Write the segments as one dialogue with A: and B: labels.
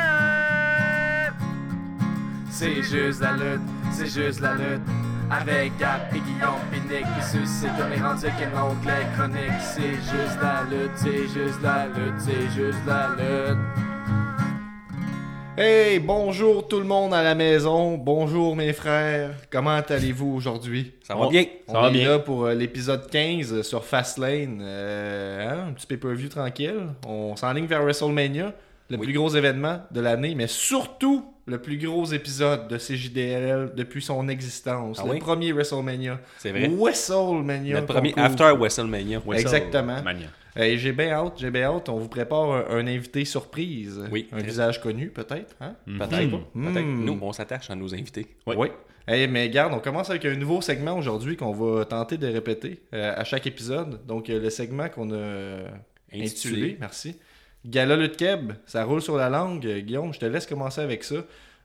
A: J-D-L-L.
B: C'est juste la lutte, c'est juste la lutte. Avec Gap et Guillaume Pinique qui suscite comme les rendus qu'un onglet chronique. C'est juste la lutte, c'est juste la lutte, c'est juste la lutte.
C: Hey, bonjour tout le monde à la maison. Bonjour mes frères. Comment allez-vous aujourd'hui?
D: Ça va bien.
C: On
D: Ça va
C: est
D: bien.
C: là pour euh, l'épisode 15 sur Fastlane. Euh, hein, un petit pay-per-view tranquille. On s'enligne vers WrestleMania, le plus gros événement de l'année, mais surtout le plus gros épisode de CJDLL depuis son existence.
D: Ah
C: le
D: oui?
C: premier WrestleMania.
D: C'est
E: Mmh.
D: vrai.
C: WrestleMania.
D: Le premier
C: qu'on couvre.
D: After WrestleMania.
C: Exactement.
D: Mania.
C: Hey, j'ai bien hâte, j'ai bien hâte. On vous prépare un, un invité surprise.
D: Oui.
C: Un visage connu, peut-être. hein?
D: Mmh.
E: Mmh.
D: Peut-être. Peut-être.
C: Mm.
D: Nous, on s'attache à nos invités.
C: Oui. Hey, mais garde, on commence avec un nouveau segment aujourd'hui qu'on va tenter de répéter euh, à chaque épisode. Donc, euh, le segment qu'on a euh, intitulé.
D: Intitulé.
C: merci. Gala Lutte Keb, ça roule sur la langue. Euh, Guillaume, je te laisse commencer avec ça.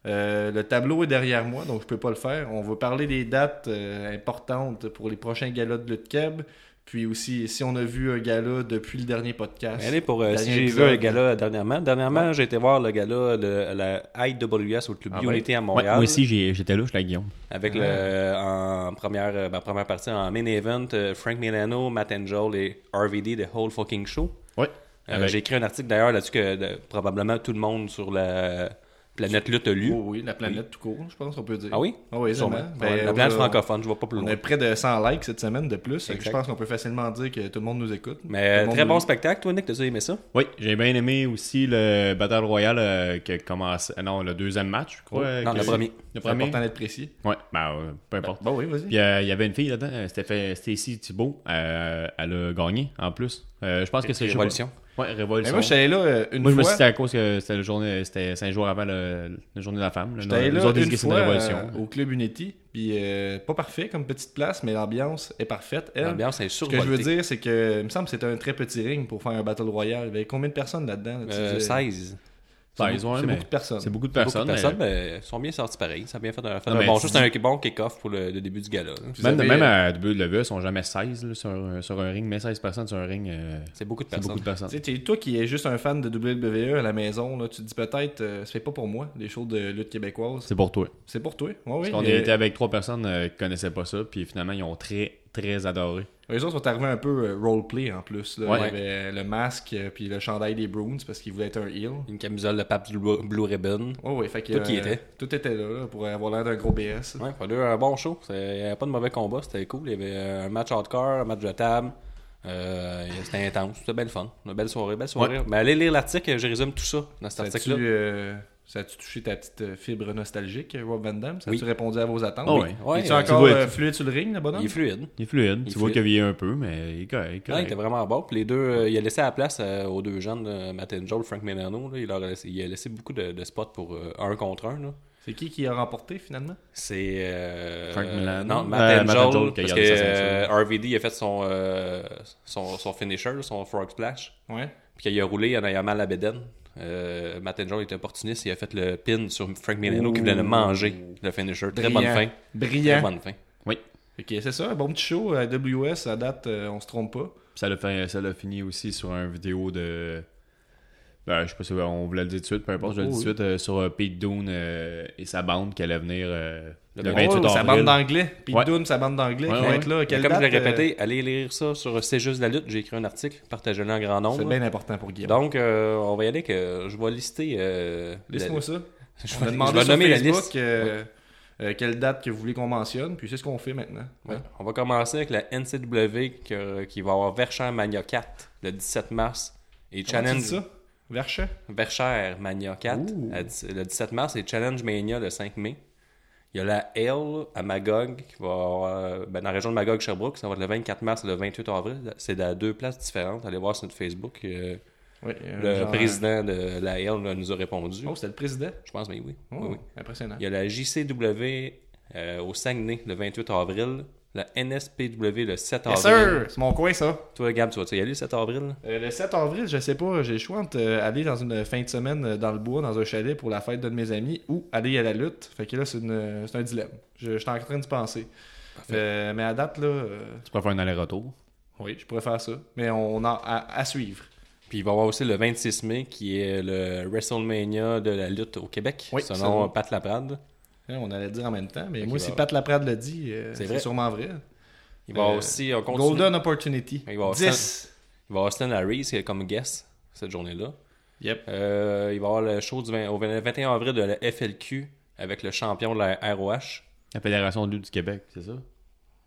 C: Euh, le tableau est derrière moi, donc je peux pas le faire. On va parler des dates euh, importantes pour les prochains galas de Lutte Keb. Puis aussi, si on a vu un gala depuis le dernier podcast.
D: Allez, pour euh, si
C: Dernier
D: j'ai vu
C: épisode.
D: un gala dernièrement. Dernièrement, j'ai été voir le gala de la IWS au Club
C: Ah
D: Unity à
E: ben. Ouais,
D: Montréal.
E: moi aussi, j'ai- j'étais là, j'étais avec Guillaume.
D: Avec le, euh, en première, euh, ma première partie, en main event, euh, Frank Milano, Matt Angel et RVD, The Whole Fucking Show.
E: Oui.
D: Euh, J'ai écrit un article d'ailleurs là-dessus que euh, probablement tout le monde sur la planète lutte a lu.
C: Oh oui, la planète tout court, je pense qu'on peut dire.
D: Ah oui?
C: Ah oui,
D: Sûrement.
C: sûrement.
D: Ouais,
C: Ben,
D: la planète
C: on a-
D: francophone, je vois pas plus
C: On
D: loin.
C: a près de 100 likes cette semaine de plus. Fait que Je
D: Exact.
C: pense qu'on peut facilement dire que tout le monde nous écoute. Tout le
D: Mais euh,
C: monde
D: très
C: nous
D: bon
C: lit.
D: spectacle, toi, Nick. T'as aimé ça?
E: Oui, j'ai bien aimé aussi le Battle Royale euh, qui a commencé. euh, Non, le deuxième match, je crois. euh,
D: non,
E: que
D: le
E: c'est-
D: premier.
E: Le
C: C'est
E: premier.
C: important d'être précis.
E: Ouais, ben, euh, peu importe.
C: Bon, oui, vas-y.
E: Puis euh, il y avait une fille là-dedans, euh, c'était Stacy Thibault. euh, elle a gagné en plus. Euh, je pense que c'est. je sais pas.
D: Révolution.
E: Ouais, Révolution.
C: Mais moi, j'étais là euh, une
E: Moi, je me
C: fois.
E: suis dit à cause que c'était le journée, c'était cinq jours avant le, la journée de la femme. là.
C: J'étais
E: Nous
C: là
E: autres, ils disent
C: une
E: que c'est
C: fois
E: révolution.
C: euh, au club Unity. Puis euh, pas parfait comme petite place, mais l'ambiance est parfaite. Elle,
D: L'ambiance est
C: ce que je veux
D: survoltée.
C: dire, c'est que, il me semble que c'était un très petit ring pour faire un Battle Royale. Il y avait combien de personnes là-dedans? là, tu
D: Euh,
C: disais?
D: 16.
C: C'est
E: Ouais,
C: beaucoup-
E: ils ont un,
C: c'est
E: mais
C: beaucoup de personnes.
E: C'est beaucoup de
D: Beaucoup
E: personnes.
D: de
E: mais-
D: personnes, mais ils sont bien sortis pareil. Ça a bien fait un, fait
E: Non,
D: un
E: mais
D: bon
E: tu
D: show.
E: dis-
D: C'est un bon kick-off pour le, le début du gala. là.
C: Vous
E: Même,
C: avez- euh,
E: même à WWE, ils sont jamais 16 là, sur, un- sur un ring, mais 16 personnes sur un ring, euh,
D: C'est beaucoup de
E: c'est
D: personnes.
E: beaucoup de personnes.
C: Tu sais, t'es- toi qui es juste un fan de WWE à la maison, là, tu te dis peut-être, euh, c'est pas pour moi, les shows de lutte québécoise.
E: C'est pour toi.
C: C'est pour toi. Ouais, oui,
E: Parce qu'on
C: mais-
E: était avec trois personnes euh, qui connaissaient pas ça, puis finalement, ils ont très, très adoré.
C: Les autres sont arrivés un peu euh, roleplay en plus. là.
E: Ouais.
C: Il y avait le masque euh, puis le chandail des Bruins parce qu'ils voulaient être un heel.
D: Une camisole de pape Blue, Blue Ribbon.
C: Ouais, ouais, fait que, euh,
D: Tout y était.
C: Tout était là, là, pour avoir l'air d'un gros BS.
D: Ouais, il y a eu un bon show. C'est- Il n'y avait pas de mauvais combat. C'était cool. Il y avait euh, un match hardcore, un match de table. Euh, c'était intense. C'était belle fun. Une belle soirée. Belle soirée. Mais allez lire l'article. Je résume tout ça dans cet
C: Ça a-tu
D: article-là.
C: euh, ça a-tu touché ta petite euh, fibre nostalgique, euh, Rob Van Damme? Ça a-tu
D: Oui.
C: répondu à vos attentes?
E: Oh,
C: oui.
E: ouais.
D: Ouais,
C: Es-tu
D: euh,
C: encore
E: tu vois,
C: euh,
E: tu-
C: fluide sur le ring, le bonhomme?
D: Il est fluide.
E: Il est fluide.
D: Il est
E: tu vois
D: fluide.
E: qu'il vieillit un peu, mais il est correct. il est
D: Ouais, il
E: correct.
D: était vraiment bon. Puis les deux, euh, il a laissé la place euh, aux deux jeunes, euh, Matt Angel, Frank Milano. là. il, leur a laissé, il a laissé beaucoup de, de spots pour euh, un contre un. là.
C: C'est qui qui a remporté finalement?
D: C'est. euh,
E: Frank Milano.
D: Non, Matt
E: Euh,
D: Angel.
E: Matt Angel qui a
D: parce que
E: gardé sa ceinture.
D: euh, RVD a fait son, euh, son, son finisher, son Frog Splash.
C: Ouais.
D: Puis qu'il a roulé en ayant mal à Beden. Euh, Matt Angel était opportuniste, il a fait le pin sur Frank Milano qui voulait le manger, le finisher. Très bonne
C: Brillant.
D: fin.
C: Brillant.
D: Très bonne fin.
E: Oui.
C: Ok, c'est ça, un bon petit show à WS, à date, euh, on se trompe pas.
E: Puis Ça l'a, fait- ça l'a fini aussi sur une vidéo de. Ben, je sais pas si on voulait le dire tout de suite, peu importe, je le dis tout de suite, euh, sur euh, Pete Dune et sa bande qui allait venir euh, le, 28
C: Oh,
E: avril.
C: sa bande d'anglais. Puis
E: Ouais.
C: Dune, sa bande d'anglais
E: Ouais,
C: qui va
E: ouais.
C: être là. Quelle
D: Mais comme je
C: date,
D: l'ai
C: euh,
D: répété, allez lire ça sur C'est juste la lutte. J'ai écrit un article, partagez-le en grand nombre.
C: C'est bien important pour Guillaume.
D: Donc, euh, on va y aller que je vais lister. euh,
C: Laisse-moi
D: la-
C: ça.
D: Je
C: On a
D: vais,
C: demandé
D: je vais
C: sur
D: nommer
C: Facebook
D: la liste.
C: euh, euh, quelle date que vous voulez qu'on mentionne, puis c'est ce qu'on fait maintenant.
D: Ouais. On va commencer avec la NCW que- qui va avoir Verchères Mania 4 le 17 mars et
C: Comment tu
D: Challenge
C: dis ça? Verchet?
D: Verchères Mania 4 à dix- le 17 mars et Challenge Mania le 5 mai. Il y a la L à Magog qui va avoir, euh, ben, dans la région de Magog Sherbrooke, ça va être le 24 mars et le 28 avril. C'est à deux places différentes. Allez voir sur notre Facebook. euh,
C: Oui, euh,
D: le
C: genre-
D: président de la L là, nous a répondu.
C: Oh, c'était le président?
D: Je pense, mais oui.
C: Oh,
D: oui, oui.
C: Impressionnant.
D: Il y a la JCW euh, au Saguenay le 28 avril. La NSPW le 7
C: Yes,
D: avril.
C: sir! C'est mon coin, ça.
D: Toi, Gab, tu vas-tu y aller le 7 avril?
C: Euh, le 7 avril, je sais pas, j'ai le choix entre euh, aller dans une fin de semaine euh, dans le bois, dans un chalet pour la fête d'un de mes amis, ou aller à la lutte. Fait que là, c'est une- euh, c'est un dilemme. Je, je suis en train de penser. Euh, mais à date, là, euh,
E: Tu pourrais faire un aller-retour.
C: oui, je pourrais faire ça. Mais on a à, à suivre.
D: Puis il va y avoir aussi le 26 mai qui est le WrestleMania de la lutte au Québec,
C: Oui,
D: selon
C: selon-
D: Pat Laprade.
C: Hein, on allait le dire en même temps, mais
D: Fait
C: moi,
D: qu'il
C: si
D: va-
C: Pat Laprade le dit, euh,
D: C'est
C: c'est
D: vrai.
C: sûrement vrai.
D: Il va y avoir
C: Euh,
D: aussi, on continue.
C: Golden Opportunity.
D: Il va y avoir
C: 10.
D: Il va y avoir Stan Harris qui est comme guest cette journée-là.
C: Yep.
D: Euh, il va y avoir le show du 20 au 20 21 avril de la FLQ avec le champion de la ROH.
E: La Fédération de lutte du Québec, c'est ça?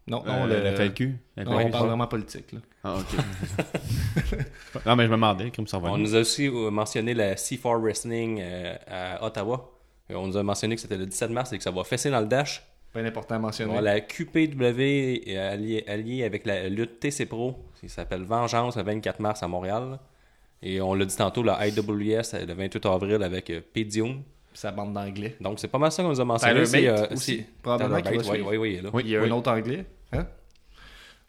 C: Non,
E: Euh,
C: non, le-
E: la FLQ? La
C: non, on
E: FLQ,
C: parle
E: ça?
C: vraiment politique. là.
E: Ah, ok. non, mais je me demandais, comme ça va.
D: On nous a aussi euh, mentionné la C4 Wrestling euh, à Ottawa. Euh, on nous a mentionné que c'était le 17 mars et que ça va fesser dans le dash.
C: Pas important à mentionner.
D: Bon, la QPW est alliée, alliée euh, avec la lutte TC Pro, qui s'appelle Vengeance le 24 mars à Montréal. Et on l'a dit tantôt, la IWS euh, le 28 avril avec euh, Pedium.
C: Puis Sa bande d'anglais.
D: Donc c'est pas mal ça qu'on nous a mentionné.
C: Tyler
D: C'est,
C: Bate
D: euh,
C: aussi,
D: c'est-
C: probablement
D: Tyler
C: qu'il
D: Bate,
C: va
D: oui,
C: suivre.
D: oui, oui, il est là.
C: Il y a un autre anglais. Hein?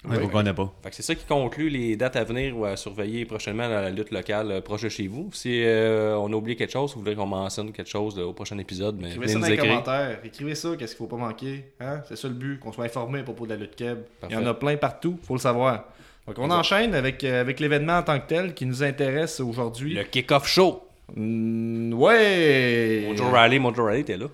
E: Ouais, qu'on connaît pas.
D: Fait que c'est ça qui conclut les dates à venir ou à surveiller prochainement dans la lutte locale euh, proche de chez vous. Si euh, on a oublié quelque chose, vous voulez qu'on mentionne quelque chose euh, au prochain épisode, mais
C: Écrivez ça
D: venez
C: dans
D: nous
C: les
D: écrire.
C: commentaires. Écrivez ça, qu'est-ce qu'il faut pas manquer. Hein? C'est ça le but, qu'on soit informé à propos de la lutte Keb. Il y en
D: Parfait.
C: a plein partout, faut le savoir. Donc on enchaîne avec, euh, avec l'événement en tant que tel qui nous intéresse aujourd'hui.
D: Le kick-off show.
C: Mm, ouais!
D: Mojo Riley, Mojo Riley, t'es là.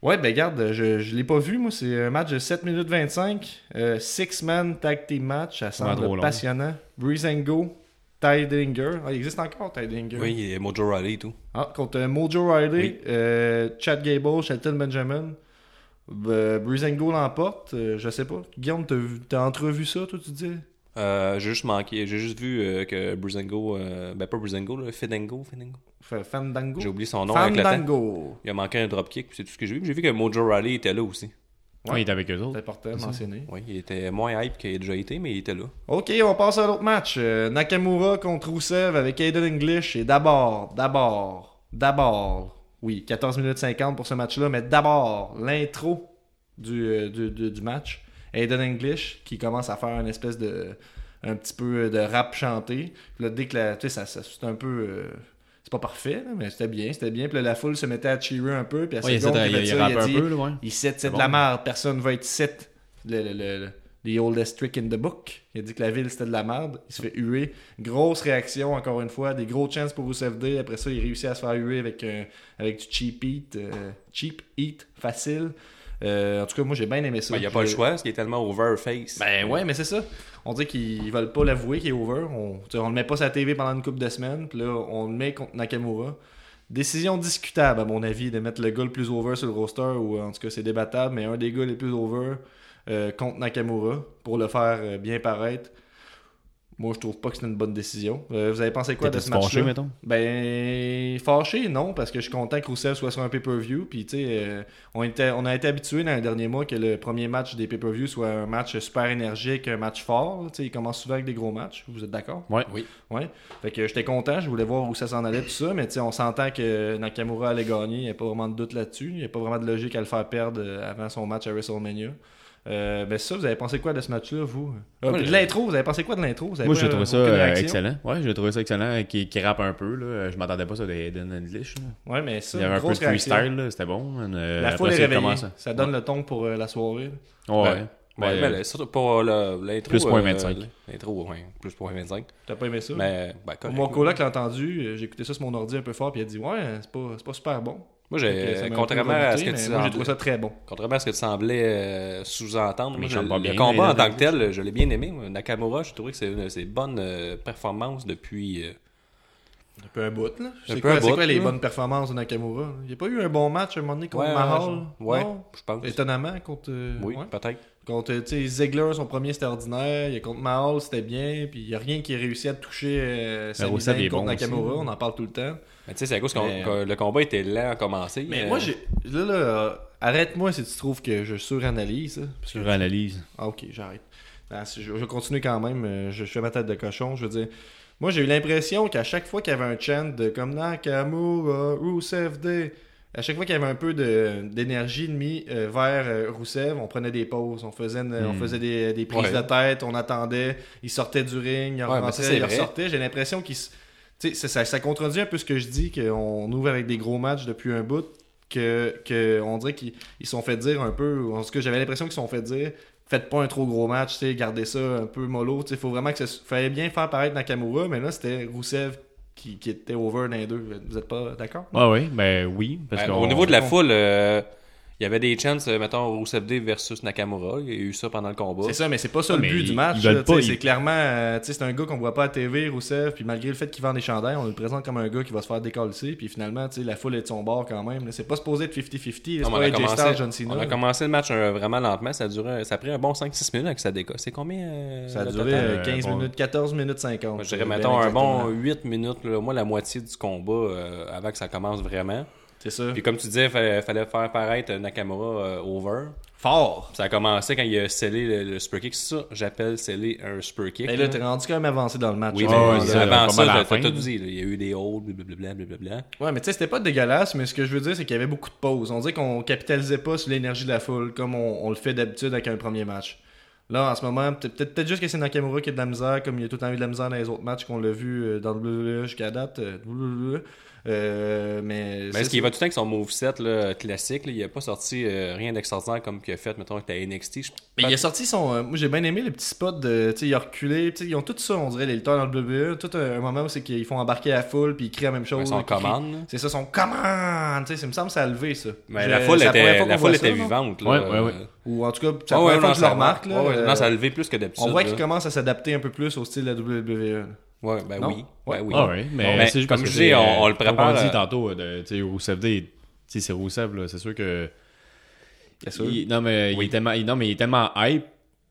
C: Ouais, ben garde, je, je l'ai pas vu, moi. C'est un match de 7 minutes 25. euh, Six-man tag team match à
E: trop
C: semble
E: long.
C: passionnant. Breeze and Go, Ty Dillinger. Ah, il existe encore, Ty Dillinger.
D: Oui, il y a Mojo Riley et tout.
C: Ah, contre euh, Mojo Riley,
D: Oui.
C: euh, Chad Gable, Shelton Benjamin. Euh, Breeze and Go l'emporte. euh, je sais pas. Guillaume, t'as vu- t'as entrevu ça, toi, tu dis
D: Euh, j'ai juste manqué, j'ai juste vu euh, que Brisengo, euh, ben pas Brisengo, là, Fedengo, Fedengo.
C: F- Fandango.
D: J'ai oublié son nom avec le temps.
C: Fandango.
D: Il a manqué un dropkick, puis c'est tout ce que j'ai vu. Puis J'ai vu que Mojo Riley était là aussi.
E: Ouais, il était avec eux
C: C'est
E: autres.
C: important à mentionner.
D: Oui, il était moins hype qu'il a déjà été, mais il était là.
C: Ok, on passe à l'autre match. Euh, Nakamura contre Rusev avec Aiden English. Et d'abord, d'abord, d'abord, oui, 14 minutes 50 pour ce match-là, mais d'abord, l'intro du, euh, du, du- du match. Aiden English qui commence à faire une espèce de. un petit peu euh, de rap chanté. Puis là, dès que la. Tu sais, ça, ça- c'est un peu. euh, c'est pas parfait, là, mais c'était bien, c'était bien. Puis là, la foule se mettait à cheerer un peu. Puis à
E: Ouais, il
C: seconde,
E: essaie de-
C: il fait
E: il- il
C: ça, il
E: rappe
C: a
E: un
C: dit,
E: peu, là, ouais.
C: il cite, c'est
D: Ah
E: bon.
C: de la merde, personne va être cite. Le, le, le- le- the oldest trick in the book. Il a dit que la ville c'était de la merde. Il se fait huer. Grosse réaction, encore une fois. Des gros chances pour Rousseff D. Après ça, il réussit à se faire huer avec, un- avec du cheap eat. euh, cheap eat facile. Euh, en tout cas, moi j'ai bien aimé ça.
D: Ben, il n'y a pas le
C: Puis,
D: choix, parce qu'il est tellement over face.
C: ben ouais, mais c'est ça. On dit qu'ils veulent pas l'avouer qu'il est over. On, tu sais, on le met pas sa TV pendant une couple de semaines, puis là, on le met contre Nakamura. Décision discutable, à mon avis, de mettre le gars le plus over sur le roster, ou en tout cas, c'est débattable, mais un des gars les plus over euh, contre Nakamura pour le faire euh, bien paraître. Moi, je trouve pas que c'est une bonne décision. Euh, vous avez pensé quoi de ce
E: T'étais-tu fâché,
C: match-là?
E: mettons?
C: Ben, fâché, non, parce que je suis content que Rousseff soit sur un pay-per-view. Puis, tu sais, euh, on, était- on a été habitué dans les derniers mois que le premier match des pay-per-view soit un match super énergique, un match fort. Tu sais, il commence souvent avec des gros matchs. Vous êtes d'accord?
E: Ouais.
D: Oui.
C: Ouais. Fait que j'étais content, je voulais voir où ça s'en allait, tout ça. Mais, tu sais, on s'entend que Nakamura allait gagner. Il n'y a pas vraiment de doute là-dessus. Il n'y a pas vraiment de logique à le faire perdre euh, avant son match à WrestleMania. Euh, ben, ça, vous avez pensé quoi de ce match-là, vous? Ah,
D: Moi,
C: puis
D: je-
C: de l'intro, vous avez pensé quoi de l'intro? Vous avez
E: Moi,
C: pas,
E: j'ai trouvé
C: euh,
E: ça
C: aucune
E: euh,
C: réaction?
E: excellent. Ouais, j'ai trouvé ça excellent. euh, Qui, qui rappe un peu, là. Euh, Je m'attendais pas ça d'Eden English. là.
C: Ouais, mais ça,
E: Il y avait un peu de
C: grosse réaction.
E: freestyle, là. C'était bon. man. Euh,
C: La
E: après
C: foule
E: ça,
C: est
E: il
C: réveillée. ben,
E: commence
C: Ça.
E: à-
C: donne le ton pour euh, la soirée.
E: Ouais. Ben, euh,
D: Ouais.
E: Ouais.
D: Ouais,
E: Ouais,
D: mais le- surtout pour le- l'intro.
E: Plus
D: euh,
E: point 25.
D: L'intro, ouais, plus point 25.
C: T'as pas aimé ça?
D: Mais, ben, correct.
C: Mon coloc l'a entendu, euh, j'ai écouté ça sur mon ordi un peu fort, puis il a dit Ouais, c'est pas, c'est pas super bon.
D: Moi,
C: Fait que ça
D: j'ai,
C: m'a un peu
D: contrairement à, ce
C: rebuté, mais
D: que tu
C: moi, j'ai
D: semblais-
C: trouvé ça très bon.
D: contrairement à ce que tu semblais euh, sous-entendre, moi,
E: il
D: je-
E: chante pas
D: le
E: bien,
D: combat
E: mais-
D: en tant que tel, je l'ai bien aimé. moi. Nakamura, j'ai trouvé que c'est une de ses bonnes euh, performances depuis. euh,
C: Un peu un bout, là.
D: Un
C: C'est
D: peu
C: quoi,
D: un
C: c'est
D: bout,
C: quoi les
D: là.
C: bonnes performances de Nakamura là? Il a pas eu un bon match à un moment donné contre Mahal
D: je- ouais,
C: non?
D: je pense.
C: Étonnamment, contre. euh,
D: Oui,
C: ouais.
D: peut-être.
C: Contre, euh, tu sais, Ziegler, son premier, c'était ordinaire. Il y a contre Mahal, c'était bien. Puis il y a rien qui a réussi à toucher euh,
D: Ben,
C: Sami
E: Rusev,
C: Zayn
E: il est
C: contre
E: bon aussi,
C: Nakamura.
E: là.
C: on en parle tout le temps.
D: Mais tu sais, c'est à cause qu'on-
C: Mais-
D: que le combat était lent à commencer.
C: Mais
D: euh,
C: moi, j'ai. Là, là, euh, arrête-moi si tu trouves que je suranalyse. là, parce que
E: Sur analyse.
C: Ah, ok, j'arrête. Ah, si- je, je continue quand même. euh, Je, je fais ma tête de cochon. Je veux dire, moi, j'ai eu l'impression qu'à chaque fois qu'il y avait un chant de comme Nakamura, Rousseff Day, à chaque fois qu'il y avait un peu de- d'énergie de, mis euh, vers euh, Rousseff, on prenait des pauses, on faisait, une- on faisait des, des prises
D: Hmm. Ouais.
C: de tête, on attendait, il sortait du ring, il
D: Ouais, mais ça,
C: rentrait,
D: c'est
C: il
D: vrai.
C: ressortait. J'ai l'impression qu'il. s- tu sais, Ça, ça, ça contredit un peu ce que je dis, qu'on ouvre avec des gros matchs depuis un bout, que, que on dirait qu'ils ils se sont fait dire un peu, ou en tout cas j'avais l'impression qu'ils se sont fait dire faites pas un trop gros match, tu sais, gardez ça un peu mollo. Il faut vraiment que ça. Fallait bien faire paraître Nakamura, mais là, c'était Roussev qui, qui était over dans les deux. Vous êtes pas d'accord?
E: Ah oui, ben oui. Parce
D: Ben,
E: qu'on-
D: au niveau de la foule, euh, il y avait des chances, euh, mettons, Rousseff versus Nakamura. Il y a eu ça pendant le combat.
C: C'est ça, mais c'est pas ça
E: Ah,
C: le
E: mais
C: but du
E: ils-
C: match.
E: ils
C: là,
E: veulent
C: tu sais,
E: pas,
C: C'est
E: ils-
C: clairement, euh, tu sais, c'est un gars qu'on voit pas à TV, Rousseff, puis malgré le fait qu'il vend des chandails, on le présente comme un gars qui va se faire décoller, puis finalement, tu sais, la foule est de son bord quand même. là. C'est pas supposé être 50-50, là,
D: Non,
C: c'est
D: Ah, mais
C: pas
D: on,
C: AJ
D: a
C: Styles,
D: commencé,
C: John Cena.
D: on a commencé le match euh, vraiment lentement. Ça a, duré, ça a pris un bon 5-6 minutes avec ça décolle. C'est combien euh,
C: Ça a
D: le
C: duré
D: total?
C: euh, 15
E: bon.
C: minutes, 14 minutes 50.
D: Moi, je dirais,
C: euh,
D: mettons,
C: bien
D: un bon
C: exactement.
D: 8 minutes, là, au moins la moitié du combat euh, avant que ça commence vraiment.
C: C'est ça.
D: Puis comme tu disais, fallait, fallait faire paraître Nakamura euh, over.
C: Fort!
D: Ça a commencé quand il a scellé le, le spear kick. Ça, j'appelle sceller un spear kick.
C: Mais Ben là, t'es rendu quand même avancé dans le match.
D: oui,
C: là.
D: mais
E: Ah, Ouais,
D: euh,
E: c'est ça,
D: avant
E: pas mal à
D: ça,
E: la
D: t'as- t'as
E: fin,
D: tout
E: là.
D: dit. là. Il y a eu des holds, blablabla. blablabla.
C: Ouais, mais tu sais, c'était pas dégueulasse, mais ce que je veux dire, c'est qu'il y avait beaucoup de pauses. On dirait qu'on capitalisait pas sur l'énergie de la foule, comme on, on le fait d'habitude avec un premier match. Là, en ce moment, peut- peut-être peut-être juste que c'est Nakamura qui a de la misère, comme il a tout le temps eu de la misère dans les autres matchs qu'on l'a vu euh, dans le WWE jusqu'à date. euh, WWE. Euh, mais
D: Mais
C: c'est
D: est-ce qu'il va tout le temps avec son moveset là, classique? là? il n'a pas sorti euh, rien d'extraordinaire comme qu'il a fait, mettons, avec la NXT. Je-
C: Mais il a sorti son. euh, moi, j'ai bien aimé le petit spot de. Tu sais, il a reculé. tu sais, Ils ont tout ça, on dirait, les lutteurs dans le WWE. Tout un, un moment où c'est qu'ils font embarquer la foule, puis ils crient la même chose.
D: son
C: puis ils crient-
D: commande, là.
C: C'est ça, son commande. Tu sais, ça me semble que ça a levé, ça.
D: Mais
C: Je-
D: la foule
C: c'est première
D: était,
C: fois
D: la
C: qu'on
D: foule
C: voit
D: était
C: ça, non?
D: vivante. Là.
E: Ouais, ouais, ouais.
C: Ou en tout cas, c'est
D: Ah
C: la
D: ouais,
C: première fois
D: non,
C: que je le
D: ça- Ah
C: remarque. là,
D: ouais, ouais,
C: euh,
D: non, ça a levé plus que d'habitude.
C: on voit
D: là.
C: qu'il commence à s'adapter un peu plus au style de E, la WWE.
D: Ouais, ben
C: Non?
D: oui. Ben oui.
E: Ah ouais, mais,
D: Bon, ben,
E: c'est juste
D: comme
E: parce que
D: je dis,
E: c'est,
D: on-
E: euh,
D: on le
E: comme
D: prépare,
E: on
D: euh,
E: dit tantôt, euh, de- tu sais, Rousseff D, tu sais, c'est Rousseff, là, c'est sûr que.
C: sûr.
E: Il- non, mais il est tellement, il- non, mais il est tellement hype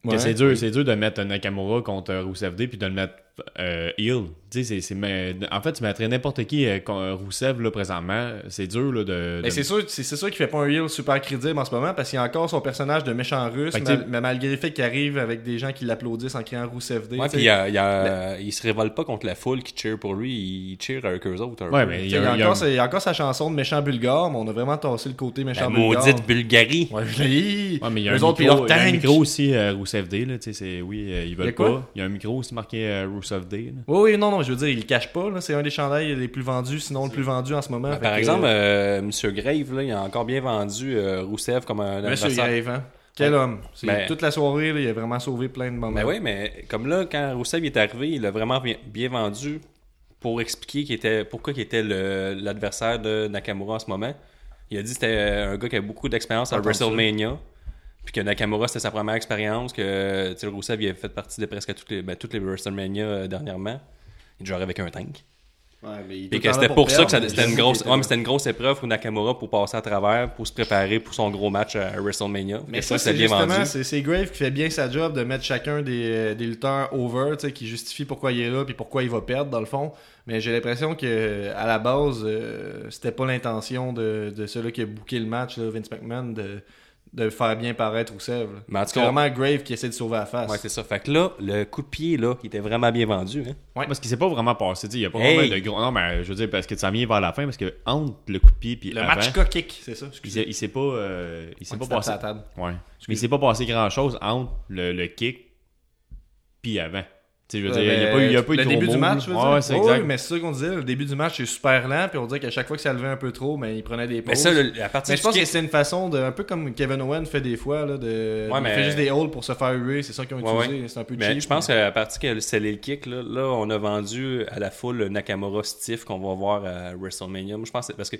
E: que
C: Ouais.
E: c'est dur, c'est dur de mettre un Nakamura contre euh, Rousseff D puis de le mettre euh, heel. Tu sais, c'est- c'est- mais- en fait, tu mettrais n'importe qui euh, con- euh, Rousseff là, présentement. C'est dur là, de.
C: Mais
E: de-
C: c'est sûr, c'est c'est sûr qu'il fait pas un heel super crédible en ce moment parce qu'il a encore son personnage de méchant russe,
E: Fait que
C: mal-
E: t'sais-
C: mais malgré le fait qu'il arrive avec des gens qui l'applaudissent en criant Rousseff D.
D: Ouais,
C: t'sais.
D: puis il, y a- il y a- il se révolte pas contre la foule qui cheer pour lui, il cheer avec eux autres. Un
E: Ouais,
D: peu.
E: mais il y
C: T'sais,
E: a,
C: il, y a
E: il y a-
C: encore, sa- il y a encore sa chanson de méchant bulgare, mais on a vraiment tassé le côté
D: La
C: méchant bulgare.
D: Ben, maudite Bulgarie.
C: Ouais, je l'ai dit.
E: Ouais, mais il y a
C: Eux
E: un
C: autres, puis
E: micro,
C: leur
E: il y a un
C: tank.
E: micro aussi, euh, Rousseff D. Là, tu sais, c'est, oui, euh, ils
C: Il y a
E: veulent
C: quoi?
E: pas. Il y a un micro aussi marqué euh, Rousseff D. là.
C: Oui, oui, non, non, je veux dire, il le cache pas. là. C'est un des chandails les plus vendus, sinon le plus vendu en ce moment.
D: Ben,
C: Fait
D: Par
C: que-
D: exemple, euh, Monsieur Grave, là, il a encore bien vendu euh, Rousseff comme un
C: Monsieur
D: adversaire.
C: Grave, hein? Quel homme. C'est-
D: Ben-
C: Toute la soirée, là, il a vraiment sauvé plein de moments.
D: Ben oui, mais comme là, quand Rousseff est arrivé, il l'a vraiment bien, bien vendu pour expliquer qu'il était, pourquoi il était le- l'adversaire de Nakamura en ce moment. Il a dit que c'était euh, un gars qui a beaucoup d'expérience à
C: Entendu.
D: WrestleMania, puis que Nakamura, c'était sa première expérience, que tu sais, Rousseff il a fait partie de presque toutes les, ben, toutes les WrestleMania euh, dernièrement. Il est genre avec un tank. Et que c'était pour ça que ça- c'était une grosse, ouais, mais c'était une grosse épreuve pour Nakamura pour passer à travers, pour se préparer pour son gros match à WrestleMania.
C: Mais
D: Et
C: ça,
D: c'était
C: c'est justement, c'est c'est Grave qui fait bien sa job de mettre chacun des, euh, des lutteurs over, tu sais, qui justifie pourquoi il est là puis pourquoi il va perdre dans le fond. Mais j'ai l'impression que euh, à la base, euh, c'était pas l'intention de, de celui qui a booké le match, là, Vince McMahon, de, de faire bien paraître Rousseff. là.
D: Mais en tout
C: C'est
D: cas-
C: vraiment Grave qui essaie de sauver la face.
D: Ouais, c'est ça. Fait que là, le coup de pied, là, il était vraiment bien vendu. Hein?
C: Ouais.
E: Parce qu'il s'est pas vraiment passé. tu sais, Il n'y a pas
D: Hey!
E: vraiment de gros. Non, mais je veux dire, parce que ça vient vers la fin, parce que entre le coup de pied et
C: le
E: avant,
C: match kick, c'est ça.
E: il
C: excusez.
E: s'est- il s'est pas. euh, il s'est
C: On
E: pas
C: se tape
E: passé.
C: sur la table.
E: Ouais. Mais il s'est pas passé grand chose entre le, le kick puis avant. Tu sais, je veux
C: Ouais,
E: dire, il n'y a
C: ben,
E: pas eu, il y a pas eu
C: le
E: de gros
C: début du
E: moves,
C: match, je veux
E: là.
C: dire.
E: Ouais, c'est
C: Oui,
E: exact.
C: oui, mais c'est ça qu'on disait, le début du match c'est super lent, puis on dirait qu'à chaque fois que ça levait un peu trop, mais il prenait des pauses.
D: Mais ça, le- à partir
C: Mais
D: du
C: je pense que
D: kick-
C: c'est une façon de. Un peu comme Kevin Owen fait des fois, là, de.
D: Ouais,
C: il
D: mais-
C: fait juste des holds pour se faire huer, c'est ça qu'ils ont
D: Ouais,
C: utilisé.
D: ouais.
C: C'est un peu
D: Mais
C: cheap.
D: je pense qu'à partir que le scellé le kick, là, là, on a vendu à la foule le Nakamura stiff qu'on va voir à WrestleMania. Moi, je pense que c'est parce qu'il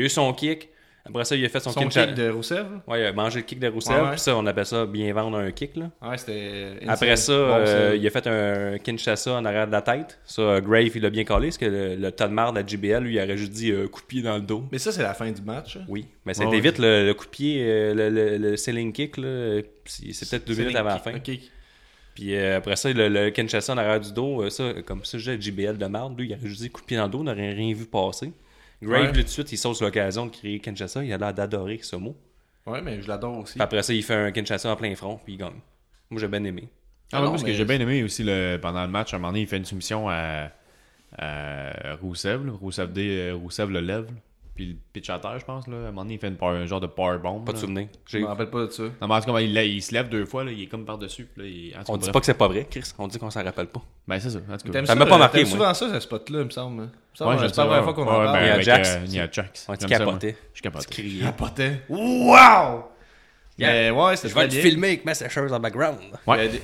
D: a eu son kick. Après ça, il a fait son,
C: Son
D: kick.
C: kick de Rousseff, là.
D: Ouais, il a mangé le kick de Rousseff.
C: Ouais, ouais.
D: Puis ça, on appelle ça bien vendre un kick. Là.
C: Ouais, c'était.
D: Après ça,
C: Bon,
D: euh,
C: c'est-
D: il a fait un Kinshasa en arrière de la tête. Ça, euh, Grave, il l'a bien collé. Parce que le, le tas de marde à JBL, lui, il aurait juste dit euh, coup de pied dans le dos.
C: Mais ça, c'est la fin du match. hein.
D: Oui, mais c'était
E: Ouais, ouais.
D: vite le, le coup de pied, euh, le, le, le ceiling kick, là, euh, c'est c'est peut-être deux minutes avant la fin.
C: Ok.
D: Puis euh, après ça, le, le Kinshasa en arrière du dos, euh, ça, comme ça, j'ai JBL de marde, lui, il aurait juste dit coup de pied dans le dos, il n'aurait rien vu passer. Grave,
C: Ouais.
D: lui, tout de suite, il saute sur l'occasion de crier Kinshasa, il a l'air d'adorer ce mot.
C: Ouais, mais je l'adore aussi.
D: Puis après ça, il fait un Kinshasa en plein front, puis il gagne. Moi, j'ai bien aimé.
E: Ah,
C: Ah
E: moi,
C: non,
E: parce
C: mais-
E: que j'ai bien aimé aussi le, pendant le match, à un moment donné, il fait une soumission à, à Rousseff. là. Rousseff, dé- euh, Rousseff le lève, là. puis il pitch à terre, je pense. Là. À un moment donné, il fait une power- un genre de powerbomb.
D: Pas de
E: là.
D: souvenir.
C: Je
D: J'ai-
C: me rappelle pas de ça.
E: Non, mais en tout cas, il, l'a- il se lève deux fois, là, il est comme par-dessus. puis là, il- en tout
D: On
E: cas,
D: dit
E: bref.
D: pas que c'est pas vrai, Chris. On dit qu'on s'en rappelle pas.
E: Ben, c'est ça. En tout cas.
C: T'aimes
D: Ça m'a pas marqué,
C: t'aimes souvent
D: moi.
C: ça, ce spot-là, il me semble. Ça,
E: Ouais,
C: c'est
E: j'aime
C: pas
E: ça,
C: la première fois
E: ouais.
C: qu'on
E: Ouais,
C: en
E: ben,
C: parle.
D: Il y a
E: avec,
D: Jax.
E: euh, Il y a Jax.
D: On dit
E: J'aime ça, moi.
D: capoter.
E: Je capote.
D: Tu criais.
C: Capotais. Wow! Mais ouais, c'était
D: Euh, Je vais
C: très
D: le
C: bien.
D: filmer avec ma sécheuse en background.
C: Il, y a des...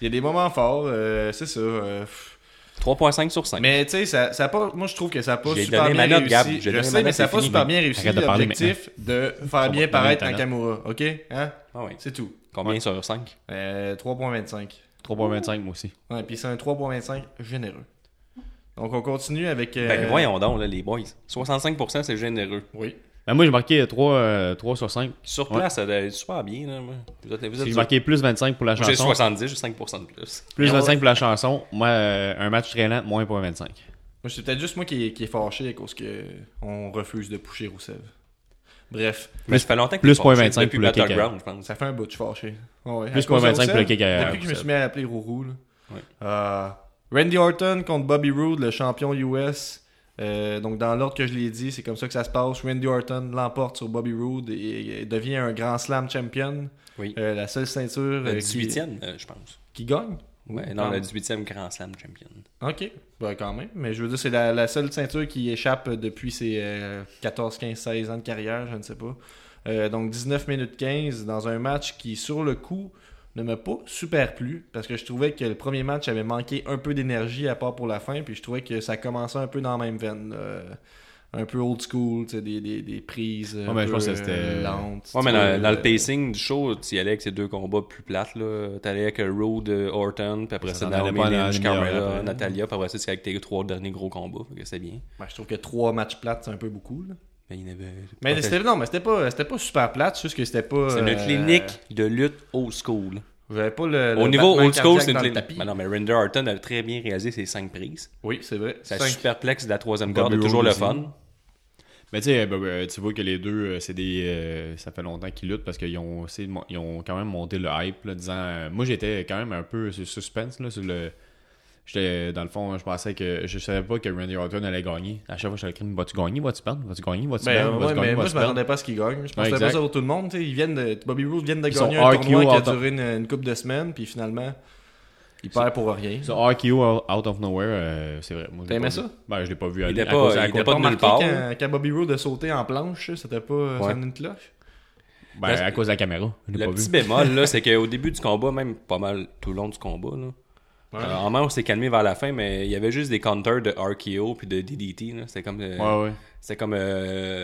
C: il y a des moments forts, euh, c'est ça. euh, pff.
D: 3.5 sur 5.
C: Mais tu sais, ça, ça a pas, moi je trouve que ça n'a pas
D: J'ai
C: super
D: donné
C: bien
D: ma note, Gab.
C: réussi.
D: J'ai
C: Je
D: donné ma
C: sais, mais
D: note,
C: ça n'a
D: c'est
C: pas
D: fini.
C: super bien réussi
E: Arrête de parler
C: l'objectif de
E: va
C: faire bien
E: te
C: paraître en
E: donner ta
C: Kamura. OK? Hein?
D: Ah ouais.
C: C'est tout.
D: Combien sur 5
C: Euh, 3.25.
E: 3.25, moi aussi.
C: Ouais, puis c'est un 3.25 généreux. Donc on continue avec. euh,
D: Ben voyons donc, là, les boys. 65%, c'est généreux.
C: Oui.
E: Ben, moi, j'ai marqué 3, euh, 3 sur 5.
D: Sur
E: Ouais.
D: place, ça doit être super bien. Là. moi. Vous êtes, vous êtes
E: J'ai marqué plus 25 pour la
D: J'ai
E: chanson.
D: 70, j'ai 5% de plus.
C: Ah
E: Plus 25 pour la chanson. Moi, euh, un match très lent, moins 0.25.
C: Moi, c'est peut-être juste moi qui, qui est fâché à cause que on refuse de pusher Rousseff. Bref,
D: Mais ça fait longtemps que
E: plus
D: t'es fâché,
E: 0.25
D: depuis
E: pour le
D: Battleground, je pense.
C: ça fait un bout, je suis fâché. Ah ouais,
E: Plus
C: à cause de
E: 0.25
C: Rousseff,
E: pour le kick à
C: Depuis que je me
E: Rousseff.
C: suis mis à appeler Rourou. là.
D: Ouais.
C: Euh, Randy Orton contre Bobby Roode, le champion US. Euh, donc, dans l'ordre que je l'ai dit, c'est comme ça que ça se passe. Randy Orton l'emporte sur Bobby Roode et, et devient un grand slam champion.
D: Oui.
C: Euh, la seule ceinture
D: Le
C: euh, qui,
D: 18e, euh, Ah. je pense.
C: qui gagne.
D: Ouais, non,
C: pardon.
D: le 18e Grand Slam Champion.
C: Ok, bah, quand même. Mais je veux dire, c'est la, la seule ceinture qui échappe depuis ses euh, 14, 15, 16 ans de carrière, je ne sais pas. Euh, donc 19 minutes 15 dans un match qui, sur le coup, ne m'a pas super plu parce que je trouvais que le premier match avait manqué un peu d'énergie à part pour la fin, puis je trouvais que ça commençait un peu dans la même veine. euh, un peu old school, tu sais, des, des, des prises euh,
E: Ouais,
C: un
E: mais je
C: peu,
E: pense que c'était-
C: euh, lentes.
D: Ouais, mais
C: tu
D: dans,
C: sais,
D: dans
C: euh,
D: le pacing du show, tu y allais avec ces deux combats plus plates. là. T'allais avec euh, Road, euh, Orton, puis après
E: Ça
D: ça,
E: s'en allait
D: Naomi
E: pas dans
D: Lynch,
E: les meilleurs après.
D: Carmella, Natalia, puis après ça, c'est avec tes trois derniers gros combats. Fait que c'est bien.
C: ben, je trouve que trois matchs plates, c'est un peu beaucoup. là.
D: Mais il y en avait-
C: Mais
D: Enfin,
C: c'était non, mais c'était pas, c'était pas super plate, c'est juste que c'était pas.
D: c'est une
C: euh,
D: clinique de lutte old school.
C: J'avais pas le.
D: Au
C: le
D: niveau
C: battement
D: old school,
C: cardiaque
D: c'est une
C: dans le
D: clinique.
C: tapis.
D: Mais non, mais Render Orton avait très bien réalisé ses cinq prises.
C: Oui, c'est vrai.
D: Sa
C: Cinq.
D: superplexe de la troisième
E: Bobby
D: corde est toujours le
E: Roode aussi.
D: fun.
E: Mais tu sais, euh, ben, ben, tu vois que les deux, euh, c'est des, euh, ça fait longtemps qu'ils luttent parce qu'ils ont, aussi mon- ils ont quand même monté le hype, là, disant. euh, moi, j'étais quand même un peu sur le suspense là, sur le. J'étais dans le fond, je pensais que je savais pas que Randy Orton allait gagner. À chaque fois, j'étais comme vas-tu gagner, vas-tu perdre, vas-tu gagner, vas-tu
C: Ben,
E: perdre,
C: ouais,
E: vas-tu
C: mais
E: gagner,
C: moi,
E: vas-tu
C: je
E: perdre.
C: m'attendais pas à ce qu'ils gagnent. Je pensais
E: Ouais,
C: pas
E: exact.
C: ça pour tout le monde. tu sais. Ils viennent de... Bobby Roode vient de
E: Ils
C: gagner
E: sont
C: un
E: RKO
C: tournoi qui a
E: out of-
C: duré une, une couple de semaines, puis finalement, il perd pour rien.
E: Ça, RKO out of nowhere, euh, c'est vrai. Moi, je l'ai
C: T'as aimé
E: pas
C: ça?
E: vu. Ben, je l'ai pas vu.
D: était
E: à
D: pas-
E: cause- à
D: il était
E: cause-
D: pas
C: T'as
D: de nulle
C: remarqué
D: part,
C: quand, quand Bobby Roode a sauté en planche, c'était pas euh,
D: Ouais.
C: ça venait une cloche.
E: ben, à cause de la caméra. Je l'ai
D: Le
E: pas
D: petit
E: vu.
D: bémol, là, c'est qu'au début du combat, même pas mal tout le long du combat, là, euh, en main, on s'est calmé vers la fin, mais il y avait juste des counters de RKO puis de DDT. là. C'était comme, euh,
E: Ouais, ouais.
D: c'était comme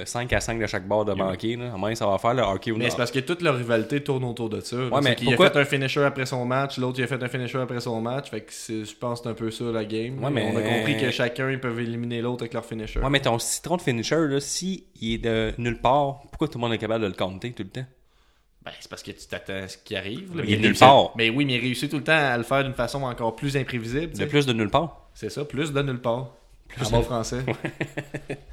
D: 5 à 5 de chaque barre de manquer. Là. En main, ça va faire le RKO.
C: Mais c'est parce que toute leur rivalité tourne autour de ça.
D: Ouais,
C: Ouais,
D: mais
C: mais il a
D: pourquoi-
C: fait un finisher après son match, l'autre il a fait un finisher après son match. Fait que c'est- je pense que c'est un peu ça la game.
D: Ouais, mais-
C: On a compris que chacun ils peuvent éliminer l'autre avec leur finisher.
D: Ouais, mais ton citron de finisher, là, si il est de nulle part, pourquoi tout le monde est capable de le compter tout le temps?
C: Ben, c'est parce que tu t'attends à ce qui arrive. là.
D: Il
C: Mais
D: est nulle
C: réussit-
D: part.
C: Mais oui, mais il réussit tout le temps à le faire d'une façon encore plus imprévisible. tu
D: De
C: sais.
D: plus de nulle part.
C: C'est ça, plus de nulle part. Plus en bon français.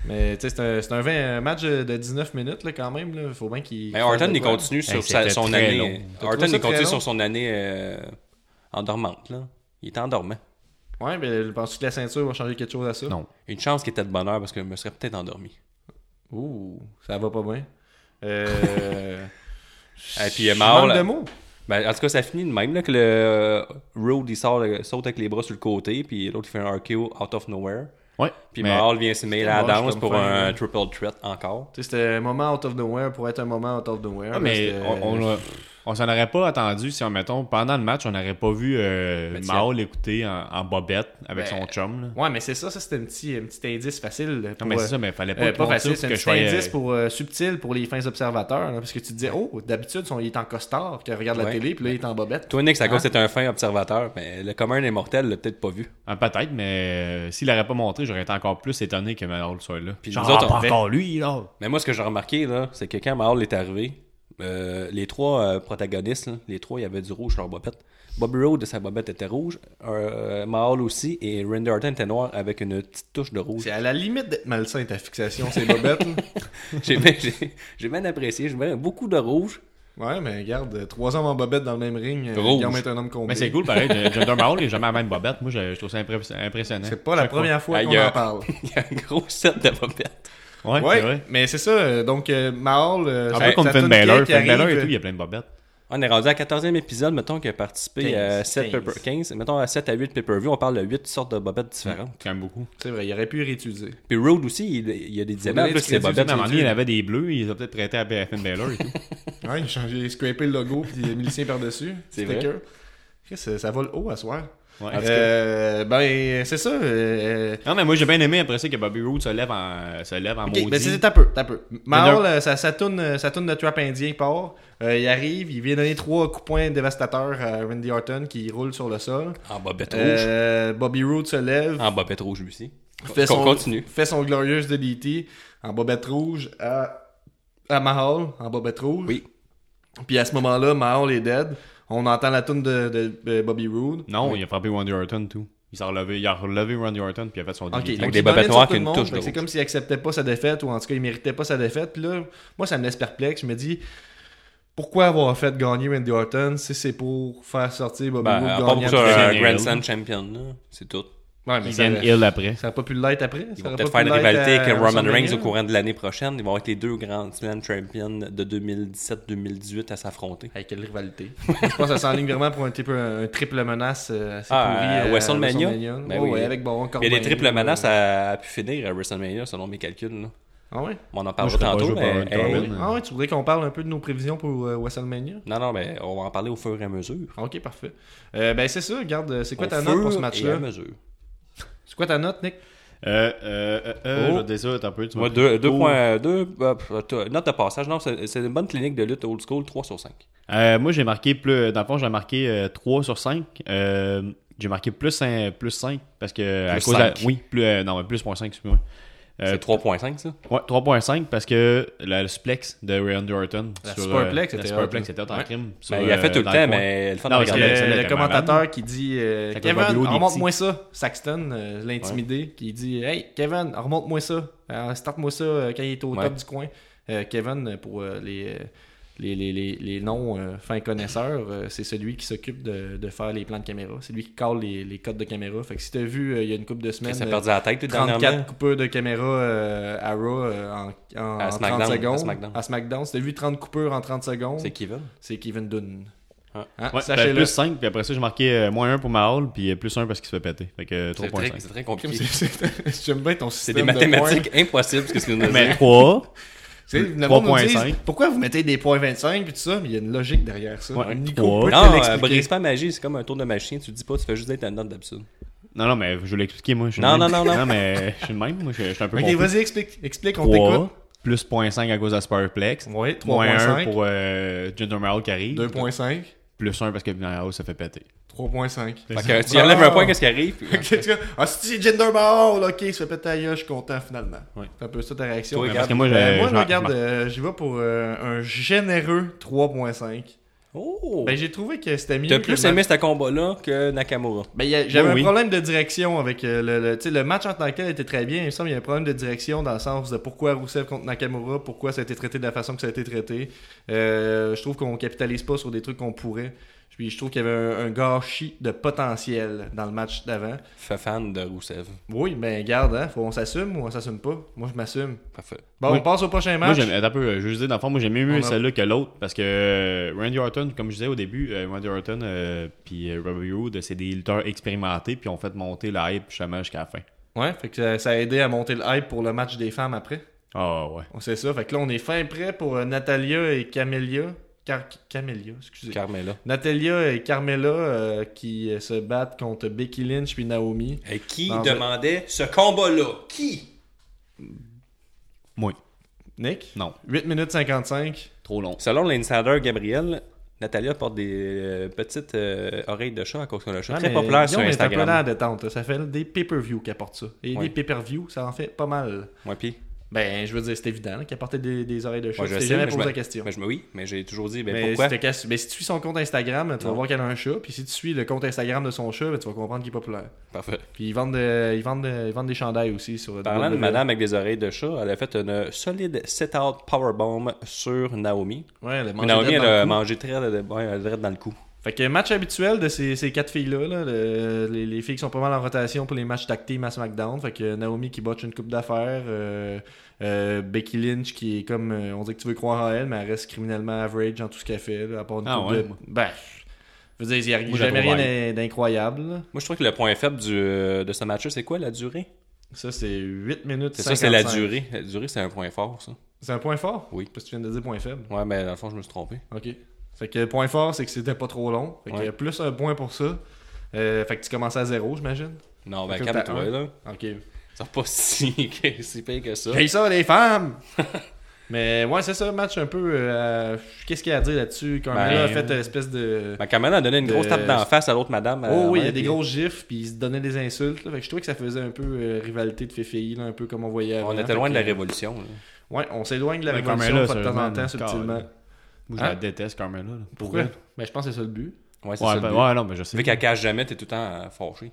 C: mais tu sais, c'est un, c'est un 20 un match de 19 minutes là, quand même. Il faut bien qu'il.
D: Mais
C: fasse
D: Orton,
C: de
D: il
C: quoi.
D: continue sur
E: Hey,
D: sa-
E: c'était
D: son
E: très
D: année.
E: long.
D: euh,
C: T'as trouvé
D: Orton,
C: ça
D: il continue
C: très long?
D: sur son année euh, endormante. Là. Il est endormant.
C: Ouais, mais penses-tu que la ceinture va changer quelque chose à ça
E: Non.
D: Une chance qu'il était de bonheur parce que je me serais peut-être endormi.
C: Ouh, ça va pas bien. Euh.
D: Et puis, il est
C: je
D: mort,
C: manque
D: là.
C: de mots.
D: Ben, en tout cas, ça finit de même là, que le euh, Road il sort, euh, saute avec les bras sur le côté, puis l'autre il fait un RKO out of nowhere.
E: Ouais.
D: Puis
E: mais-
D: Mahal vient se mêler à la
C: moche
D: danse
C: comme
D: pour
C: fin,
D: un
C: là.
D: triple threat encore.
C: Tu sais, C'était un moment out of nowhere pour être un moment out of
D: Ah,
C: nowhere.
E: Ouais,
C: là,
E: mais
C: c'était-
E: on, on, l'a- on s'en aurait pas attendu si, en mettons, pendant le match, on n'aurait pas vu euh,
D: Ben, tiens.
E: Mahal écouter en, en bobette avec
C: Ben,
E: son chum. là.
C: Ouais, mais c'est ça, ça c'était un petit, un petit indice facile.
E: Non,
C: pour,
E: mais
C: euh,
E: c'est ça, mais fallait pas
C: Euh,
E: qu'ils
C: pas
E: montrent ça
C: facile, c'est
E: pour
C: un petit
E: que je sois, euh,
C: indice pour, euh, subtil pour les fins observateurs. là, parce que tu te dis, oh, d'habitude, son- il est en costard, qu'il regarde la
D: Ouais.
C: télé, puis là, il est en bobette.
D: Toi, Nick, ça cause
C: Ah.
D: c'est un fin observateur, mais le commun des mortels l'a peut-être pas vu.
E: ah, Peut-être, mais euh, s'il l'aurait pas montré, j'aurais été encore plus étonné que Mahal soit là.
D: Puis nous autres, on
E: ah, pas
D: fait-
E: encore lui, là.
D: Mais moi, ce que j'ai remarqué, là, c'est que quand Mahal est arrivé, euh, les trois euh, protagonistes, là, les trois, il y avait du rouge sur leur bobette. Bobby Roode, sa bobette était rouge. Euh, Mahal aussi, et Randy Orton était noir avec une petite touche de rouge.
C: C'est à la limite d'être malsain, ta fixation, c'est bobette. là.
D: J'ai bien, j'ai- j'ai bien apprécié, j'ai bien beaucoup de rouge.
C: ouais, mais regarde, euh, trois hommes en bobette dans le même ring, euh,
D: Rouge.
C: Guillaume est un homme comblé.
E: Mais c'est cool, pareil. de- Jinder Mahal n'est jamais à la même bobette. Moi, je, je trouve ça impré- impressionnant.
C: C'est pas la
E: hein. Chaque
C: première fois,
D: Ah, il y
C: qu'on
D: a-
C: en parle.
D: Il y a un gros set de bobettes.
E: fois. Ouais, c'est
C: Ouais,
E: vrai.
C: mais c'est ça. euh, Donc, euh, Mahal, euh,
E: Un
C: sa-
E: peu comme
C: sa
E: Finn
C: tune
E: Balor.
C: kick
E: Finn Balor
C: arrive,
E: et tout, il y a plein de bobettes.
D: On est rendu à 14e épisode, mettons qu'il a participé euh, à
C: 15,
D: 7
C: 15.
D: paper- 15, mettons à 7 à 8 pay-per-view, on parle de 8 sortes de bobettes différentes.
E: Quand même beaucoup.
C: C'est vrai, il aurait pu réutiliser.
D: Puis Road aussi, il, il y a des diamants,
C: donner
D: plus
C: du
D: c'est
C: crédit aux
D: bobettes.
E: Peut-être à un moment donné, il avait des bleus, il les a peut-être prêté à Finn Balor et tout.
C: Ouais, il a changé, scrapé le logo, puis il a mis le sien par-dessus.
D: C'est
C: Sticker. Chris, euh, ça vole haut à soir.
E: Ouais.
C: En tout cas, euh, ben, c'est ça. euh,
E: Non, mais moi, j'ai bien aimé après ça que Bobby Roode se lève en, se lève en
C: Ok,
E: maudit.
C: mais c'est un peu, un peu.
E: d'un-
C: Mahal, euh, ça, ça tourne, euh, ça tourne de trap indien, il part. Euh, il arrive, il vient donner trois coups de poing dévastateurs à Randy Orton qui roule sur le sol.
D: En bobette rouge.
C: Euh, Bobby Roode se lève,
D: En bobette rouge, lui aussi.
C: fait,
D: Qu'on
C: son,
D: Ah, continue.
C: fait son glorieux DDT en bobette rouge à, à Mahal, en bobette rouge.
D: Oui.
C: Puis à ce moment-là, Mahal est dead. On entend la tourne de, de- de Bobby Roode.
E: Non, il a frappé Randy Orton, tout. Il s'est relevé, il a relevé Randy Orton, puis il a fait son
C: Ok,
E: DDT.
C: donc
D: des
C: il domine
D: bobettes
C: sur
D: noires
C: tout le
D: qui ont une
C: monde,
D: touche
C: fait
D: de
C: que C'est
D: rouge.
C: comme s'il acceptait pas sa défaite, ou en tout cas, il méritait pas sa défaite. Puis là, moi, ça me laisse perplexe. Je me dis, pourquoi avoir fait gagner Randy Orton si c'est pour faire sortir Bobby
D: Ben,
C: Roode
D: à part
C: gagnant
D: pour
C: après
D: ça,
E: Christian
D: un
E: Hill.
D: Grand Slam champion, là. C'est tout.
C: Ouais, mais
E: Ils
C: ça,
E: viennent Hill après.
C: ça a pas pu l'être après.
D: Ils
C: ça
D: vont
C: aurait
D: peut-être
C: pas
D: faire
C: pu
D: une
C: l'être
D: rivalité
C: à
D: avec Roman
C: WrestleMania.
D: Reigns au courant de l'année prochaine. Ils vont être les deux Grand Slam champions de 2017-2018 à s'affronter.
C: Hey, quelle rivalité. Je pense que ça s'enligne vraiment pour un, type, un, un triple menace euh, assez
D: Ah,
C: pourri.
D: à
C: euh, à
D: WrestleMania? Ben
C: Ouais,
D: oui.
C: ouais, avec Baron
D: Il y a des
C: Corbin,
D: triples
C: euh,
D: menaces à, à pu finir à WrestleMania, selon mes calculs. là.
C: Ah ouais?
D: On en
E: Moi,
D: parlera
E: je serais pas
D: tantôt.
E: joué par
D: Mais,
E: Baron
D: hey,
E: Corbin.
C: Ah ouais, tu voudrais qu'on parle un peu de nos prévisions pour euh, WrestleMania?
D: Non, non, mais on va en parler au fur et à mesure.
C: Ah, Ok, parfait. Euh, ben c'est ça, regarde, euh, c'est quoi
D: Au
C: ta note pour
D: fur
C: ce
D: et
C: match-là?
D: à mesure.
C: C'est quoi ta note, Nick?
E: Euh, euh, euh, euh,
D: Oh.
E: je vais te dire ça, t'as un peu. Tu
D: Moi,
E: m'as-
D: 2.2,
E: Oh.
D: note de passage. Non, c'est c'est une bonne clinique de lutte old school, 3 sur 5.
E: Euh, moi, j'ai marqué plus. Dans le fond, j'ai marqué euh, 3 sur 5. Euh, j'ai marqué plus, un- plus 5 parce que. à
D: Plus
E: cause de la-
D: cinq.
E: oui, plus. euh, non, mais plus point 5, excuse-moi. Euh,
D: C'est 3.5, ça?
E: Ouais, 3.5 parce que la- le suplex de Randy Orton.
C: La
E: sur,
C: superplex
E: euh,
C: était
E: la superplex
C: hot,
E: était hot en
C: ouais.
E: crime. sur,
D: Ben, il a fait
E: euh,
D: tout le
E: dans
D: temps,
E: coin.
D: mais le fun
E: Non,
D: de
E: parce
D: regarder.
E: que-
D: ça.
E: ça,
C: le,
E: le
C: commentateur qui dit euh,
E: Fait que
C: Kevin,
E: Bobby Roode, il est
C: remonte-moi ça. Saxton, euh, l'intimidé, qui dit Hey, Kevin, remonte-moi ça. Euh, Starte-moi ça euh, quand il est au
D: Ouais.
C: top du coin. Euh, Kevin, euh, pour euh, les, euh, les, les, les, les non euh, fins connaisseurs, euh, c'est celui qui s'occupe de, de faire les plans de caméra. C'est lui qui colle les, les codes de caméra. Fait que si t'as vu euh, il y a une couple de
D: Il
C: semaines.
D: s'est
C: euh,
D: perdu la tête, tout
C: 34
D: dernièrement.
C: coupeurs de caméra euh, à Raw euh, en, en-
D: À
C: en
D: SmackDown,
C: 30 secondes.
D: à SmackDown.
C: Si t'as vu 30 coupures en 30 secondes,
D: C'est Kevin.
C: c'est Kevin Dunn.
D: Ah.
C: Hein,
E: Ouais, ben,
C: Sachez-le.
E: plus 5, puis après ça, j'ai marqué euh, moins 1 pour ma hall, puis euh, plus 1 parce qu'il se fait péter. Fait que euh,
D: C'est très,
E: 3.5.
D: c'est très
C: Comme
D: compliqué.
C: c'est- c'est- J'aime bien ton
D: C'est
C: système
D: des
C: de
D: mathématiques impossibles, ce que tu nous dis.
E: Mais 3.
C: points. Tu sais, le monde nous dit,
E: 3.5.
C: pourquoi vous mettez des points 25 et tout ça, mais il y a une logique derrière ça.
E: Ouais.
C: Nico peut
E: Ouais.
C: te
D: Non, euh,
C: l'expliquer.
D: brise pas magie, c'est comme un tour de machine, tu dis pas, tu fais juste être ta note d'absurde.
E: Non, non, mais je vais l'expliquer, moi. je suis
D: Non,
E: le même.
D: non, non, non.
E: Non, mais je suis le même. Moi, je je suis un peu
C: Ok,
E: confus.
C: vas-y, explique, explique on
E: 3,
C: t'écoute.
E: plus 0.5 à cause de la Superplex.
C: Ouais,
E: moins 1
C: 3.5,
E: pour euh, Jinder Mahal qui arrive.
C: 2.5,
E: Plus 1 parce que Mahal se fait péter.
C: 3.5.
D: Fait que tu
C: Ah!
D: enlèves un point, qu'est-ce qui arrive? puis-
C: Ok, tu vois, Ah, si, Gender Ball, ok, il se fait péter la gueule, je suis content finalement.
D: Ouais.
C: C'est un peu ça ta réaction.
D: Toi,
C: Euh,
E: Parce que moi, je,
C: moi,
E: je-
C: je regarde,
E: je-
C: euh, j'y vais pour euh, un généreux 3.5.
D: Oh!
C: Ben, j'ai trouvé que c'était mieux.
D: T'as
C: que
D: plus
C: le
D: aimé ce combat-là que Nakamura.
C: Ben, il y a- j'avais
E: Oui, oui.
C: un problème de direction avec euh, le, le, tu sais, le match en tant que tel était très bien. Il me semble qu'il y a un problème de direction dans le sens de pourquoi Rousseff contre Nakamura, pourquoi ça a été traité de la façon que ça a été traité. Euh, je trouve qu'on capitalise pas sur des trucs qu'on pourrait. Puis je trouve qu'il y avait un, un gâchis de potentiel dans le match d'avant.
D: Fait fan de Rousseff.
C: Oui, ben garde, hein, faut on s'assume ou on s'assume pas. Moi je m'assume.
D: Parfait.
C: Bon,
E: Oui.
C: on passe au prochain
E: Moi,
C: match.
E: j'aime, attends un peu, euh, je veux juste dire, dans le fond, moi, j'aime mieux
C: On a-
E: celle-là que l'autre parce que euh, Randy Orton, comme je disais au début, euh, Randy Orton euh, puis euh, Bobby Roode, c'est des lutteurs expérimentés puis ont fait monter la hype justement jusqu'à la fin.
C: Ouais, fait que ça, ça a aidé à monter le hype pour le match des femmes après.
E: Ah ouais.
C: On sait ça. Fait que là, on est fin prêt pour euh, Natalia et Camélia. Car... Camélia, excusez.
D: Carmela.
C: Natalia et Carmela euh, qui euh, se battent contre Becky Lynch puis Naomi.
D: Et Euh, qui
C: Non, mais-
D: demandait ce combat-là? Qui?
E: Moi.
C: Nick?
E: Non.
C: 8 minutes 55.
E: Trop long.
D: Selon l'insider Gabriel, Natalia porte des euh, petites euh, oreilles de chat à cause qu'on a un chat.
C: Ah,
D: Très
C: mais
D: populaire sur
C: Guillaume est un peu dans
D: Instagram.
C: la détente. là. Ça fait des pay-per-view qu'elle porte ça. Et
D: Ouais.
C: des pay-per-view, ça en fait pas mal.
D: Moi, puis.
C: Ben, je veux dire, c'est évident là, qu'elle portait des, des oreilles de chat.
D: Moi, je
C: je t'ai
D: sais,
C: jamais
D: mais je
C: posé
D: me-
C: la question.
D: Mais je me oui, mais j'ai toujours dit, ben
C: Mais
D: pourquoi?
C: si, t'as qu'à su- mais si tu suis son compte Instagram, tu vas
D: Non.
C: voir qu'elle a un chat. Puis si tu suis le compte Instagram de son chat, ben, tu vas comprendre qu'il est populaire.
D: Parfait.
C: Puis ils vendent, de- ils vendent, de- ils vendent des chandails aussi sur E.
D: Parlant de
C: WWE.
D: madame avec des oreilles de chat, elle a fait une solide set-out powerbomb sur Naomi.
C: Ouais, elle a
D: Mais
C: mangé
D: Naomi,
C: dedans
D: elle
C: dans le
D: a
C: cou.
D: mangé très ouais, elle a direct dans le cou.
C: Fait que match habituel de ces, ces quatre filles-là, là, le- les, les filles qui sont pas mal en rotation pour les matchs tag team à SmackDown. Fait que Naomi qui botche une coupe d'affaires, euh, euh, Becky Lynch qui est comme, euh, on dit que tu veux croire en elle, mais elle reste criminellement average en tout ce qu'elle fait, là, à part une
E: Ah
C: coupe
E: ouais,
C: de...
E: moi.
C: Ben, je veux dire, il n'y a
E: Moi, je la
C: jamais
E: trouve
C: rien d'incroyable. là.
D: Moi, je trouve que le point faible du, euh, de ce match-là, c'est quoi la durée?
C: Ça, c'est 8 minutes
D: C'est ça, c'est la
C: 55.
D: durée. La durée, c'est un point fort, ça.
C: C'est un point fort?
D: Oui.
C: Parce que tu viens de dire point faible.
D: Ouais, ben, mais dans le fond, je me suis trompé.
C: OK. Fait que le point fort, c'est que c'était pas trop long. Fait que
D: Ouais.
C: plus un point pour ça. Euh, fait que tu commences à zéro, j'imagine.
D: Non, ben
C: Fait que
D: calme-toi,
C: t'as-
D: là.
C: Ok.
D: Ça va pas si, que- si pire que ça.
C: J'ai ça, les femmes! Mais ouais, c'est ça, match un peu. euh, Qu'est-ce qu'il y a à dire là-dessus? Quand
D: Ben,
C: là, a fait une espèce de.
D: Ma caméra Ben, a donné une grosse
C: Euh,
D: tape d'en face à l'autre madame.
C: oh
D: euh,
C: oui, il y
D: ouais,
C: a des
D: puis-
C: gros gifs, puis ils se donnaient des insultes. là. Fait que je trouvais que ça faisait un peu euh, rivalité de féféi, là, un peu comme on voyait avant.
D: On était loin de la
C: Fait que,
D: révolution. là.
C: euh, Ouais, on s'éloigne de la
E: Mais quand
C: révolution
E: même, là,
C: pas de temps en
E: sérieusement,
C: temps,
E: le
C: subtilement.
E: corps, Moi, je
C: Hein?
E: la déteste, Carmela. là. Pour
C: Pourquoi?
E: vrai.
C: Mais je pense que c'est ça le but.
D: Ouais, c'est ça.
E: Ouais,
D: le
E: ben-
D: but.
E: ouais, non, mais je
D: Tu
E: sais.
D: veux qu'elle cache jamais, t'es tout le temps euh, fâché.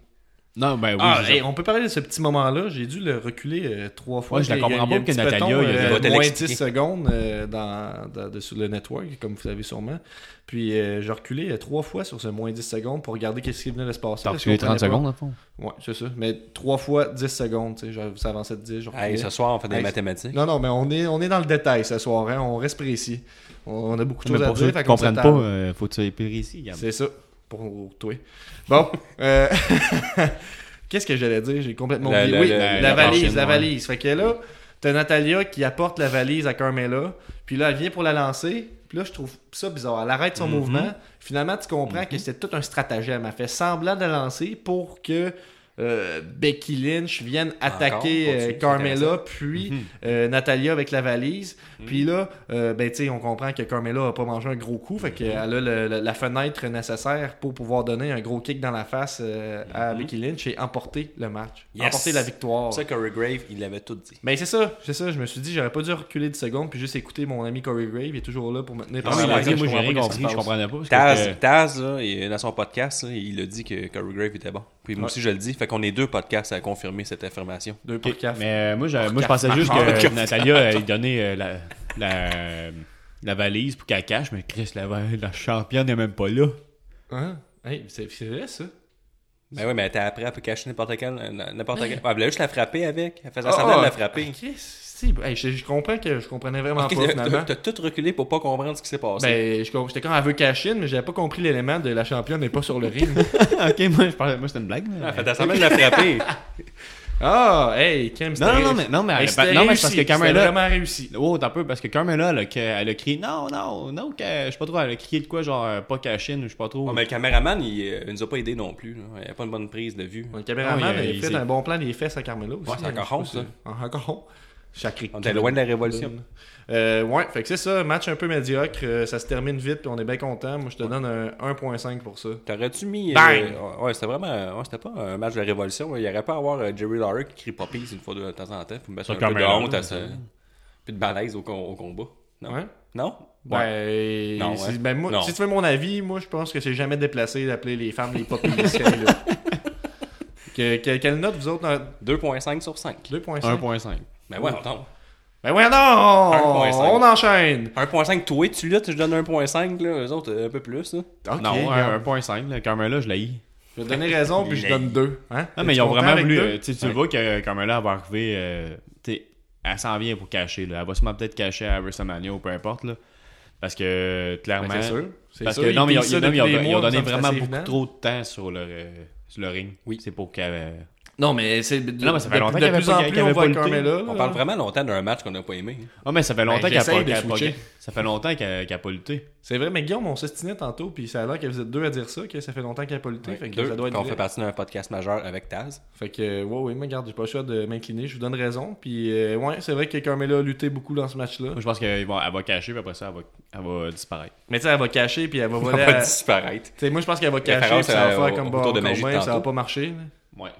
E: Non, ben oui.
C: Ah,
E: c'est
C: hey,
E: ça.
C: on peut parler de ce petit moment-là. J'ai dû le reculer euh, trois fois.
E: Ouais, je la
C: Il y a- il y a
E: comprends
C: un
E: pas
C: petit
E: que Natalia,
C: peton,
E: il y a-
C: euh,
D: Elle va te
C: moins
D: l'expliquer.
C: 10 secondes euh, dans, dans- de- sur le network, comme vous savez sûrement. Puis euh, j'ai reculé euh, trois fois sur ce moins 10 secondes pour regarder qu'est-ce qui venait de se passer.
E: T'as
C: parce
E: reculé
C: que je comprenais
E: 30
C: pas.
E: secondes, dans le fond.
C: Ouais, c'est ça. Mais trois fois 10 secondes. tu sais, je- Ça avançait de 10. je reculais.
D: Hey, ce soir, on fait des
C: Hey,
D: mathématiques.
C: Non, non, mais on est, on est dans le détail ce soir. hein. On reste précis. On, on a beaucoup de
E: Mais
C: choses à
E: pour ceux
C: dire.
E: qui
C: fait
E: ne
C: qu'on
E: comprennent pas,
C: s'attarde.
E: euh, faut que tu ailles ici, Gab.
C: C'est ça. Pour toi. Bon. euh, Qu'est-ce que j'allais dire? J'ai complètement
D: La-
C: oublié.
D: la-
C: oui,
D: la-
C: la,
E: la
C: valise,
E: prochaine,
C: la
E: ouais.
C: valise. Fait que là, t'as Natalia qui apporte la valise à Carmela. Puis là, elle vient pour la lancer. Puis là, je trouve ça bizarre. Elle arrête son mouvement. Finalement, tu comprends que c'était tout un stratagème. Elle fait semblant de la lancer pour que euh, Becky Lynch vienne attaquer
D: continue,
C: euh,
D: c'est
C: Carmela,
D: intéressant.
C: puis euh, Natalia avec la valise. Puis là, euh, ben, tu sais, on comprend que Carmela a pas mangé un gros coup, fait qu'elle a le- le- la fenêtre nécessaire pour pouvoir donner un gros kick dans la face euh, à Becky Lynch et emporter le match,
D: Yes.
C: emporter la victoire.
D: C'est ça, Corey Grave, il l'avait tout dit.
C: Mais c'est ça, c'est ça. Je me suis dit, j'aurais pas dû reculer de secondes puis juste écouter mon ami Corey Grave. Il est toujours là pour me tenir
E: Ah,
C: par
E: oui,
C: la
E: moi,
C: main.
E: j'ai
C: Je comprends
E: rien
C: pas ce qui
E: compris,
C: se
E: je
C: passe. Ah,
E: comprenais pas. parce que-
D: Taz, Taz là, il- dans son podcast, là, il a dit que Corey Grave était bon. Puis moi
C: Ouais.
D: aussi, je le dis. Fait qu'on est deux podcasts à confirmer cette affirmation.
C: Deux podcasts.
E: Mais euh, moi,
C: Oh,
E: je, moi, je pensais juste que Natalia allait donné euh, la, la, la valise pour qu'elle cache, mais Chris, la, la championne n'est même pas là.
C: Hein? Hey, c'est c'est vrai ça.
D: Ben oui, mais elle était après, elle peut cacher n'importe quand. euh, N'importe quand. Elle voulait juste la frapper avec. Elle faisait
C: Ah,
D: semblant de
C: ah,
D: la frapper.
C: ah, Chris, si, ben, je, je comprends que je comprenais vraiment
D: Ok,
C: pas
D: t'as-
C: finalement.
D: T'as tout reculé pour pas comprendre ce qui s'est passé.
C: Ben, je com- j'étais quand elle veut cash-in, mais j'avais pas compris l'élément de la championne n'est pas sur le ring.
E: ok, moi, je parlais, moi, c'était une blague. là.
D: Elle faisait semblant de la frapper.
C: Ah, hey, Kim, c'était
E: Non, non, non, mais, non, mais, elle-
C: c'était
E: non,
C: réussi,
E: mais c'est parce que
C: c'était
E: Carmela.
C: vraiment réussi.
E: Oh, t'as peu, parce que Carmela, elle, a- elle a crié non, non, non, que- je sais pas trop, elle a crié de quoi, genre euh, pas cachine, je sais pas trop.
D: Ouais, Oh, mais le caméraman, il, euh, il nous a pas aidé non plus. là. Il a pas une bonne prise de vue.
C: Le caméraman,
E: Ah, il a-
C: il,
E: il
C: a fait
E: s'est-
C: un bon plan des fesses à Carmela aussi.
D: Ouais, c'est encore
C: hein,
D: rond,
C: je sais
D: ça.
C: pas si- Encore rond. Sacré
D: On était loin de la révolution.
C: Euh, ouais, fait que c'est ça, match un peu médiocre, euh, ça se termine vite, puis on est bien content. Moi, je te donne un 1.5 pour ça.
D: T'aurais-tu mis. euh,
C: Bang!
D: ouais, c'était vraiment. euh, ouais, c'était pas un match de révolution. là. Il aurait pas à avoir euh, Jerry Lawler qui crie pas peace une fois de temps en temps. Pour mettre
E: Ça,
D: un peu
E: quand
D: de
E: même,
D: honte
E: là,
D: à ce. Puis de malaise au, com- au combat. Non?
C: Ouais.
D: Non?
C: Ben,
D: Ouais. Non, ouais.
C: c'est- ben, moi,
D: Non.
C: si tu veux mon avis, moi je pense que c'est jamais déplacé d'appeler les femmes les populistes. là. que, que- quelle note vous autres dans
D: 2.5 sur 5.
C: 2.5
E: 1.5
D: Ben ouais, on tombe.
C: Ben ouais, non!
D: 1.5.
C: On enchaîne!
D: 1.5, toi, tu luttes, je donne 1.5, là. Eux autres, euh, un peu plus, là.
C: Ok,
E: Non,
C: regarde.
E: un- 1.5, là, Carmela, je l'ai
C: Je vais te donner raison, puis je donne deux. Hein?
E: Non,
C: Es-tu
E: mais ils ont
C: content
E: vraiment
C: avec
E: voulu.
C: deux?
E: euh, Tu sais, tu le vois que Carmela elle va arriver. euh, tu sais, elle s'en vient pour cacher. Là. Elle va sûrement peut-être cacher à WrestleMania ou peu importe. Là, parce que euh, clairement.
C: Ben, c'est sûr. C'est
E: Parce
C: sûr,
E: que
C: ils
E: non, mais ils, ont-
C: disent ça
E: non, mais ils
C: depuis
E: ont,
C: des
E: ils ont
C: mois,
E: donné
C: ça me semble
E: vraiment
C: assez
E: beaucoup
C: évident.
E: trop de temps sur le, euh, sur le ring.
D: Oui.
E: C'est pour qu'elle. euh,
C: Non, mais c'est. de-
E: Non, mais ça fait
C: de-
E: longtemps
C: De
E: qu'il y avait
C: plus
E: pas-
C: en
E: qu'il y
C: plus, on
E: avait
C: voit
E: pas lutté.
C: Carmela.
D: On
C: là.
D: parle vraiment longtemps d'un match qu'on n'a pas aimé.
E: Ah, mais ça fait longtemps qu'elle a
C: j'essaye
E: pas,
C: Ben, de
E: qu'elle a pas-
C: switcher.
E: Ça fait longtemps qu'elle qu'elle a pas lutté.
C: C'est vrai, mais Guillaume, on s'estinait tantôt, puis ça a l'air que vous êtes deux à dire ça, que ça fait longtemps qu'il n'y a pas lutté. fait que
D: Deux,
C: ça doit être.
D: qu'on
C: vrai.
D: fait partie d'un podcast majeur avec Taz.
C: Fait que, ouais, ouais, mais regarde, j'ai pas le choix de m'incliner, je vous donne raison. Puis, euh, ouais, c'est vrai que Carmela a lutté beaucoup dans ce match-là.
E: Moi, je pense qu'elle va, elle va cacher, puis après ça, elle va, elle va disparaître.
C: Mais tu sais, elle va cacher, puis elle va
D: On
C: voler.
D: va
C: à- Tu
D: disparaître.
C: sais, moi, je pense qu'elle va cacher, puis
D: Référence
C: ça va
D: à-
C: faire
D: au-
C: comme
D: au
C: bon,
D: tour de magie de
C: ça va
D: tantôt.
C: pas marcher. là.
E: Ouais.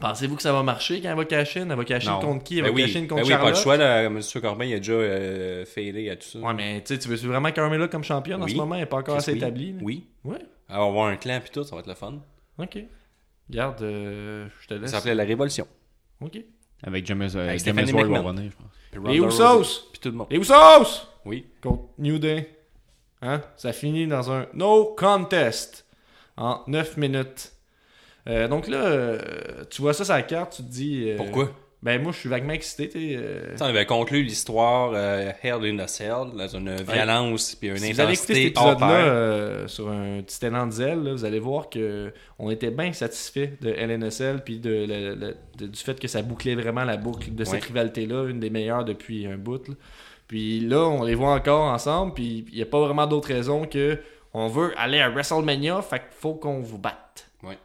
C: Pensez-vous que ça va marcher quand elle va cacher? Elle va cacher
E: Non.
C: contre qui? Elle
D: Ben
C: va
D: oui,
C: cacher
D: ben
C: contre
D: oui, pas le
C: Charlotte?
D: choix, là. M. Corbin, il a déjà euh, failé à tout ça.
C: Ouais, mais tu sais, tu veux tu veux vraiment Carmela comme championne en
D: Oui.
C: ce moment? Elle n'est pas encore
D: Chris,
C: assez
D: oui.
C: établie. là.
D: Oui.
C: Ouais,
D: Alors, on va avoir un clan puis tout, ça va être le fun.
C: ok. Garde, euh, je te
D: Ça
C: laisse.
D: s'appelait La Révolution.
C: Ok.
E: Avec James, euh,
D: Avec
E: James
D: Stephanie
E: Ward va
D: McMahon.
E: revenir, je pense.
D: Puis
C: Les
D: Ronda
C: Usos!
D: Rousey, Puis tout le monde.
C: Les Usos!
D: Oui.
C: Contre New Day. Hein? Ça finit dans un no contest en 9 minutes. Euh, donc là, euh, tu vois ça sur la carte, tu te dis. euh,
D: Pourquoi?
C: Ben moi, je suis vaguement excité. t'sais, euh,
D: Ça, On avait conclu l'histoire euh, Hell in a Cell dans une violence puis une
C: Si vous avez écouté cet
D: intensité hors
C: épisode-là
D: pair.
C: euh, sur un petit élan de zèle, là, vous allez voir que on était bien satisfait de LNSL puis de, le- le- de- du fait que ça bouclait vraiment la boucle de cette
D: Ouais.
C: rivalité-là, une des meilleures depuis un bout. là. Puis là, on les voit encore ensemble, puis il n'y a pas vraiment d'autre raison que on veut aller à WrestleMania, fait qu'il faut qu'on vous batte.
D: Ouais.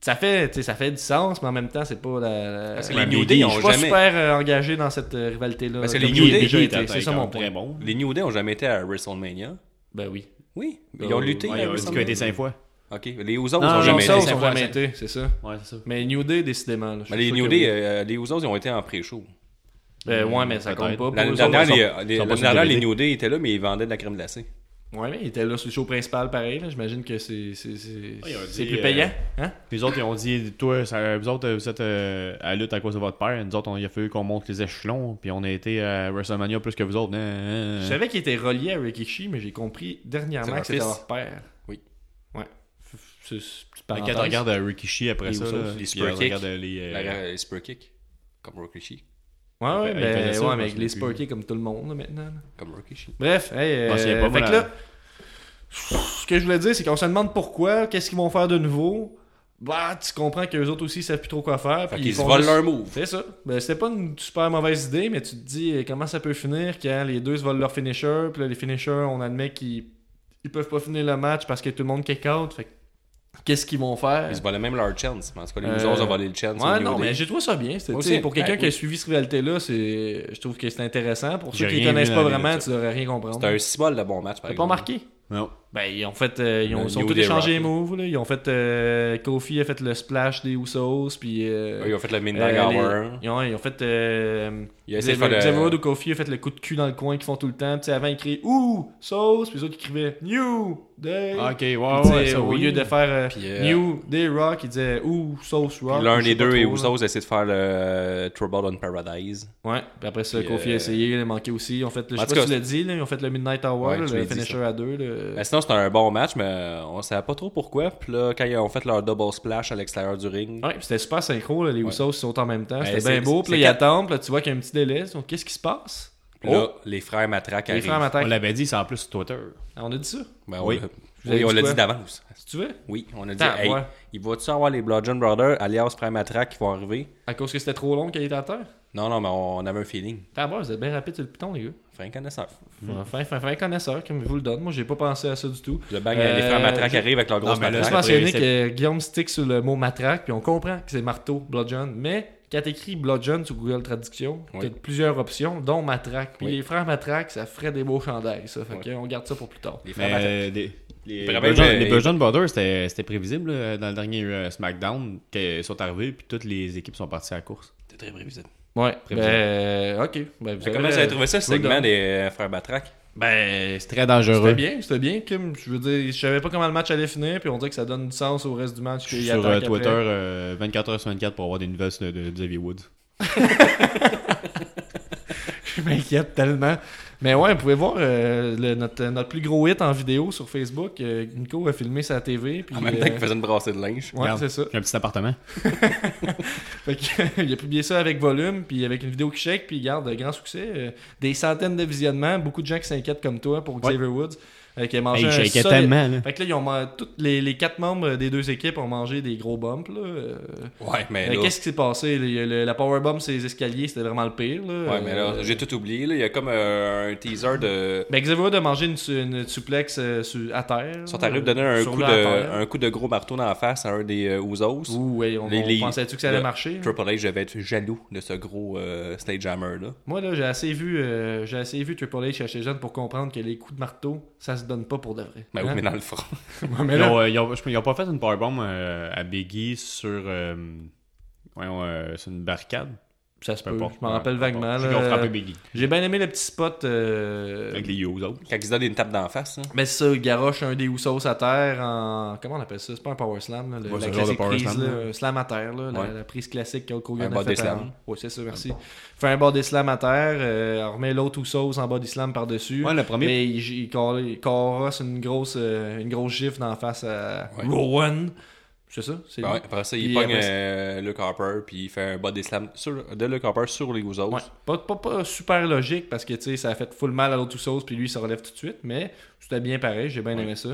C: Ça fait, tu sais, ça fait du sens, mais en même temps, c'est pas la. la-
D: Parce que
C: la-
D: les New Day
E: Biggie, je
C: je
D: ont
C: suis pas
D: jamais.
C: super euh, engagé dans cette euh, rivalité-là.
D: Parce que
C: Comme
D: les New
C: j'ai
D: Day,
C: déjà
E: Biggie
C: été,
E: était
C: c'est ça mon
E: très
C: point.
E: bon.
D: Les New Day ont jamais été à WrestleMania.
C: Ben oui.
D: Oui. Ils ont
C: Euh,
D: lutté
E: Ouais,
D: à
E: il a dit qu'il a
D: WrestleMania.
E: été 5 fois.
D: Ok. Les Usos
E: Non,
D: ont
E: Ah, non,
D: jamais
E: ça,
D: été.
E: ils
C: ils
E: sont
C: ont
E: jamais
C: jamais été, c'est ça.
E: Ouais, c'est ça.
C: Mais New Day, décidément. là, je suis
D: Mais les
C: sûr
D: New
C: que
D: Day,
C: oui.
D: euh, les Usos, ils ont été en pré-show.
C: Euh, ouais, mais ça compte
E: peut-être.
C: pas. pour
D: L'année
C: eux autres.
D: dernière,
E: sont-
D: les,
E: sont
D: les-
E: pas
D: l'année
E: sur
D: dernière,
E: le
D: les
E: DVD.
D: New Day étaient là, mais ils vendaient de la crème glacée.
C: Ouais, mais il était là sur le show principal pareil. là. J'imagine que c'est c'est- c'est-
E: Ouais, il a
C: c'est
E: dit,
C: plus
E: euh,
C: payant. Hein?
E: Puis les autres, ils ont dit, toi, ça, vous autres, vous êtes euh, à la lutte à cause de votre père. Nous autres, on, il a fallu qu'on monte les échelons. Puis on a été à WrestleMania plus que vous autres. Hein, Nan, nan, nan.
C: Je savais qu'il était relié à Rikishi, mais j'ai compris
D: C'est
C: dernièrement
D: leur
C: que c'était
D: fils.
C: leur père.
D: Oui.
C: Ouais. F- f- C'est c'est- petite
E: Fait que
C: parenthèse.
E: Quand on regarde euh, Rikishi après
D: Les
E: ça,
D: Usos,
E: là,
D: les
E: puis
D: spear
E: on
D: kicks.
E: regarde euh, les,
D: La,
E: euh,
D: la Spur Kick, comme Rikishi.
C: Ouais, ouais,
E: Il
C: ben,
E: faisait ça,
C: ouais,
E: moi,
C: mais
E: je
C: avec
E: l'ai
C: les
E: plus.
C: Sparky comme tout le monde là, maintenant. là.
D: Comme Rikishi.
C: Bref, hey,
E: Je m'en
C: euh,
E: souviens pas, moi,
C: fait que
E: la-
C: là, ce que je voulais dire, c'est qu'on se demande pourquoi, qu'est-ce qu'ils vont faire de nouveau. Bah, tu comprends qu'eux autres aussi, ils savent plus trop quoi faire.
D: Fait
C: puis
D: qu'ils se
C: font
D: volent
C: juste-
D: leur move.
C: C'est ça. Ben, c'était pas une super mauvaise idée, mais tu te dis euh, comment ça peut finir quand les deux se volent leur finisher, puis là, les finishers, on admet qu'ils ils peuvent pas finir le match parce que tout le monde kick out. Fait que qu'est-ce qu'ils vont faire?
D: Ils se volaient même leur chance. En tout cas, les
C: Euh,
D: Usos ont volé le chance. au
C: Ouais,
D: New
C: non,
D: Day.
C: mais j'ai trouvé ça bien. C'était-
D: Moi
C: tu sais,
D: aussi.
C: Pour quelqu'un
D: Ouais,
C: qui a
D: oui.
C: suivi cette rivalité-là, c'est... je trouve que c'est intéressant. Pour ceux qui
E: J'ai
C: ne
E: rien
C: connaissent
E: vu
C: pas
E: dans la
C: vraiment,
E: vidéo,
C: tu devrais rien comprendre.
D: C'était un cibole de bon match, par
C: T'as pas
D: exemple.
C: marqué?
E: Non.
C: Ben, ils ont fait. euh, ils ont,
D: Le
C: ils ont
D: New
C: tout
D: Day
C: échangé les
D: Rock.
C: moves. là. Ils ont fait. euh, Kofi a fait le splash des Usos. Puis. euh,
D: Ouais, Ah, Ils ont fait le Midnight
C: euh, les-
D: Hour.
C: ils, ont, ils ont fait. Euh,
D: Il a essayé
C: Xavier-
D: de faire le-
C: Xavier Woods ou Kofi a fait le coup de cul dans le coin qu'ils font tout le temps. Tu sais, avant, ils criaient Ouh, sauce. Puis les autres, ils criaient New Day.
D: Ah,
E: Ah, Ok, ouais,
C: Tu sais,
E: ouais, ça,
C: au
E: oui.
C: lieu de faire euh,
D: Puis, euh,
C: New Day Rock, ils disaient Ouh, sauce
D: Puis
C: Rock.
D: L'un
C: ou je
D: des
C: sais pas
D: deux et
C: trop, hein. là.
D: Usos essaie de faire le euh, Trouble on Paradise.
C: Ouais, puis après ça,
D: Puis,
C: Kofi
D: euh,
C: a essayé, il a manqué aussi. Ils ont fait le, je
D: en
C: sais
D: tout
C: pas
D: cas,
C: si tu l'as dit, là, ils ont fait le Midnight Hour,
D: Ouais, tu
C: le
D: l'as dit,
C: finisher à deux. le-
D: Ben, sinon, c'était un bon match, mais on savait pas trop pourquoi. Puis là, quand ils ont fait leur double splash à l'extérieur du ring,
C: Ouais, puis c'était super synchro, là, les
D: Ouais.
C: Usos ils sont en même temps.
D: Ben,
C: C'était
D: c'est-
C: bien beau. Puis là,
D: c'est
C: ils
D: quatre-
C: attendent, puis là, tu vois qu'il y a un petit délai. Donc, qu'est-ce qui se passe?
D: puis là, les frères Matraque
C: Oh, les
D: arrivent.
C: frères
E: On
C: m'attaquent.
E: l'avait dit, c'est en plus sur Twitter.
C: Ah, On a dit ça,
D: Ben, on
E: Oui.
D: l'a-
C: Vous avez
D: oui, on
C: dit
D: l'a
C: quoi?
D: dit d'avance.
C: si tu veux.
D: Oui, on a dit,
C: Tant,
D: hey,
C: ouais.
D: il va-tu avoir les Bludgeon Brothers, alias frères Matraque, qui vont arriver?
C: À cause que c'était trop long qu'il était à terre.
D: Non, non, mais on avait un feeling.
C: T'as vous êtes bien rapide sur le piton, les gars.
D: Frère connaisseur.
E: Hmm.
C: Fin, fin, fin connaisseur, comme je vous le donne. Moi, j'ai pas pensé à ça du tout.
D: Le bang,
C: Euh,
D: les frères Matraque
C: je-
D: arrivent avec leur grosse
E: mais là,
C: Je
E: c'est
D: matraque.
E: pas-
C: mentionnais
E: c'est-
C: que euh, Guillaume stick sur le mot matraque, puis on comprend que c'est marteau, bludgeon. Mais quand t'écris bludgeon sur Google Traduction,
D: Oui.
C: t'as plusieurs options, dont matraque. Puis
D: Oui.
C: les frères matraque, ça ferait des beaux chandails, ça. Fait que on garde ça pour plus tard.
D: Les frères Matraque.
E: Mais les, les,
D: Vraiment,
E: Bludgeon-
D: mais-
E: les Bludgeon Brothers, c'était c'était prévisible là, dans le dernier euh, SmackDown. qu'ils sont arrivés, puis toutes les équipes sont parties à la course.
D: C'était très prévisible.
C: Ouais.
E: Prévu.
C: Ben, ok. Ben, vous
D: Mais
C: avez-
D: Comment vous avez trouvé ça, ce
C: vous le
D: segment
C: donne.
D: des euh, frères Matraque?
E: Ben, c'est très
C: C'était
E: dangereux.
C: bien, c'était bien, Kim. Je veux dire, je savais pas comment le match allait finir, puis on dirait que ça donne du sens au reste du match.
E: Je suis
C: qu'il
E: sur
C: attaque
E: euh,
C: après.
E: Twitter euh, 24h sur 24 pour avoir des nouvelles de, de Xavier Woods.
C: Je m'inquiète tellement. Mais ouais, vous pouvez voir euh, le- notre, notre plus gros hit en vidéo sur Facebook. Euh, Nico a filmé sa TV. Puis,
D: En même
C: euh,
D: temps qu'ils faisaient une brassée de linge.
C: Ouais,
E: Regarde,
C: c'est ça.
E: J'ai un petit appartement.
C: Fait que, il a publié ça avec volume, puis avec une vidéo qui shake, puis il garde grand succès. euh, des centaines de visionnements, beaucoup de gens qui s'inquiètent comme toi pour Xavier Woods, euh,
D: Ben,
C: qui a mangé
E: Hey,
C: un
E: j'inquiète
C: solide-
E: tellement. là.
C: Fait que là, ils ont man- toutes les, les quatre membres des deux équipes ont mangé des gros bumps. Là. euh,
D: Ouais,
C: euh,
D: mais Ben là...
C: Qu'est-ce qui s'est passé? Le- le- la powerbomb sur les escaliers, c'était vraiment le pire. Là.
D: Ouais, mais là,
C: Euh,
D: j'ai tout oublié. là. Il y a comme euh, un teaser de...
C: Ben, Xavier Woods a mangé une, su- une suplex euh, su- à terre. euh,
D: Ils sont arrivés de donner un
C: sur
D: coup, de,
C: la terre.
D: un coup de gros marteau dans la face à un des euh, Usos.
C: Ouh, ouais, on,
D: Les-
C: on
D: les-
C: pensait-tu que ça allait
D: le-
C: marcher? là?
D: Triple H, je vais être jaloux de ce gros euh, stagehammer-là.
C: Moi, là, j'ai assez vu euh, j'ai assez vu Triple H chez jeune pour comprendre que les coups de marteau, ça se donne pas pour de vrai.
D: Mais Ben oui,
C: Hein?
D: mais dans le front.
C: Ouais, mais
E: Ils
C: là,
E: ont, euh, ils ont- je- ils ont pas fait une powerbomb euh, à Biggie sur, euh, voyons, euh, sur une barricade.
C: ça se
E: Peu
C: peut.
E: importe.
C: Euh, Je m'en
E: Ouais,
C: rappelle
E: peu importe.
C: vaguement.
E: Ils
C: là.
E: ont frappé Biggie
C: J'ai bien aimé le petit spot. euh,
E: avec les Yozos.
D: Quand ils se donnent une tape d'en face, hein. là.
C: Mais c'est ça, il garoche un des Usos à terre en. Comment on appelle ça C'est pas un power slam, là, le-
E: Ouais, c'est
C: la
E: un genre de
C: classique
E: power
C: prise,
E: slam,
C: là,
E: là.
C: un slam à terre, là, la-
D: Ouais.
C: la, prise classique qu'Hulk Hogan
D: Un
C: a fait.
D: body slam.
C: à- Ouais, c'est ça, merci. Fait un body slam à terre, euh, on remet l'autre Usos en body slam par-dessus.
E: Ouais, le premier.
C: Mais il, il, cor- il corosse une grosse, euh, une grosse gifle dans la face à
D: Ouais.
C: Rowan. C'est ça? C'est
D: Ben ouais, après ça, il
C: Puis
D: pogne
C: après ça-
D: euh, Luke Harper, puis il fait un body slam sur, de Luke Harper sur les Usos.
C: lui. Ouais. Pas, pas, pas super logique parce que tu sais, ça a fait full mal à l'autre sauce puis lui il se relève tout de suite, mais C'était bien pareil, j'ai bien aimé ça.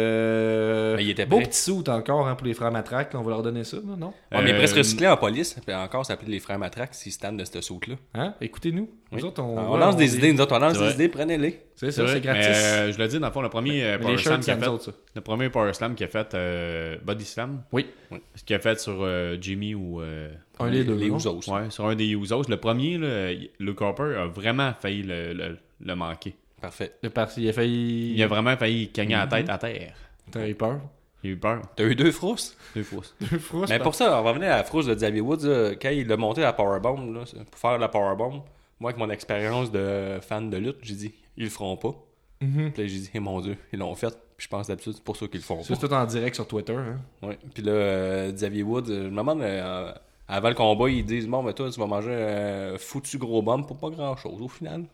C: Euh,
D: Mais il était
C: beau
D: prêt.
C: petit soute encore hein, pour les frères Matraque, là, on va leur donner ça, là, non?
D: On est
E: Euh,
D: presque recyclé en police, puis encore s'appeler les frères Matraque s'ils se tannent de cette saute-là.
C: Hein? Écoutez-nous. Nous
D: Oui.
C: autres, on,
D: Ah, On,
C: voilà,
D: lance
C: on
D: des
C: dit-
D: idées, nous autres, on lance
E: C'est vrai.
D: des idées, prenez-les.
C: C'est
E: C'est
C: ça, c'est
E: vrai,
C: gratis.
E: mais, euh, je le dis, dans le fond, le premier euh,
C: Mais
E: Power
C: les shirts,
E: Slam qu'il
C: c'est
E: a
C: nous
E: fait,
C: autres, ça.
E: le premier Power Slam qu'il a fait, euh, Body Slam,
C: Oui,
E: ce qu'il a fait sur euh, Jimmy ou... euh,
C: un des deux.
D: Les
C: non?
D: Ouzos.
E: ouais, sur un des Usos. Le premier, là, il- Luke Harper a vraiment failli le, le- le manquer.
D: Parfait.
C: Le parti, il a failli.
E: Il a vraiment failli cogner
C: Mhm.
E: la tête à terre.
C: T'as eu peur.
E: Il a eu peur.
D: T'as eu deux frousses?
E: Deux fois. ça.
C: Deux fois, c'est
D: Mais
C: pas-
D: pour ça, on va revenir à la frousse de Xavier Woods. là, quand il a monté la powerbomb, là, pour faire la powerbomb, moi, avec mon expérience de fan de lutte, j'ai dit, ils le feront pas.
C: Mhm.
D: Puis là, j'ai dit, Eh, mon Dieu, ils l'ont fait. Puis je pense d'habitude, c'est pour ça qu'ils le font
C: Ça,
D: pas.
C: c'est tout en direct sur Twitter. Hein?
D: Ouais. Puis là, euh, Xavier Woods, euh, je me demande, euh, avant le combat, ils disent, bon, mais toi, tu vas manger un foutu gros bomb pour pas grand-chose au final.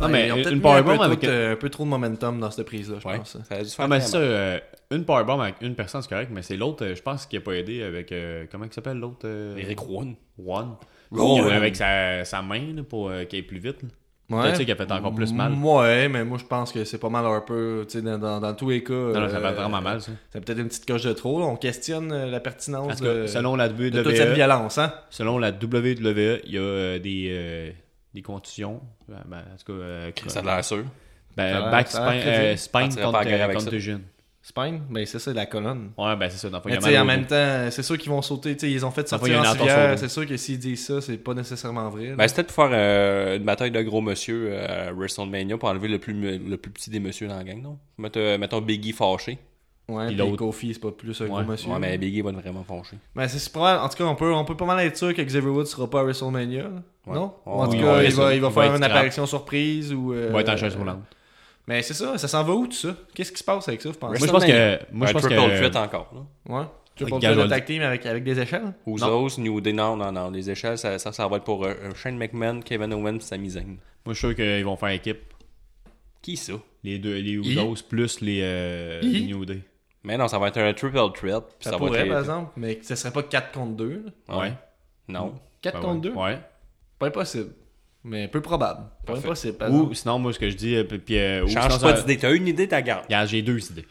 E: Non,
C: Ouais,
E: mais
C: ils ont peut-être
E: une
C: mis
E: powerbomb
C: un peu
E: avec-
C: trop de- euh, un peu trop de momentum dans cette prise-là, je
D: Ouais,
C: pense. hein.
D: ça a dû se faire.
E: Ah, mais
D: très
E: c'est ça,
D: mal.
E: euh, une powerbomb avec une personne, c'est correct, mais c'est l'autre, euh, je pense, qui a pas aidé avec. euh, comment il s'appelle l'autre euh,
D: Eric Rowan.
E: One.
D: Rowan.
E: Ou avec sa, sa main là, pour euh, qu'elle aille plus vite. là.
C: Ouais. Euh,
E: Peut-être ça qui a fait encore plus mal.
C: Ouais, mais moi je pense que c'est pas mal un peu, tu sais, dans, dans, dans tous les cas. euh,
E: Non, non, ça fait vraiment mal, ça.
C: C'est peut-être une petite coche de trop. là. On questionne euh, la pertinence
E: Parce
C: de,
E: que selon E, la WWE,
C: de toute cette violence, hein?
E: selon la WWE, il y a euh, des, euh, des contusions. Ben, ben, en tout cas, euh,
D: Ça a l'air sûr.
E: ben,
C: ça a l'air-
E: back
C: ça a
E: spine,
C: l'air crédible.
E: euh, spine
D: Partirait pas à la
E: contre,
D: guerre
E: euh,
D: avec ça.
E: contusion.
C: Spine? Ben c'est ça, la colonne.
E: Ouais, ben c'est ça. Dans le fond, il y
C: Mais
E: a
C: tu sais,
E: mal
C: en
E: au
C: même
E: dos.
C: temps, c'est sûr qu'ils vont sauter. tu sais, ils ont fait
E: Enfin, il y a
C: sortir
E: une
C: en
E: entorse au
C: civière.
E: dos.
C: C'est sûr que s'ils disent ça, c'est pas nécessairement vrai. là.
D: Ben, c'était pour faire euh, une bataille de gros monsieur euh, à WrestleMania pour enlever le plus, le plus petit des messieurs dans la gang, non? Mettons, euh, mettons Biggie fâché.
C: ouais, puis
E: puis l'autre-
C: Kofi, c'est pas plus un
E: Ouais,
C: gros monsieur.
D: Ouais, mais Biggie va être vraiment fâché.
C: Ben, c'est c'est probable. En tout cas, on peut, on peut pas mal être sûr que Xavier Woods sera pas à WrestleMania. là.
D: Ouais.
C: Non?
D: Ouais,
C: en tout
D: ouais,
C: cas,
E: ouais,
C: il, va,
E: ça.
C: il va
E: Il va
C: faire
E: être
C: une
E: scrap.
C: apparition surprise ou. euh,
E: Il va être en chaise roulante.
C: Mais c'est ça, ça s'en va où tout ça? Qu'est-ce qui se passe avec ça, vous pensez?
E: Moi, je pense
D: WrestleMania.
E: que- moi, je
D: Un
E: pense
D: triple
E: que-
D: threat encore, là.
C: Ouais. Tu veux
E: Ok,
C: pas
E: gars,
C: faire
E: je vais
C: le
E: le
C: tag team avec, avec des échelles?
D: Usos, New Day, non, non, non. Les échelles, ça, ça, ça va être pour euh, Shane McMahon, Kevin Owens et Sami Zayn.
E: Moi, je suis sûr qu'ils vont faire équipe.
D: Qui ça?
E: Les deux, les Usos plus les, euh,
C: Hi.
E: les New Day.
D: Mais non, ça va être un triple threat. puis
C: Ça,
D: va
C: pourrait,
D: être-
C: par exemple, mais ce serait pas 4 contre 2.
D: Ouais. Non.
C: 4
E: Ben
C: contre 2?
E: ouais. Ouais.
C: Pas impossible. Mais peu probable. Pas impossible. par
E: Ou
C: exemple.
E: sinon, moi, ce que je dis, euh, puis- puis, euh, ou sinon,
D: Change
E: ça-
D: pas d'idée. T'as une idée, t'as garde.
E: Regarde, j'ai deux idées.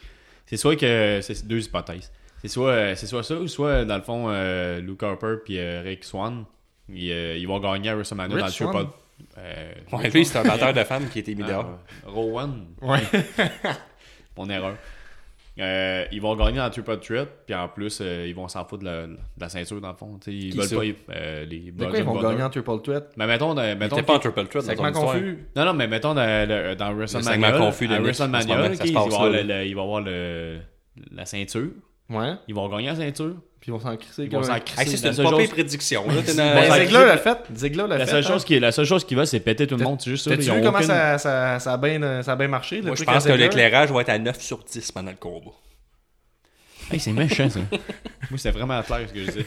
E: C'est soit que. C'est deux hypothèses. C'est soit, euh, c'est soit ça, ou soit, dans le fond, euh, Luke Harper puis euh, Rick Swan, ils, euh, ils vont gagner à WrestleMania
C: Rich
E: dans le
C: Swan?
E: triple. Euh,
D: Ouais, lui, c'est un batteur de femmes qui a été mis dehors.
E: ah, Rowan.
C: Ouais.
E: Mon erreur. Euh, ils vont gagner dans le triple threat, puis en plus, euh, ils vont s'en foutre de la, de la ceinture, dans le fond. Tu sais, ils
D: Qui ça?
E: veulent pas. euh, les
C: De quoi ils vont gagner en triple threat?
E: Mais mettons. dans- mettons
D: T'es pas un triple threat,
C: C'est
D: dans ton
C: vraiment
D: histoire.
C: confus.
E: Non, non, mais mettons dans, le- euh, dans WrestleMania.
D: segment confus de
E: à
D: Nick, en ce
E: WrestleMania,
D: moment,
E: ok,
D: ça se
E: il,
D: passe
E: va avoir
D: là,
E: le- le- il va avoir le- la ceinture.
C: Ouais.
E: Ils vont gagner la ceinture.
C: Puis ils vont s'en crisser
E: Ils vont
C: comme
E: s'en
C: un-
E: crisser.
D: Hey, c'est
E: La
D: une
E: seule
D: pas pire
E: chose-
D: prédiction. Là, t'es
C: Ben,
E: Ben, s'en
D: dans-
E: c'est-
C: Ziggler l'a fait. Ziggler l'a
E: La
C: fait.
E: seule
C: hein.
E: chose qui, la seule chose qui va, c'est péter tout le
C: T'as-
E: monde. C'est juste ça.
C: T'as-tu
E: ils ont
C: vu comment
E: aucune-
C: ça, ça, ça a bien euh, ça a bien marché? le
D: Moi, je
C: truc à
D: pense que
C: Ziggler?
D: l'éclairage va être à 9 sur 10 pendant le combat.
E: Hey, c'est méchant ça. Moi, c'était vraiment clair ce que je disais.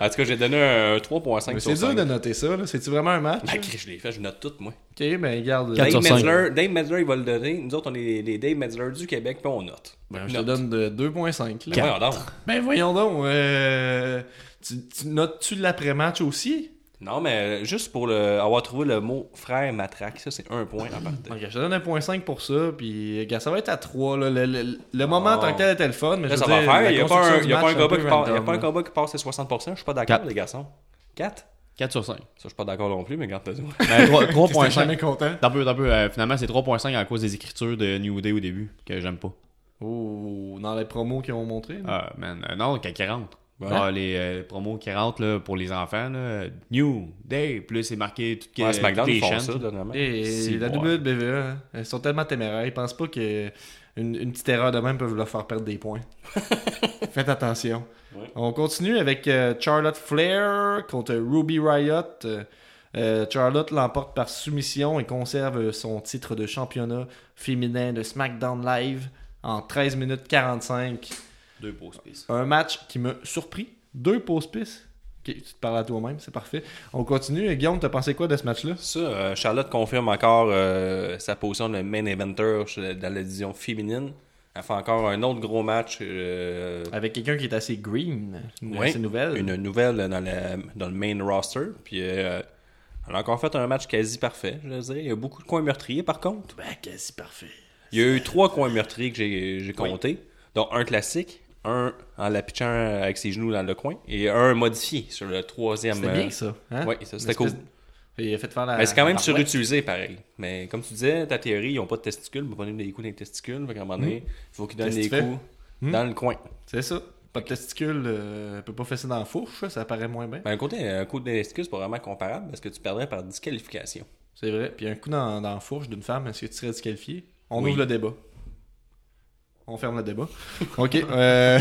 D: En tout cas, j'ai donné un 3.5
C: Mais
D: sur
C: C'est dur
D: 5.
C: de noter ça. là. C'est-tu vraiment un match?
D: Ah, Chris, je l'ai fait, je note tout, moi.
C: Ok, ben regarde.
E: Quatre
D: Dave
E: sur cinq.
D: Metzler, Dave Metzler, il va le donner. Nous autres, on est les Dave Metzler du Québec, puis on note.
C: Ben, je te
D: Note.
C: donne de 2.5. là.
D: Ben, voyons donc.
C: Ben voyons donc, euh, tu, tu notes-tu l'après-match aussi?
D: Non, mais euh, juste pour le- avoir trouvé le mot frère matraque, ça, c'est un point en partant.
C: Ok, je te donne 1.5 pour ça, puis euh, gars, ça va être à 3. Là, le le, le moment en tant que tel était le fun, mais
D: Là,
C: je
D: ça
C: veux
D: va
C: dire, la
D: faire. Il n'y a pas un,
C: construction
D: il
C: du
D: y a pas
C: match
D: un combat
C: peu
D: qui part- il y a
C: random,
D: pas un
C: là.
D: combat qui passe à 60%. Je suis pas d'accord,
E: Quatre.
D: les garçons. 4
E: 4 sur 5.
D: Ça, je suis pas d'accord non plus, mais garde toi
E: Ben, trois-
C: T'es
E: 3.5.
C: jamais content?
E: T'en peu, t'en peu. euh, finalement, c'est 3.5 à cause des écritures de New Day au début que j'aime pas.
C: Oh, dans les promos qu'ils ont montré. là.
E: Ah, man. euh, non, qu'à 40.
D: Ouais.
E: Ah, les euh, promos 40 là, pour les enfants. Là, New Day. Puis là, c'est marqué tout
D: Ouais, SmackDown,
E: les
D: ils font
E: chaînes,
D: ça,
E: tout.
D: dernièrement.
C: Et
E: si,
C: la
E: ouais.
C: WBVE, hein, elles sont tellement téméraires, ils pensent pas que une, une petite erreur de même peut leur faire perdre des points. Faites attention.
D: Ouais.
C: On continue avec euh, Charlotte Flair contre Ruby Riot. Euh, Charlotte l'emporte par soumission et conserve son titre de championnat féminin de SmackDown Live en 13 minutes 45.
E: Deux pauses pistes.
C: Un match qui m'a surpris. Deux pauses pistes. Ok, tu te parles à toi-même, c'est parfait. On continue. Et Guillaume, t'as pensé quoi de ce match-là?
D: Ça, euh, Charlotte confirme encore euh, sa position de main inventeur dans la division féminine. Elle fait encore un autre gros match. euh,
C: Avec quelqu'un qui est assez green.
D: ouais,
C: C'est nouvelle.
D: Une nouvelle dans, la- dans le main roster. Puis euh, elle a encore fait un match quasi parfait, je dirais. Il y a beaucoup de coins meurtriers, par contre.
C: Ben, quasi parfait.
D: Il y a eu trois coins meurtriers que j'ai j'ai comptés, dont un classique, un en la pitchant avec ses genoux dans le coin, et un modifié sur le troisième.
C: C'était
D: euh,
C: bien ça. Hein?
D: Oui, ça, c'était
C: Une espèce
D: cool.
C: de- Il a fait faire la.
D: Mais Ben, c'est quand même
C: la barouette.
D: surutilisé, pareil. Mais comme tu disais, ta théorie, ils n'ont pas de testicules, ils vont donner des coups dans les testicules. Fait qu'à un moment donné, il faut qu'ils donnent
C: Hmm. Qu'est-ce
D: des
C: que tu Hmm?
D: coups dans le coin.
C: C'est ça. Pas de testicules, euh, peut pas fesser dans la fourche, ça, ça paraît moins bien.
D: Ben, un côté, un coup de testicules, c'est pas vraiment comparable parce que tu perdrais par disqualification.
C: C'est vrai. Puis un coup dans, dans la fourche d'une femme, est-ce que tu serais disqualifié On
D: Oui.
C: ouvre le débat. On ferme le débat. OK. euh,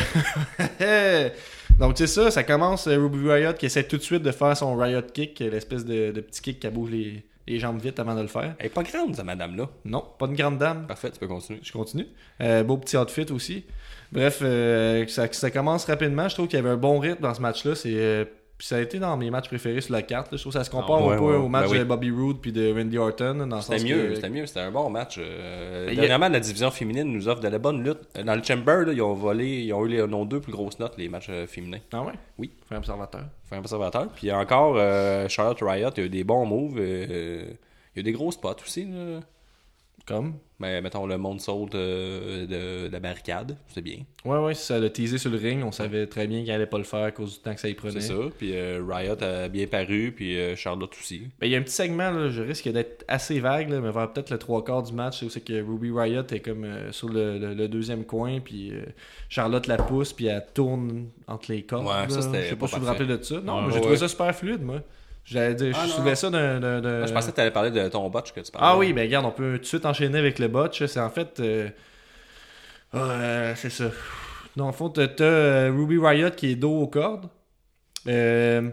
C: Donc, c'est ça. Ça commence euh, Ruby Riot qui essaie tout de suite de faire son Riot Kick, l'espèce de, de petit kick qui bouge les, les jambes vite avant de le faire.
D: Elle est pas grande, cette madame-là.
C: Non, pas une grande dame.
D: Parfait, tu peux continuer.
C: Je continue. Euh, beau petit outfit aussi. Bref, euh, ça, ça commence rapidement. Je trouve qu'il y avait un bon rythme dans ce match-là. C'est, euh, puis ça a été dans mes matchs préférés sur la carte. là. Je trouve que ça se compare
D: Ah, ouais,
C: un peu
D: ouais,
C: au match
D: ben oui.
C: de Bobby Roode puis de Randy Orton. Dans le
D: C'était
C: sens
D: mieux,
C: que-
D: c'était mieux, c'était un bon match. Euh,
C: Mais il y a-
D: dernièrement, la division féminine nous offre de la bonne lutte. Euh, Dans le Chamber, là, ils ont volé, ils ont eu les, non deux plus grosses notes, les matchs euh, féminins.
C: Ah ouais?
D: Oui.
C: Frère observateur.
D: Faut un conservateur. Puis encore, euh, Charlotte Riot, il y a eu des bons moves. euh, il y a eu des gros spots aussi. là.
C: Comme?
D: Mais mettons le monde saute euh, de, de la barricade, c'est bien.
C: Ouais, ouais, ça l'a teasé sur le ring. On savait très bien qu'il allait pas le faire à cause du temps que ça y prenait.
D: C'est ça. Puis euh, Riot a bien paru, puis euh, Charlotte aussi.
C: Ben, il y a un petit segment, là, je risque d'être assez vague, là, mais vers peut-être le trois quarts du match, c'est où c'est que Ruby Riot est comme euh, sur le, le- le deuxième coin, puis euh, Charlotte la pousse, puis elle tourne entre les cordes.
D: Ouais, ça,
C: là.
D: c'était
C: je sais
D: pas
C: pas si vous vous
D: parfait.
C: rappelez de ça. Non,
E: Ouais,
C: mais j'ai
D: ouais.
C: trouvé ça super fluide, moi. J'allais dire,
D: Ah,
C: je
D: non,
C: soulevais
D: non.
C: ça d'un. d'un- d'un-
D: Moi, je pensais que tu allais parler de ton botch que tu parlais.
C: Euh, Ah oui, ben regarde, on peut tout de suite enchaîner avec le botch. C'est en fait. euh, euh, c'est ça. Dans le fond, t'as t'as, euh, Ruby Riot qui est dos aux cordes. Euh,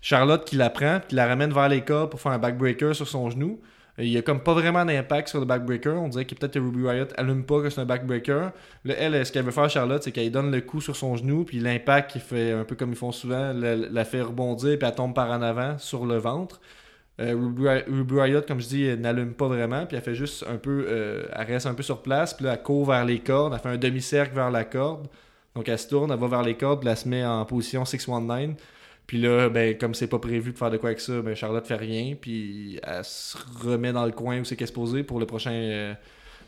C: Charlotte qui la prend, puis qui la ramène vers les cordes pour faire un backbreaker sur son genou. Euh, Il y a comme pas vraiment d'impact sur le backbreaker. On dirait que peut-être que Ruby Riot allume pas que c'est un backbreaker. Là, elle, euh, ce qu'elle veut faire, Charlotte, c'est qu'elle donne le coup sur son genou, puis l'impact, il fait un peu comme ils font souvent, la, la fait rebondir, puis elle tombe par en avant sur le ventre. Euh, Ruby Ri- Ruby Riot, comme je dis, elle n'allume pas vraiment, puis elle fait juste un peu, euh, elle reste un peu sur place, puis là, elle court vers les cordes, elle fait un demi-cercle vers la corde, donc elle se tourne, elle va vers les cordes, puis elle se met en position 619, puis là, ben, comme c'est pas prévu de faire de quoi avec ça, ben, Charlotte fait rien, puis elle se remet dans le coin où c'est qu'elle se posait pour le prochain, euh,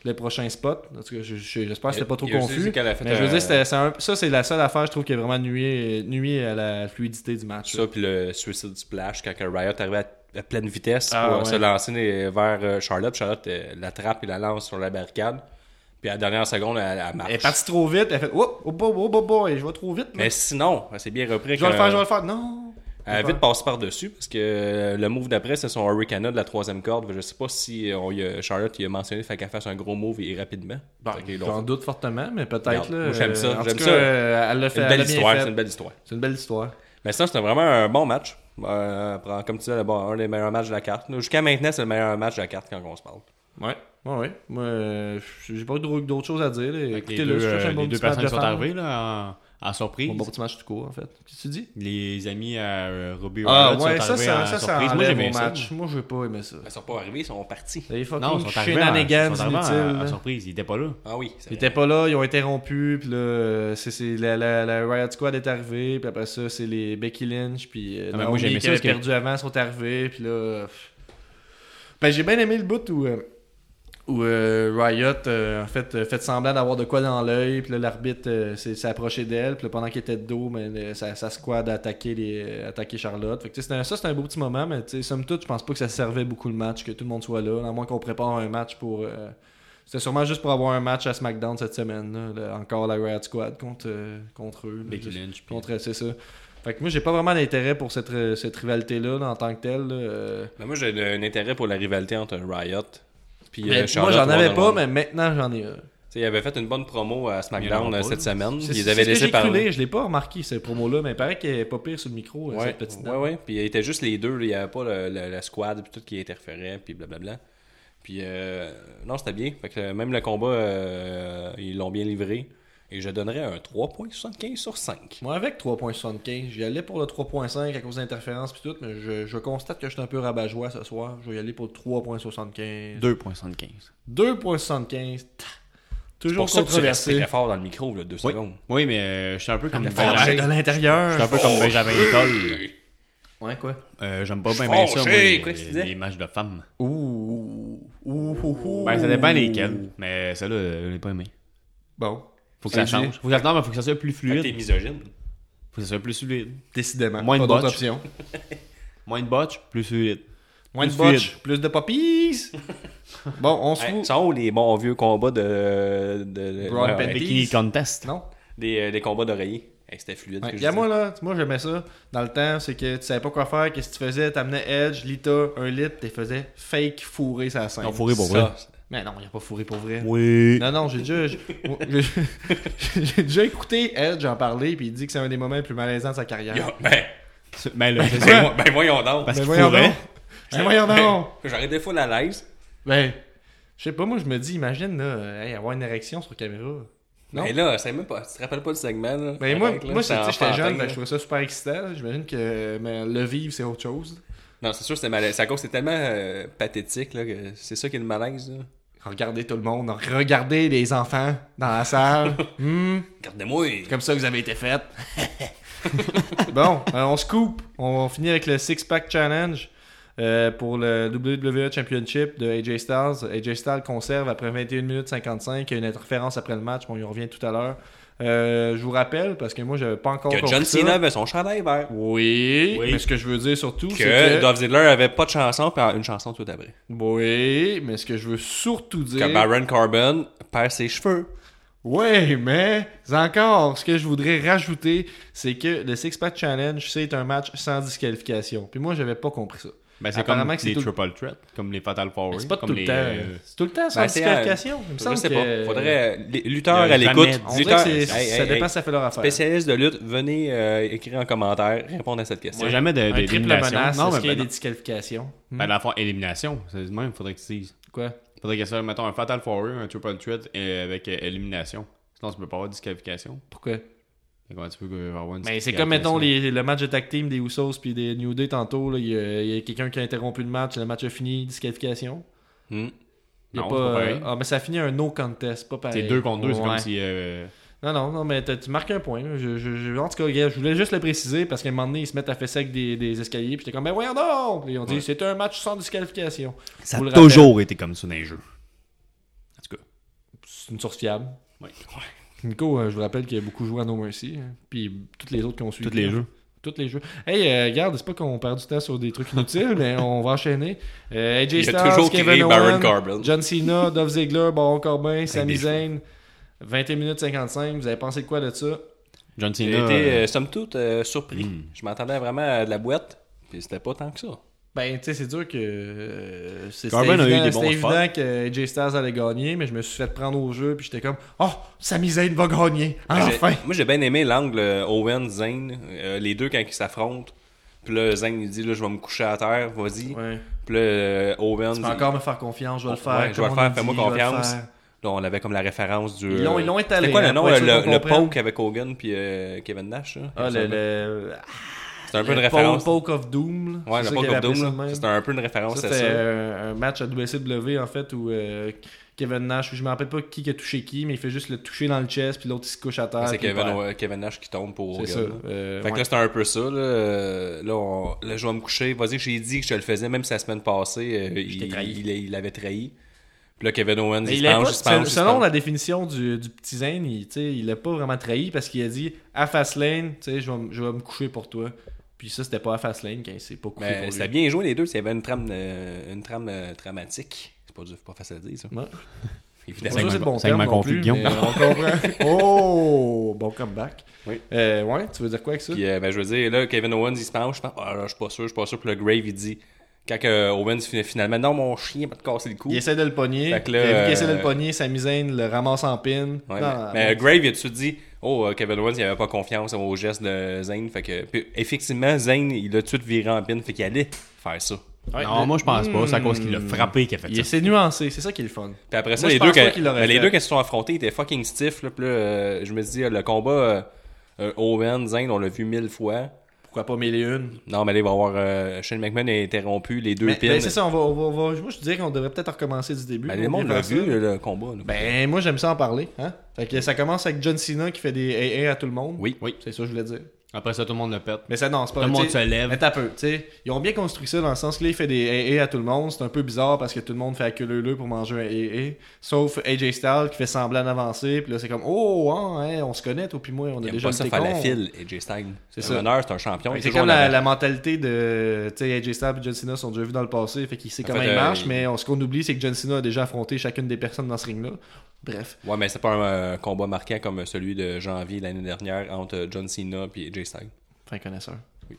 C: le prochain spot, en tout cas, je- je- j'espère que c'était pas trop
D: Il y a aussi,
C: confus.
D: c'est qu'elle a fait euh,
C: Mais je veux
D: un-
C: dire, c'était- c'est un- ça, c'est la seule affaire, je trouve, qui a vraiment nué, nuit à la fluidité du match.
D: Ça, puis le Suicide Splash, quand que Riot arrivait à, à pleine vitesse
C: Ah,
D: pour
C: ouais.
D: se lancer les- vers euh, Charlotte. Charlotte euh, l'attrape et la lance sur la barricade. Puis à la dernière seconde, elle, elle marche.
C: Elle est partie trop vite, elle fait Oups, oh, oh, oh, oh, oh, et je vais trop vite.
D: Mais sinon, elle s'est bien repris.
C: je vais le
D: quand-
C: faire, je vais le faire. Non.
D: Elle a vite passé par-dessus parce que euh, le move d'après, c'est son Hurricane de la troisième corde. Je sais pas si euh, on y a- Charlotte y a mentionné, fait qu'elle fasse un gros move et rapidement.
C: Bon,
D: Fait qu'ils l'ont
C: J'en
D: fait.
C: doute fortement, mais peut-être.
D: Regarde,
C: là,
D: moi, j'aime ça,
C: euh, en
D: j'aime
C: tout
D: ça.
C: euh, elle l'a
D: C'est
C: fait.
D: une
C: elle
D: belle
C: l'a bien
D: histoire,
C: fait.
D: c'est une belle histoire.
C: C'est une belle histoire.
D: Mais ça, c'était vraiment un bon match. Euh, prend- comme tu disais, le bon- un des meilleurs matchs de la carte. Jusqu'à maintenant, c'est le meilleur match de la carte quand on se parle.
C: Ouais. Ouais, ouais. Moi, euh, j'ai pas d'autre d'autre chose à dire. là.
E: Avec les
C: Écoutez, là,
E: deux,
C: je cherche
E: euh,
C: un bon
E: les deux
C: petit match
E: personnes
C: de
E: qui sont
C: femmes.
E: arrivées là, en, en surprise.
C: Bon, bon petit match tout court, en fait. Qu'est-ce que tu dis
E: Les amis à euh, Robbie
C: Ah,
E: Riott sont
C: ouais, ça,
E: arrivés
C: ça,
E: en
C: ça, ça
E: surprise. Moi,
C: enlève
E: j'aimais
C: au
E: ça.
C: match. Moi, j'ai pas aimé ça.
D: Ils sont pas arrivés, ils sont partis.
C: Les
E: Non,
C: fucking
E: ils sont arrivés en-
C: shenanigans
E: ils sont arrivés en-
C: inutiles.
E: en
C: là.
E: surprise. Ils étaient pas là.
D: Ah oui, c'est
C: Ils étaient pas là, ils ont été rompus, puis là, euh, c'est, c'est la, la, la Riot Squad est arrivée, puis après ça, c'est les Becky Lynch, puis euh,
E: Ah, mais moi,
C: Naomi
E: j'aimais
C: qui
E: ça,
C: avait
E: parce que-
C: perdu avant sont arrivés, puis là... euh, pff. Ben, j'ai bien aimé le bout où, euh, où euh, Riot, euh, en fait, euh, fait semblant d'avoir de quoi dans l'œil, puis là, l'arbitre euh, s'est, s'est approché d'elle, puis là, pendant qu'elle était de dos, ben, euh, sa, sa squad a attaqué, les, euh, attaqué Charlotte. Fait que, tu sais, c'est un- ça, c'était un beau petit moment, mais tu sais, somme toute, je pense pas que ça servait beaucoup le match, que tout le monde soit là, à moins qu'on prépare un match pour... euh, c'était sûrement juste pour avoir un match à SmackDown cette semaine. là, le- encore la Riot Squad contre, euh, contre eux. là,
E: Becky
C: juste-
E: Lynch. puis-
C: Contre, euh, c'est ça. Fait que moi, j'ai pas vraiment d'intérêt pour cette, euh, cette rivalité-là là, en tant que telle. là, euh.
D: Mais moi, j'ai un intérêt pour la rivalité entre Riot puis
C: Mais
D: euh,
C: moi,
D: Charlotte.
C: j'en avais
D: Wonder
C: pas,
D: Woman.
C: mais maintenant, j'en ai un.
D: Tu sais, Ils avaient fait une bonne promo à
E: Ils en ont
D: SmackDown euh,
E: pas,
D: cette
E: là.
D: semaine.
C: C'est-
D: Ils
C: c'est
D: avaient
C: ce que
D: laissé
C: j'ai cru
D: parler.
C: lire, Je l'ai pas remarqué, cette promo-là, mais il paraît qu'elle est pas pire sur le micro, euh,
D: Ouais,
C: cette petite
D: ouais, ouais. Puis il était juste les deux. là. Il n'y avait pas le- le- la squad puis tout qui interférait, puis blablabla. Puis euh, non, c'était bien. Fait que euh, même le combat, euh, ils l'ont bien livré. Et je donnerais un 3.75 sur 5.
C: Moi, avec 3.75, j'y allais pour le 3.5 à cause d'interférences et tout, mais je, je constate que je suis un peu rabat-joie ce soir. Je vais y aller pour le 3.75.
E: 2.75.
C: 2.75. ta-
D: C'est
C: Toujours
D: pour ça que tu
C: controversé.
D: respirais fort dans le micro, là, deux
E: Oui.
D: secondes.
E: Oui, mais euh, je suis un peu
C: Ah,
E: comme Benjamin.
C: Forgé
E: Je
C: de
E: suis un
C: l'intérieur.
E: peu comme Benjamin École.
C: Ouais, quoi.
E: Euh, J'aime pas
D: Je suis
E: bien bien ça, moi,
D: fâché,
E: les,
D: quoi, tu disais?
E: les matchs de femmes.
C: Ouh. Ouh, ouh, ouh.
E: Ben, ça dépend lesquels. Mais celle-là, je l'ai pas aimé.
C: Bon,
E: Faut que ça
C: Obligé.
E: change. Faut que ça, non, mais faut que ça soit plus
D: Fait que T'es
E: fluide.
D: misogyne.
E: Faut que ça soit plus fluide.
C: décidément.
E: Moins
C: pas
E: de
C: d'autre
E: botch.
C: option.
E: Moins de botch, plus fluide.
C: Moins de
E: Plus
C: botch,
E: fluide.
C: plus de poppies. bon, on se
D: Hey,
C: fout.
D: sont où les bons vieux combats de. de
C: Braun
D: ouais,
C: Penn.
D: ouais,
E: Ben, Bikini contest.
C: Ben, Non?
D: des, euh, des combats d'oreiller. Hey, C'était fluide.
C: Ouais,
D: que je
C: regarde, moi,
D: disais.
C: là, moi, j'aimais ça. Dans le temps, c'est que tu savais pas quoi faire, qu'est-ce que tu faisais, t'amenais Edge, Lita, un lit, t'es faisais fake fourré sa scène.
E: Non, fourré pour
D: Ça,
E: vrai.
C: Mais non, il a pas fourré pour vrai.
E: Oui.
C: Non, non, j'ai déjà, j'ai- j'ai- j'ai déjà écouté Edge en parler, puis il dit que c'est un des moments les plus malaisants de sa carrière.
D: c'est- Yo, ben,
E: Mais là, c'est
D: ben,
E: ça.
D: ben voyons donc.
E: Parce
C: Ben
E: qu'il
C: voyons
E: pourrait.
C: donc. Ben voyons donc.
D: Ben, J'aurais des fois la l'aise.
C: Ben, je sais pas, moi, je me dis, imagine, là, euh, hey, avoir une érection sur caméra. Non.
D: Mais là, c'est même pas. Tu te rappelles pas du segment, là?
C: Ben, moi,
D: Correct, là,
C: moi c'est- tu sais, j'étais
D: enfantin,
C: jeune, ben,
D: là.
C: je trouvais ça super excitant. là. J'imagine que euh, ben, le vivre, c'est autre chose.
D: Non, c'est sûr, c'est malaise. C'est à cause, c'est tellement euh, pathétique, là, que c'est ça qui est le malaise, là.
C: Regardez tout le monde, regardez les enfants dans la salle. Hmm.
D: Regardez-moi.
C: C'est comme ça que vous avez été faites. bon, euh, on se coupe. On finit avec le Six Pack Challenge euh, pour le WWE Championship de AJ Styles. AJ Styles conserve après 21 minutes 55. Il y a une interférence après le match. Bon, il revient tout à l'heure. Euh, je vous rappelle, parce que moi, j'avais pas encore.
D: Que
C: compris
D: John
C: ça.
D: Cena avait son chandail vert.
C: Oui,
E: Oui.
C: mais ce que je veux dire surtout, c'est
D: Que
C: que.
D: Dolph Ziggler avait pas de chanson, puis une chanson tout après.
C: Oui, mais ce que je veux surtout dire.
D: Que Baron Corbin perd ses cheveux.
C: Ouais, mais encore, ce que je voudrais rajouter, c'est que le Six Pack Challenge, c'est un match sans disqualification. Puis moi, j'avais pas compris ça.
E: Ben, c'est
C: Apparemment
E: comme
C: que c'est
E: les
C: tout le-
E: triple threat, comme les fatal
C: Mais
E: four.
C: c'est pas
E: comme
C: tout le
E: les,
C: temps.
E: euh,
C: C'est tout le temps sans
D: Ben, c'est, euh,
C: disqualification. Il me
D: Je
C: semble
D: sais
C: que...
D: pas. Faudrait. les lutteurs
E: Il y a
D: à l'écoute.
E: jamais-
C: On dirait
D: lutteurs-
C: que c'est-
D: Hey,
C: ça
D: hey,
C: dépend
D: hey.
C: si ça fait leur affaire.
D: Spécialiste de lutte, venez euh, écrire en commentaire, répondre à cette
E: Il
D: question.
E: n'y a jamais de-
C: Un
E: de-
C: triple
E: d'élimination.
C: menace,
E: Non,
C: est-ce
E: mais
C: qu'il y a
E: ben,
C: des disqualifications? Hmm?
E: ben, la fois, élimination. C'est le même, faudrait que tu dises.
C: Quoi?
E: Faudrait que ça, mettons, un fatal four, un triple threat euh, avec euh, élimination. Sinon, tu peux pas avoir de disqualification.
C: Pourquoi?
E: Fait Comment tu peux avoir une
C: Mais c'est
E: disqualification?
C: comme, mettons, les- le match de tag team des Usos puis des New Day tantôt. là, Il y a, il y a quelqu'un qui a interrompu le match, le match a fini, disqualification.
D: Hmm.
C: Il y a
E: Non,
C: pas,
E: c'est pas
C: euh,
E: pareil.
C: ah, mais ça finit un no contest, pas pareil.
E: C'est deux contre deux, c'est
C: Ouais.
E: comme si. euh,
C: Non, non, non, mais t'as- tu marques un point. là. Je, je- je- en tout cas, gars, je voulais juste le préciser parce qu'à un moment donné, ils se mettent à fesser avec des, des escaliers. Puis j'étais comme, ben voyons donc! Puis ils ont dit,
E: Ouais.
C: c'est un match sans disqualification.
E: Ça
C: Je vous
E: a
C: le rappelle.
E: toujours été comme ça dans les jeux. En tout cas.
C: C'est une source fiable.
E: Ouais.
C: Nico, euh, je vous rappelle qu'il a beaucoup joué à No Mercy. hein, Puis toutes les autres qui ont suivi. hein.
E: Tous les jeux.
C: Tous les jeux. Hey, euh, regarde, c'est pas qu'on perd du temps sur des trucs inutiles, mais on va enchaîner. Euh, AJ
D: Il a
C: Styles,
D: toujours crié
C: Kevin
D: Baron
C: Owens,
D: Corbin.
C: John Cena, Dolph Ziggler, Baron Corbin, Sami
E: des cheveux.
C: Zayn. 21 minutes 55. Vous avez pensé de quoi de ça?
E: John
D: J'ai
E: Cena.
D: été,
E: euh,
D: euh, somme toute, euh, surpris.
C: hmm.
D: Je m'attendais vraiment à de la boîte, puis c'était pas tant que ça.
C: Ben, tu sais, c'est dur que. euh, c'est c'était
E: Corbin a eu
C: évident,
E: des
C: c'était
E: bons spots.
C: évident que AJ Styles allait gagner, mais je me suis fait prendre au jeu, puis j'étais comme, oh, Sami Zayn va gagner,
D: Ben, J'ai-
C: enfin!
D: Moi, j'ai bien aimé l'angle euh, Owen-Zane, euh, les deux quand ils s'affrontent. Puis là, Zane, il dit, là, je vais me coucher à terre, vas-y.
C: Ouais.
D: Puis là, euh, Owen,
C: Tu
D: il-
C: peux encore me faire confiance, je vais le faire.
D: Ouais, je
C: comme
D: vais le
C: on
D: faire,
C: dit,
D: fais-moi
C: je vais le
D: confiance.
C: faire.
D: Là, on avait comme la référence du...
C: Ils l'ont- ils l'ont étalé,
D: C'était quoi le
C: hein,
D: nom,
C: pour
D: euh,
C: être sûr
D: le,
C: qu'on
D: le
C: comprenne.
D: poke avec Hogan puis euh, Kevin Nash, là.
C: Ah, le, le,
D: C'était un peu
C: le
D: une référence.
C: Poke of Doom. là. C'est
D: Ouais, le
C: ça
D: poke
C: qu'il
D: of
C: avait appelé ça de
D: Doom, là.
C: même.
D: c'était un peu une référence
C: Ça,
D: à ça.
C: c'était euh, un match à WCW, en fait, où euh, Kevin Nash, je me rappelle pas qui qui a touché qui, mais il fait juste le toucher dans le chest, puis l'autre il se couche à terre.
D: C'est
C: puis il
D: Kevin,
C: perd.
D: euh, Kevin Nash qui tombe pour Hogan.
C: ah, C'est ça.
D: là.
C: euh,
D: Fait que
C: ouais.
D: là, c'était un peu ça. Là, Euh, là, on- là, je vais me coucher. Vas-y, j'ai dit que je le faisais même sa semaine passée. euh,
C: Je t'ai
D: il,
C: trahi.
D: il, il avait trahi. Puis là, Kevin Owens,
C: Mais
D: il,
C: il
D: se
C: a
D: penche,
C: pas,
D: il se penche. il se
C: selon
D: penche.
C: la définition du, du petit Zane, il, tu sais, il l'a pas vraiment trahi parce qu'il a dit à Fastlane, tu sais, je vais, m- je vais me coucher pour toi. Puis ça, c'était pas à Fastlane quand il s'est pas couché
D: Mais
C: pour
D: c'était
C: lui.
D: bien joué, les deux. Il y avait une trame, euh, une trame euh, dramatique. C'est pas, dur- pas facile à dire, ça.
C: Ouais.
D: Évidemment.
C: Pas sûr que c'est le bon
E: Segment
C: terme non
E: confus,
C: plus,
E: Guillaume.
C: mais on comprend. oh, bon comeback.
D: Oui.
C: Euh, ouais, tu veux dire quoi avec ça?
D: Puis, euh, ben, je veux dire, là, Kevin Owens, il se penche. Je pense, ah, là, je suis pas sûr, je suis pas sûr. Puis le Grave, il dit, quand que euh, Owens finit finalement, non, mon chien va te casser le cou.
C: Il essaie de le pogner.
D: Fait que là,
C: T'as vu qu'il
D: euh,
C: essaie de le pogner, sa misaine le ramasse en pin.
D: Ouais,
C: Non,
D: mais, mais Grave, il a tout dit, oh, euh, Kevin Owens, il avait pas confiance au geste de Zane. Fait que, puis, effectivement, Zane, il a tout de suite viré en pin, fait qu'il allait faire ça.
C: ouais,
E: non,
C: le-
E: moi je pense pas. C'est à cause qu'il l'a
C: Hmm.
E: frappé qu'il a fait
C: Il
E: ça.
C: s'est nuancé, c'est ça qui est le fun.
D: Puis après ça,
C: Moi, je
D: les,
C: pense
D: deux,
C: pas
D: que-
C: qu'il l'aurait
D: mais les
C: fait.
D: deux, quand ils se sont affrontés, ils étaient fucking stiff. Là, puis là, euh, je me dis, euh, le combat euh, euh, Owen, Zane, on l'a vu mille fois.
C: Pourquoi pas mêler une?
D: Non, mais là, il va y avoir euh, Shane McMahon est interrompu, les deux
C: Mais,
D: pins.
C: ben, c'est ça, on va, on va- on va- moi je dirais qu'on devrait peut-être recommencer du début.
D: Ben,
C: On
D: le monde
C: vient
D: l'a
C: faire
D: vu,
C: ça.
D: le, le combat. là.
C: Ben, moi, j'aime ça en parler. Hein? Fait que ça commence avec John Cena qui fait des AA à tout le monde.
D: oui.
E: Oui.
C: C'est ça que je voulais dire.
E: Après ça, tout le monde le pète.
C: Mais ça, non, c'est pas
E: Tout le monde
C: tu sais,
E: se lève.
C: Attends un peu, tu sais. Ils ont bien construit ça dans le sens que là, il fait des AA à tout le monde. C'est un peu bizarre parce que tout le monde fait à queue leu leu pour manger un AA. Sauf AJ Styles qui fait semblant d'avancer. Puis là, c'est comme, oh, hein, hein, on se connaît, toi, puis moi, on a
D: Il aime
C: déjà
D: pas
C: une
D: ça faire la file, AJ Styles. C'est
C: ça. Ben,
D: un honneur, c'est un champion. il est
C: C'est
D: toujours
C: comme
D: en
C: la,
D: avant.
C: la mentalité de. Tu sais, AJ Styles et John Cena sont déjà vus dans le passé, fait qu'il sait
D: En
C: comment
D: fait,
C: il
D: euh,
C: marche,
D: il-
C: mais on, ce qu'on oublie, c'est que John Cena a déjà affronté chacune des personnes dans ce ring-là. Bref.
D: Ouais, mais c'est pas un euh, combat marquant comme celui de janvier l'année dernière entre John Cena et AJ Styles.
C: Fin connaisseur.
D: Oui.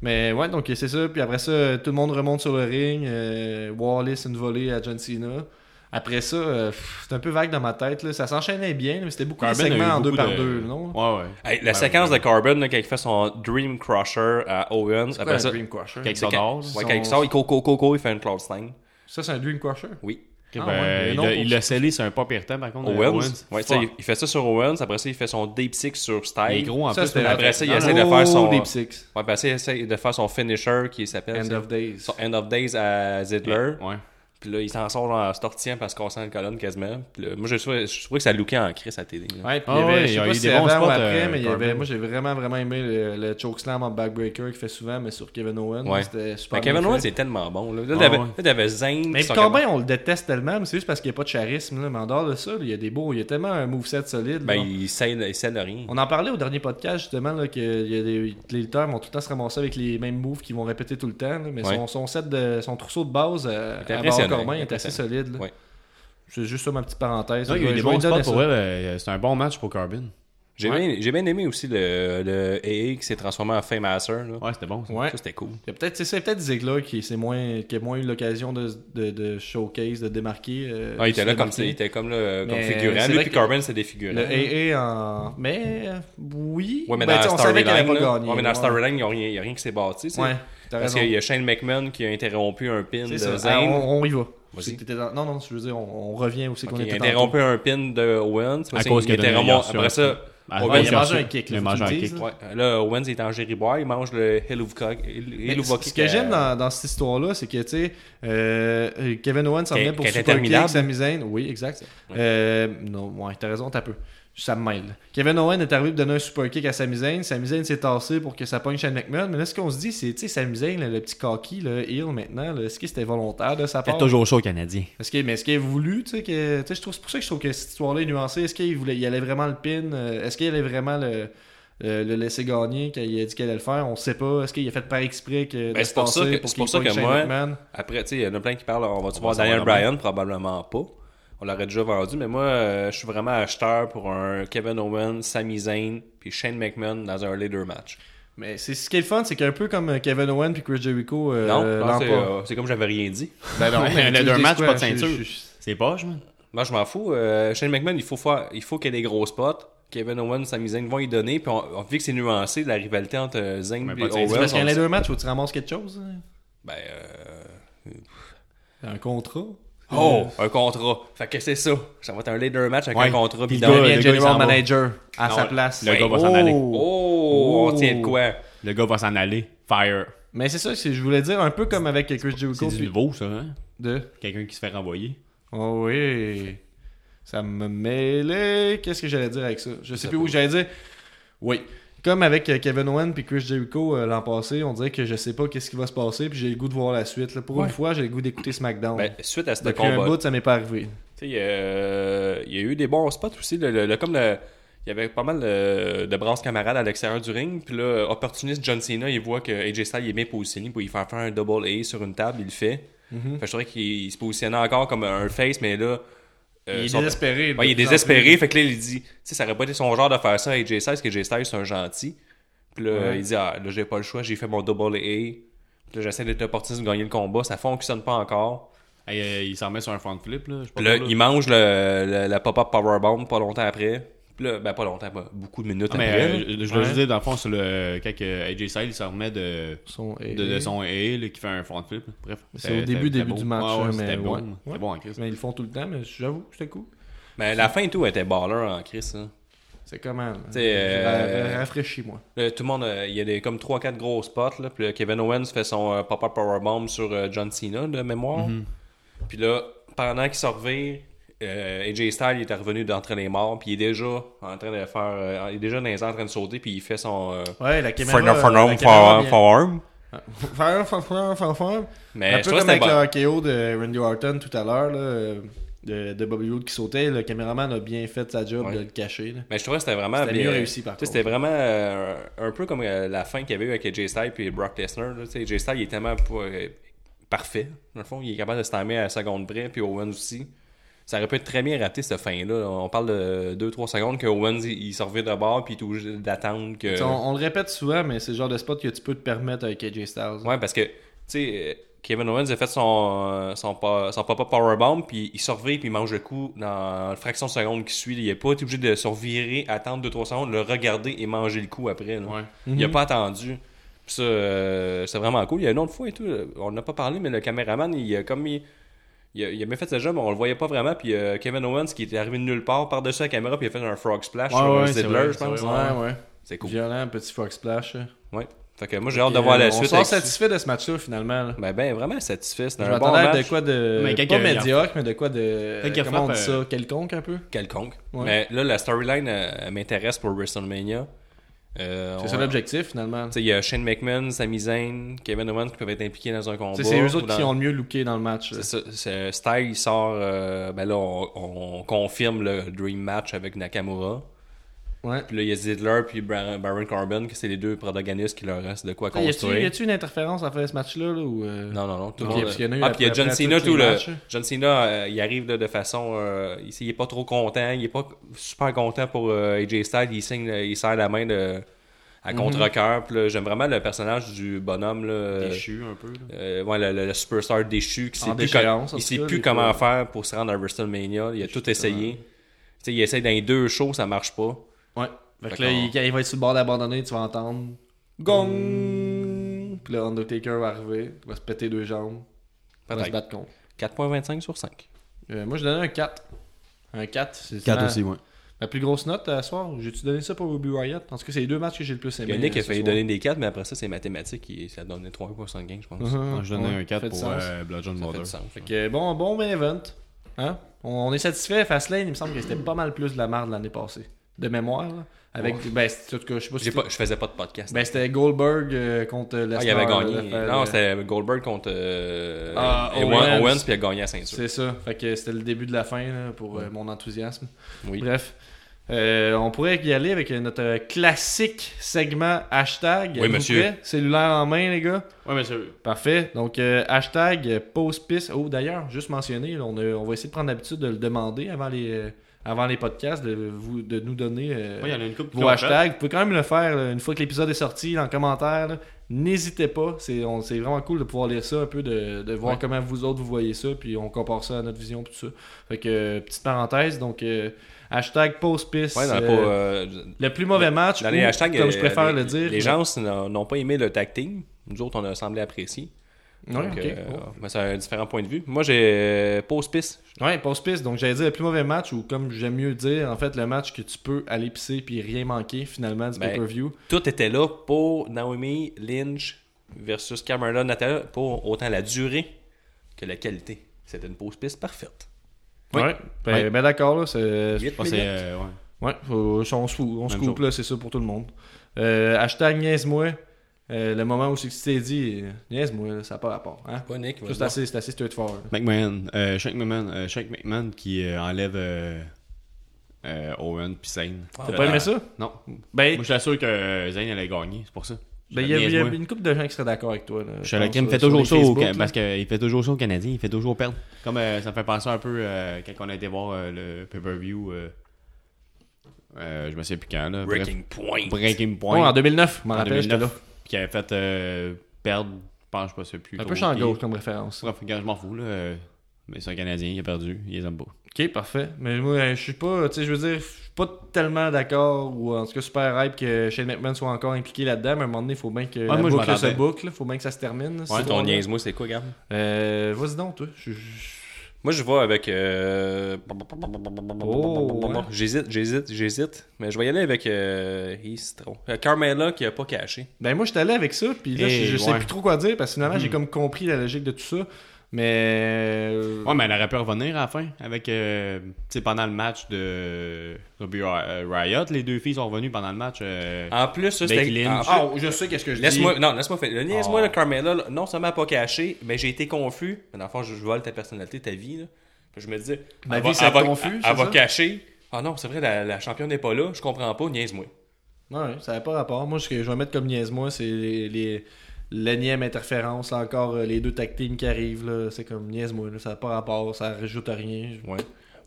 C: Mais ouais, donc c'est ça. Puis après ça, tout le monde remonte sur le ring. euh, Wallace, une volée à John Cena. Après ça, euh, pff, c'est un peu vague dans ma tête. là. Ça s'enchaînait bien, là, mais c'était beaucoup de
E: Corbin a eu
C: segments en deux
E: beaucoup
C: par
E: de-
C: deux, non?
E: Ouais, ouais.
D: Hey, la
E: Ouais,
D: séquence
E: ouais.
D: de Corbin, là, quand il fait son Dream Crusher à Owens,
C: Quoi, un
D: après ça,
C: Dream Crusher?
E: Quelque
D: c'est
E: chose
D: quand,
E: d'or, là.
D: ouais, quand il sort, il court, court, court, court, il fait une Cloud Slang.
C: Ça, c'est un Dream Crusher?
D: Oui.
E: Ok,
C: Ah,
E: ben,
C: ouais, mais
E: il
C: non,
E: l'a-
C: pour-
E: il l'a scellé sur un pas pertinent, par contre.
D: Owens. Ouais,
E: Ouais,
D: tu sais, il, il fait ça sur Owens, après ça, il fait son Deep Six sur Styles.
E: il est gros en
C: Ça,
E: plus.
C: c'était
E: mais-
D: après ça, il
E: Non,
D: essaie
E: non,
D: de faire son-
C: Deep Six.
D: Ouais, puis après ça, il essaie de faire son finisher qui s'appelle
C: End
D: c'est-
C: of Days.
D: son End of Days à Ziggler.
E: Ouais.
D: Puis là, il s'en sort en se tortillant parce qu'on sent une colonne quasiment. Puis là, moi, je trouvais, je trouvais que ça lookait en Chris à la télé. là.
C: Ouais, puis
E: Ah
C: il y avait,
E: ouais,
C: je
E: il y
C: sais
E: a
C: pas
E: eu
C: si
E: des
C: c'est
E: bons
C: avant ou
E: spots,
C: après,
E: euh,
C: mais il y avait,
E: Corbin.
C: moi j'ai vraiment vraiment aimé le, le chokeslam en backbreaker qu'il fait souvent, mais sur Kevin Owens,
D: Ouais.
E: Ben,
C: c'était super
D: Mais Kevin
C: bien
D: Owens,
C: fait.
D: c'est tellement bon. Là, là
E: Ah,
D: t'avais-
E: ouais.
D: là, t'avais Zayn. qui
C: Mais
D: sont
C: Corbin, on le déteste tellement, mais c'est juste parce qu'il n'y a pas de charisme, là. mais en dehors de ça, là, il y a des beaux, il y a tellement un moveset solide.
D: comme-
C: là.
D: Ben, il scelle il scelle rien.
C: On en parlait au dernier podcast justement là, que il y a des- les lutteurs vont tout le temps se ramasser avec les mêmes moves qu'ils vont répéter tout le temps, là, mais
D: Ouais.
C: son, son set de son trousseau de base euh,
D: était
C: à bord
D: impressionnant,
C: Corbin est assez
D: impressionnant.
C: solide. là.
D: Ouais.
C: C'est juste ça ma petite parenthèse.
E: Non, il y a
C: Je
E: eu des
C: vais lui
E: bons
C: donner
E: spots
C: ça.
E: pour elle. euh, C'est un bon match pour Corbin.
D: J'ai bien, j'ai bien aimé aussi le, le AA qui s'est transformé en Fame Master. Là.
E: Ouais, c'était bon. ça.
C: Ouais.
D: Ça, c'était cool.
C: Il y a peut-être, c'est ça, il y a peut-être Ziggler qui, s'est moins, qui a moins eu l'occasion de, de, de showcase, de démarquer. euh,
D: Ah, il était
C: de
D: là
C: se
D: comme,
C: démarquer.
D: il était comme, là, comme
C: Mais
D: figurant.
C: c'est
D: Lui
C: vrai
D: puis
C: que-
D: Corbin, c'était des figurants.
C: Le AA en. Mais. euh, Oui.
D: Ouais, mais
C: Ben,
D: dans
C: tu sais,
D: la
C: on savait qu'elle
D: storyline,
C: avait
D: là.
C: pas gagné.
D: Ouais, mais dans la
C: ouais.
D: storyline, il n'y a rien il y a rien qui s'est bâti. tu sais.
C: Ouais, t'as
D: Parce
C: raison.
D: qu'il y a Shane McMahon qui a interrompu un pin de
C: C'est ça. Ah,
D: Zayn.
C: on, on y va.
D: Vas-y.
C: Si t'étais dans- Non, non, je veux dire, on, on revient aussi
D: Ok,
C: qu'on
D: il a
C: était
D: interrompu un pin de Owens.
E: À
D: Parce
E: cause
D: qu'il
E: qu'il a
D: était
E: donné
D: vraiment-
E: une reçue.
D: Après ça,
E: Ah,
D: Owens,
E: ouais,
D: il
E: a
C: mangé
E: reçu-
C: un kick,
E: Il
C: là,
E: a
C: faut
E: mangé
C: que
E: un
C: tu me
E: kick.
C: dises,
D: Ouais, là, Owens est en gériboire, il mange le Helluva Kick.
C: Ce que j'aime dans, dans cette histoire-là, c'est que, tu sais, euh, euh, Kevin Owens s'en
D: Qu'elle-
C: venait pour
D: qu'elle est
C: Super Kick,
D: terminable.
C: Sami Zayn. Oui, exact. Euh, non, ouais, t'as raison, t'as peu. Ça me mêle. Kevin Owens est arrivé pour donner un super kick à Sami Zayn. Sami Zayn s'est tassé pour que ça pogne Shane McMahon. Mais là, ce qu'on se dit, c'est, tu sais, Sami Zayn, là, le petit cocky, le heel maintenant, là, est-ce que c'était volontaire de sa
E: T'es
C: part?
E: toujours chaud, Canadien.
C: Est-ce qu'il, mais est-ce qu'il a voulu, tu sais, que, tu sais, je trouve, c'est pour ça que je trouve que cette histoire-là est nuancée. Est-ce qu'il voulait, il allait vraiment le pin? Euh, Est-ce qu'il allait vraiment le, le, le laisser gagner quand il a dit qu'il allait le faire? On sait pas. Est-ce qu'il a fait par exprès que, de
D: Ben,
C: se
D: c'est pour ça
C: tasser
D: que- c'est
C: qu'il
D: pour ça
C: pogne
D: que
C: Shane
D: moi-
C: McMahon?
D: Après, tu sais, il y en a plein qui parlent, on va-tu
E: On
D: voir
E: va
D: Daniel
E: savoir
D: Bryan? Probablement pas. On l'aurait déjà vendu, mais moi, euh, je suis vraiment acheteur pour un Kevin Owens, Sami Zayn, puis Shane McMahon dans un leader match.
C: Mais c'est ce qui est le fun, c'est qu'un peu comme Kevin Owen puis Chris Jericho euh,
D: non,
C: l'an
D: non, c'est,
C: pas.
D: euh, c'est comme j'avais rien dit.
E: Ben non,
C: mais
E: mais le
C: tu
E: deux
C: dis
E: matchs,
C: quoi,
E: pas de
C: je-
E: ceinture.
C: je- je-
E: C'est poche, man.
D: Moi, je m'en fous. Euh, Shane McMahon, il faut, faire, il faut qu'il y ait des gros spots. Kevin Owens, Sami Zayn vont y donner. Puis on, on- vu que c'est nuancé, la rivalité entre euh, Zayn
E: Mais
D: et
E: pas
D: Owens.
E: de ceinture.
C: C'est parce qu'un
D: on-
C: les deux matchs, faut que tu ramasses quelque chose. hein?
D: Ben, euh,
C: Un contrat. Euh,
D: Oh, un contrat. Fait que c'est ça. Ça va être un leader match avec
E: Ouais.
D: un contrat
E: Puis le
D: bidon.
E: gars,
C: Il
E: le
C: est
E: gars, il
C: general
E: s'en va.
C: manager à
D: Non,
C: sa place.
E: le gars va
C: Oh!
E: s'en aller.
D: Oh,
C: Oh.
D: on tient de quoi?
E: Le gars va s'en aller. Fire.
C: Mais c'est ça, c'est- je voulais dire un peu comme avec Chris
E: C'est
C: Jericho.
E: du
C: puis-
E: nouveau, ça, hein?
C: De...
E: Quelqu'un qui se fait renvoyer.
C: Oh oui. Ça me mêlait. Qu'est-ce que j'allais dire avec ça? Je sais plus où j'allais dire. Oui. Comme avec euh, Kevin Owen puis Chris Jericho euh, l'an passé, on dirait que je sais pas qu'est-ce qui va se passer puis j'ai le goût de voir la suite. là. Pour une fois, j'ai le goût d'écouter SmackDown.
D: Ben, suite à ce
C: Depuis un
D: combat,
C: bout, ça m'est pas arrivé.
D: Tu sais, euh, il y a eu des bons spots aussi. le- le- le- comme le- il y avait pas mal euh, de brasses camarades à l'extérieur du ring. Puis là, opportuniste John Cena, il voit que AJ Styles il est bien positionné pour il faire faire un double A sur une table. Il le fait.
C: Mm-hmm.
D: Fait que je trouvais qu'il il se positionnait encore comme un face, mais là. euh,
C: il est
D: son-
C: désespéré.
D: Ouais, il est désespéré. Fait que là, il dit, tu sais, ça aurait pas été son genre de faire ça à AJ Styles, parce que AJ Styles, c'est un gentil. Puis là, il dit, ah, là, j'ai pas le choix, j'ai fait mon double A. Puis là, j'essaie d'être opportuniste de gagner le combat. Ça fonctionne pas encore.
E: Hey, euh, il s'en met sur un front flip, là. Je sais pas
D: Puis là,
E: trop, là.
D: il mange le, le- la pop-up powerbomb pas longtemps après. Puis là, ben, pas longtemps, pas beaucoup de minutes
E: Ah, mais,
D: après.
E: euh, je- je voulais juste dire, dans le fond, sur le, quand que AJ Styles se remet de,
C: Son-
E: de, de son AA, là, qui fait un front flip. là. Bref.
C: C'est
E: c'était-
C: au début,
E: c'était
C: début
E: beau.
C: du match,
E: Ouais,
C: hein,
E: ouais,
C: mais
E: C'était bon.
C: ouais.
E: C'était bon en Christ.
C: Mais ils le font tout le temps, mais j'avoue, c'était cool.
D: Mais la fin et tout était baller en Chris. hein.
C: C'est comment? là?
D: sais, euh,
C: Ra- ra- Rafraîchis-moi.
D: Là, tout le monde, euh, il y a des, comme 3-4 gros spots. Là, puis là, Kevin Owens fait son euh,
C: Mhm.
D: pop-up powerbomb sur euh, John Cena de mémoire. Puis là, pendant qu'il se revire, euh, AJ Styles il est revenu d'entre les morts, puis il est déjà en train de faire. euh, il est déjà dans les airs en train de sauter, puis il fait son. euh,
C: Ouais, la caméra.
D: Fernand
C: la
D: Fernand
C: caméra vient-
E: Forearm.
C: Faire, faire, faire, faire, faire. un
D: Mais Euh, je
C: peu
D: trouve
C: comme
D: que
C: avec
D: c'était bon.
C: le RKO de Randy Orton tout à l'heure, là, euh, de, de Bobby Roode qui sautait. Le caméraman a bien fait sa job
D: Ouais.
C: de le cacher. là.
D: Mais je trouvais que c'était vraiment
C: C'était
D: bien-
C: mieux réussi, par
D: tu sais,
C: contre.
D: C'était vraiment euh, un peu comme euh, la fin qu'il y avait eu avec AJ Styles puis Brock Lesnar. là. Tu sais, AJ Styles il est tellement pas- euh, parfait. Dans le fond, il est capable de se timer à la seconde près, puis Owens aussi. Ça aurait pu être très bien raté cette fin-là. On parle de 2-3 secondes que Owens il, il se revient de bord puis il est obligé d'attendre que.
C: Tu sais, On, on le répète souvent, mais c'est le genre de spot que tu peux te permettre avec AJ Styles.
D: Ouais, parce que, tu sais, euh, Kevin Owens a fait son, euh, son, pa- son papa powerbomb, puis il survit, puis il mange le coup dans la fraction de seconde qui suit. Il n'est pas été obligé de survirer, attendre 2-3 secondes, le regarder et manger le coup après. là.
C: Euh,
D: Il
C: Mhm.
D: n'a pas attendu. Puis ça, euh, c'est vraiment cool. Il y a une autre fois et tout, euh, on n'a pas parlé, mais le caméraman, il a comme... Il, il a, il a bien fait ce jeu, mais on le voyait pas vraiment. Puis euh, Kevin Owens qui était arrivé de nulle part par-dessus la caméra, puis il a fait un frog splash sur un
C: Ah c'est
D: Ziggler,
C: vrai,
D: je pense.
C: c'est vrai. Ouais, ouais.
D: C'est cool.
C: Violent, petit Fox Splash. là.
D: Ouais. Fait que moi, j'ai hâte de voir la
C: Euh,
D: suite.
C: On sort
D: avec ça.
C: satisfait de ce match-là, finalement. là.
D: Ben, ben, vraiment satisfait. C'est
C: Je
D: un bon
C: m'attendais à
D: match
C: de quoi de.
E: Mais quand
C: pas
E: il y a-
C: médiocre, mais de quoi de.
E: Quand il y a
C: Comment on
E: frappe,
C: dit ça
E: euh,
C: Quelconque un peu
D: quelconque.
C: Ouais.
D: Mais là, la storyline euh, elle m'intéresse pour WrestleMania. Euh, on-
C: C'est ça l'objectif, finalement.
D: Tu sais, Il y a Shane McMahon, Sami Zayn, Kevin Owens qui peuvent être impliqués dans un combat.
C: Tu sais, C'est eux
D: ou
C: autres
D: dans-
C: qui ont le mieux looké dans le match. là.
D: C'est ça, c'est- Style, il sort. euh, ben là, on, on confirme le Dream Match avec Nakamura.
C: Ouais.
D: Puis là, il y a Zidler puis Bra- Baron Corbin, que c'est les deux protagonistes qui leur reste de quoi
C: Ah, Y a-tu- y
D: construire.
C: a-tu une interférence à faire ce match-là là, ou euh,
D: Non, non, non. Tout
C: Ok,
D: le monde.
C: parce qu'il y en a eu
D: ah, puis il y a
C: après-
D: John
C: après
D: Cena,
C: tous
D: tout
C: les
D: le.
C: matchs.
D: John Cena, euh, il arrive là, de façon. euh, il, il est pas trop content. Il est pas super content pour euh, AJ Styles. Il signe, il serre la main de, à
C: Mhm.
D: contre-cœur. Puis là, j'aime vraiment le personnage du bonhomme. Là,
E: Déchu un peu. là.
D: euh, ouais, le, le- le superstar déchu qui sait
C: En
D: plus,
C: déchéance,
D: com-
C: en
D: il
C: tout
D: sait
C: cas,
D: plus
C: des
D: comment
C: fois.
D: faire pour se rendre à WrestleMania. Il a tout essayé. Tu sais, il essaie dans les deux shows, ça marche pas.
C: Ouais. Fait que
D: Fait
C: là,
D: qu'on-
C: il, quand il va être sur le bord d'abandonner, tu vas entendre Gong Puis là, Undertaker va arriver, il va se péter deux jambes, il va se
D: Peut-être.
C: battre contre.
D: 4.25 sur 5.
C: Euh, moi, je donnais un 4. Un 4, c'est
E: 4
C: ma-
E: aussi, ouais.
C: Ma plus grosse note à soir. J'ai-tu donné ça pour Ruby Riot En tout cas, c'est les deux matchs que j'ai le plus aimé.
D: Yannick
C: euh,
D: a
C: ce
D: failli
C: soir.
D: donner des 4, mais après ça, c'est mathématique. Il- Ça donnait 3.75, je pense. Ça
C: Mhm,
E: Non, Ah, je donnais
C: ouais,
E: un 4
C: fait du
E: pour
C: sens.
E: euh, Bludgeon
D: fait
E: Mother.
D: du sens.
C: Fait que euh, bon, bon main event. Hein? On, on est satisfait. Fastlane, il me semble que c'était pas mal plus de la merde l'année passée. De mémoire, là. Avec, ben, c'est- en tout cas, je sais pas si
D: J'ai
C: c'était-
D: pas- je faisais pas de podcast.
C: Ben, c'était Goldberg euh, contre Lesnar. euh,
D: Ah, il avait
C: là,
D: gagné.
C: fait-
D: Non, c'était Goldberg contre euh,
C: Ah,
D: Ewan-
C: Owens.
D: Owens. puis il a gagné la ceinture.
C: C'est ça. Fait que c'était le début de la fin là, pour euh, mon enthousiasme.
D: Oui.
C: Bref. Euh, on pourrait y aller avec notre euh, classique segment hashtag.
D: Oui,
C: Êtes-vous
D: monsieur.
C: prêts? Cellulaire en main, les gars.
E: Ouais, mais sérieux.
C: Parfait. Donc, euh, hashtag euh, pause piste. Oh, d'ailleurs, juste mentionner, là, on, a- on va essayer de prendre l'habitude de le demander avant les, euh, avant les podcasts, de, vous, de nous donner euh,
E: Ouais, il y en a une couple qui
C: vos
E: l'ont fait.
C: hashtags. Vous pouvez quand même le faire là, une fois que l'épisode est sorti, dans le commentaire. là. N'hésitez pas. C'est on- c'est vraiment cool de pouvoir lire ça un peu, de, de voir
D: Ouais.
C: comment vous autres vous voyez ça, puis on compare ça à notre vision, puis tout ça. Fait que, euh, petite parenthèse, donc, euh, hashtag pause piste.
D: Ouais, dans la
C: euh,
D: peau, euh,
C: le plus mauvais match,
D: dans les
C: ou,
D: hashtags,
C: comme
D: euh,
C: je préfère
D: les,
C: le dire.
D: les gens n'ont n'ont pas aimé le tag team. Nous autres, on a semblé apprécier.
C: Ouais,
D: Donc,
C: ok.
D: euh,
C: Oh.
D: ben, c'est un différent point de vue. Moi, j'ai euh, pause piste.
C: Ouais, pause piste. Donc, j'allais dire le plus mauvais match, ou comme j'aime mieux dire, en fait, le match que tu peux aller pisser puis rien manquer, finalement, du
D: Ben,
C: pay-per-view.
D: Tout était là pour Naomi Lynch versus Carmella Natalia pour autant la durée que la qualité. C'était une pause piste parfaite.
E: oui.
C: Ouais. Ben,
E: Ouais.
C: ben d'accord, là. c'est-
D: Huit
E: Je pense que c'est,
D: minutes.
E: euh, ouais.
C: Ouais, faut- on se fout, on se
E: Même
C: coupe,
E: chose.
C: là, c'est ça pour tout le monde. Euh, hashtag niaise-moi. Euh, le moment où c'est que tu t'es dit, euh, niaise-moi, là, ça n'a pas rapport. Hein?
D: Pas Nick,
C: Ça, C'est assez, c'est assez straightforward. là.
E: McMahon, euh, Shaq McMahon, euh, Shaq McMahon qui euh, enlève euh, euh, Owen puis Zayn.
C: T'as pas aimé ça?
E: Non.
C: Ben,
E: Euh, Moi, j'étais sûr que euh, Zayn allait gagner, c'est pour ça.
C: ben, il y a, il y a
E: Niaise-moi.
C: une couple de gens qui seraient d'accord avec toi. Là,
E: Je
C: je
E: suis à la
C: pense, euh,
E: crème, il fait
C: sur
E: toujours
C: les
E: ça au
C: Facebook,
E: Can-
C: là.
E: parce qu'il fait toujours ça au Canadien, il fait toujours perdre. Comme euh, ça me fait penser un peu euh, quand on a été voir euh, le pay-per-view, euh, euh, je me sais plus quand là. bref.
D: Breaking point.
E: Breaking
C: Ouais,
E: Point.
C: en 2009, je m'en
E: en
C: rappelle, j'étais
E: 2009,
C: là.
E: Qui avait fait euh, perdre, je pense, je sais pas, plus.
C: Un
E: trop
C: peu champ
E: qui-
C: gauche comme référence.
E: Bref, regarde, je m'en fous là. euh, Mais c'est un Canadien, il a perdu, il les aime pas.
C: Ok, parfait. Mais moi, euh, je suis pas, tu sais, je veux dire, je suis pas tellement d'accord ou en tout cas super hype que Shane McMahon soit encore impliqué là-dedans. Mais à un moment donné, il faut bien que
E: moi,
C: la
E: je
C: boucle se
E: m'attendais.
C: boucle, là. faut bien que ça se termine.
D: Ouais,
C: c'est
D: ton
C: drôle, là.
D: niaise-moi, c'est quoi, Gab?
C: Euh, vas-y donc, toi. Je- je-
D: Moi, je vais avec. euh,
C: Oh, ouais.
D: J'hésite, j'hésite, j'hésite. Mais je vais y aller avec. Euh... hi, c'est trop. Euh, Carmella qui a pas caché.
C: Ben moi, je suis allé avec ça, puis là,
E: Eh,
C: je, je sais
E: ouais. Hmm.
C: plus trop quoi dire parce que finalement, j'ai comme compris la logique de tout ça. Mais. euh,
E: Ouais, mais elle aurait pu revenir à la fin. Avec, euh, tu sais, pendant le match de Ruby Ri- Riot, les deux filles sont revenues pendant le match. euh,
D: En plus, ça,
E: Becky
D: c'était.
E: Lynch.
D: Ah,
C: oh, je sais qu'est-ce que je dis.
D: Laisse-moi, non, laisse-moi faire. Laisse-moi,
E: Ah.
D: le Carmela, là, non seulement pas caché, mais j'ai été confus. Mais dans le fond, je, je vole ta personnalité, ta vie. Là. Puis je me disais,
C: Ma
D: elle
C: vie,
D: va-
C: ça
D: elle
C: te
D: va-
C: confuse,
D: Elle,
C: c'est
D: va
C: ça?
D: cacher. Ah non, c'est vrai, la, la championne n'est pas là, je comprends pas, niaise-moi.
C: Ouais, ça n'a pas rapport. Moi, ce que je vais mettre comme niaise-moi, c'est les. les- L'énième interférence, là, encore euh, les deux tag teams qui arrivent, là, c'est comme niaise-moi, là, ça n'a pas rapport, ça rajoute à rien. Je-
D: Ouais.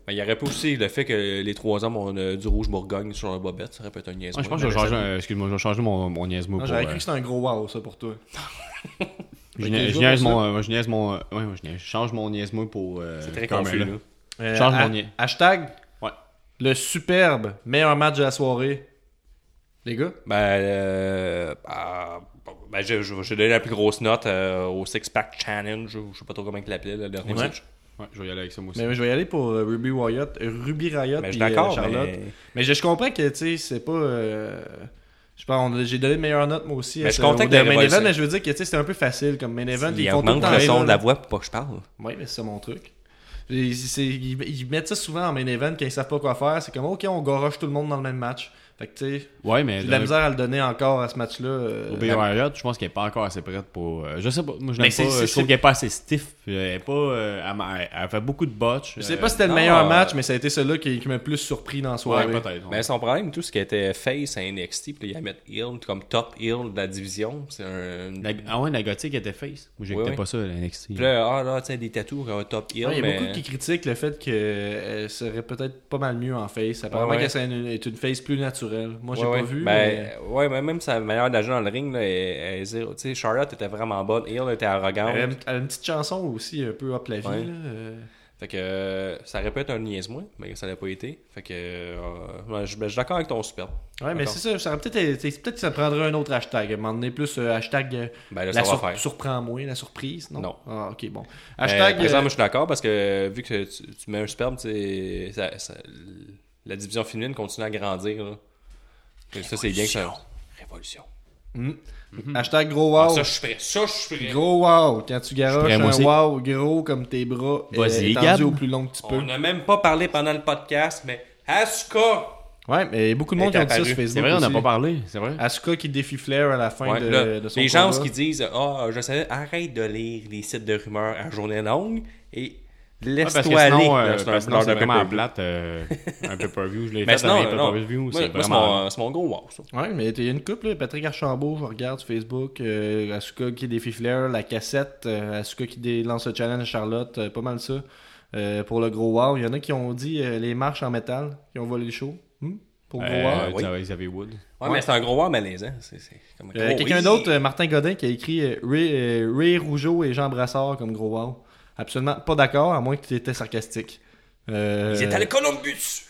D: Mais il y aurait pas aussi le fait que les trois hommes ont euh, du rouge Bourgogne sur leur bobette, ça aurait pu être un niaise
E: moi, je pense que je vais changer, euh, excuse-moi, je vais changer mon, mon
C: Non,
E: niaise-moi pour.
C: J'aurais
E: euh,
C: cru que c'était un gros wow, ça, pour toi.
E: je
C: Ok,
E: nia-
C: je
E: je
C: vois
E: niaise
C: pour ça.
E: mon. euh, moi, je niaise mon. euh, ouais, moi, je niaise- je change mon niaise-moi pour. euh,
D: C'est très
E: Carmella.
D: confus, là.
C: Euh,
E: Change
C: ha-
E: mon nia-
C: Hashtag
E: Ouais.
C: le superbe meilleur match de la soirée. Les gars,
D: Ben, euh, bah, ben, je, je, je vais donner la plus grosse note euh, au Six Pack Challenge, ou je sais pas trop comment il l'appelait, le dernier
C: Ouais.
D: match.
E: Ouais, je vais y aller avec ça, moi aussi.
C: mais je vais y aller pour euh, Ruby Riot, euh, Ruby Riot
D: Mais
C: puis,
D: Ben, je suis
C: euh,
D: d'accord,
C: Charlotte.
D: mais...
C: Mais je, je comprends que, tu sais, c'est pas. euh, je pense, on- j'ai donné de meilleures notes, moi aussi.
D: Mais
C: à
D: Ben, je suis
C: ce-
D: content
C: au
D: que t'aies
C: main event,
D: révolu-
C: mais je veux dire que, tu sais, c'était un peu facile comme main event.
D: Il
C: ils font tout le
D: augmente
C: temps
D: le
C: ça,
D: son de
C: là.
D: la voix pour pas que je parle.
C: Oui, mais c'est ça mon truc. Et c'est- Ils, ils mettent ça souvent en main event quand ils savent pas quoi faire. C'est comme, ok, on garoche tout le monde dans le même match. Fait que, tu sais,
E: Ouais, mais.
C: j'ai de la
E: euh,
C: misère à le donner encore à ce match-là. euh,
E: Ruby Riot, je pense qu'elle est pas encore assez prête pour. euh, je sais pas, moi je
C: Mais
E: l'aime
C: c'est-
E: pas.
C: c'est-
E: Je trouve
C: c'est-
E: qu'elle est pas assez stiff. Elle est pas. euh, elle, m'a- elle fait beaucoup de botches.
C: Je sais
E: euh,
C: pas si c'était le
D: non,
C: meilleur
D: euh,
C: match, mais ça a été celui-là qui, qui m'a le plus surpris dans la
E: Ouais,
C: soirée.
E: peut-être.
D: Mais Ben, son problème, tout ce qui était face à NXT, puis là, il y a mettre Hill comme top Hill de la division, c'est un.
E: La- Ah ouais, la gothique était face. Moi, j'écoutais
D: Ouais, ouais.
E: pas ça, la NXT.
D: Puis là, ah là, tiens, des tatous comme un top Hill.
C: Ouais, Il y a
D: mais...
C: beaucoup qui critiquent le fait qu'elle serait peut-être pas mal mieux en face. Apparemment
D: Ouais, ouais.
C: qu'elle serait une- est une face plus naturelle. Moi, j'ai
D: Ouais,
C: pas
D: ouais.
C: vu.
D: Ben, Ouais, mais même sa manière d'agir dans le ring, là, elle- elle- zéro. Tu sais, Charlotte était vraiment bonne, Hill était
C: mais
D: arrogante.
C: elle, a une- elle a une petite chanson aussi, un peu hop la vie.
D: Ouais.
C: là, euh.
D: Fait que euh, ça aurait pu être un niaise-moi, mais ça l'a pas été. Fait que. euh, ouais, je ben, je suis d'accord avec ton super.
C: Ouais, mais
D: D'accord.
C: c'est ça. ça aurait peut-être été- c'est- peut-être que ça prendrait un autre hashtag. À un moment donné, plus euh, hashtag euh,
D: Ben là, ça
C: la
D: va
C: sur-
D: faire.
C: surprend moins, la surprise. Non.
D: Non.
C: Ah, ok, bon.
D: Mais,
C: Hashtag.
D: par exemple,
C: euh,
D: moi, je suis d'accord parce que euh, vu que tu, tu mets un sperme, tu sais, ça- ça- la division féminine continue à grandir. là. Et Ça, c'est bien que ça. Révolution.
C: Hashtag gros
E: Oh.
C: wow.
D: Ah, Ça, je suis prêt. Ça, je suis prêt.
C: Gros wow. Quand tu garoches
E: prêt, moi
C: un
E: aussi.
C: wow gros comme tes bras, euh,
E: Vas-y,
C: étendus
E: Gab.
C: au plus long que tu peux.
D: On n'a même pas parlé pendant le podcast, mais Asuka!
C: Ouais, mais il y a beaucoup de
D: Elle
C: monde qui
D: est
C: a dit ça sur
D: apparue.
C: Facebook.
E: C'est vrai, on n'a
C: aussi. Ah,
E: pas parlé. C'est vrai.
C: Asuka qui défie Flair à la fin
D: Ouais,
C: de,
D: là,
C: de son
D: les gens
C: combat.
D: qui disent Ah, je savais, arrête de lire les sites de rumeurs à journée longue et
E: Ouais, parce
D: laisse-toi
E: que
D: aller.
E: sinon, euh,
D: Là, c'est un
E: parce que
D: blur
E: sinon, c'est
D: de
E: vraiment
D: pay-per-view.
E: plate. euh, un pay-per-view, je l'ai
D: Mais
E: fait
D: sinon,
E: un
D: euh, non.
E: pay-per-view.
D: Moi,
E: C'est
D: moi, c'est
E: vraiment.
D: mon, c'est mon gros wow, ça.
C: Ouais, mais il y a une couple, là, Patrick Archambault, je regarde sur Facebook, euh, Asuka qui défie Flair, la cassette, euh, Asuka qui dé- lance le challenge à Charlotte, euh, pas mal ça. Euh, pour le gros wow, il y en a qui ont dit euh, les marches en métal, qui ont volé le show. Hmm? Pour le gros wow.
E: Euh,
D: oui.
E: Xavier- Xavier Wood.
D: Ouais, mais c'est un gros wow malaisant. C'est, c'est comme un
C: Euh,
D: gros
C: Quelqu'un
D: oh, oui.
C: d'autre, euh, Martin Godin, qui a écrit euh, Ray, euh, Ray Rougeau et Jean Brassard comme gros wow. Absolument pas d'accord, à moins que tu étais sarcastique. Euh,
D: Ils étaient à le Columbus.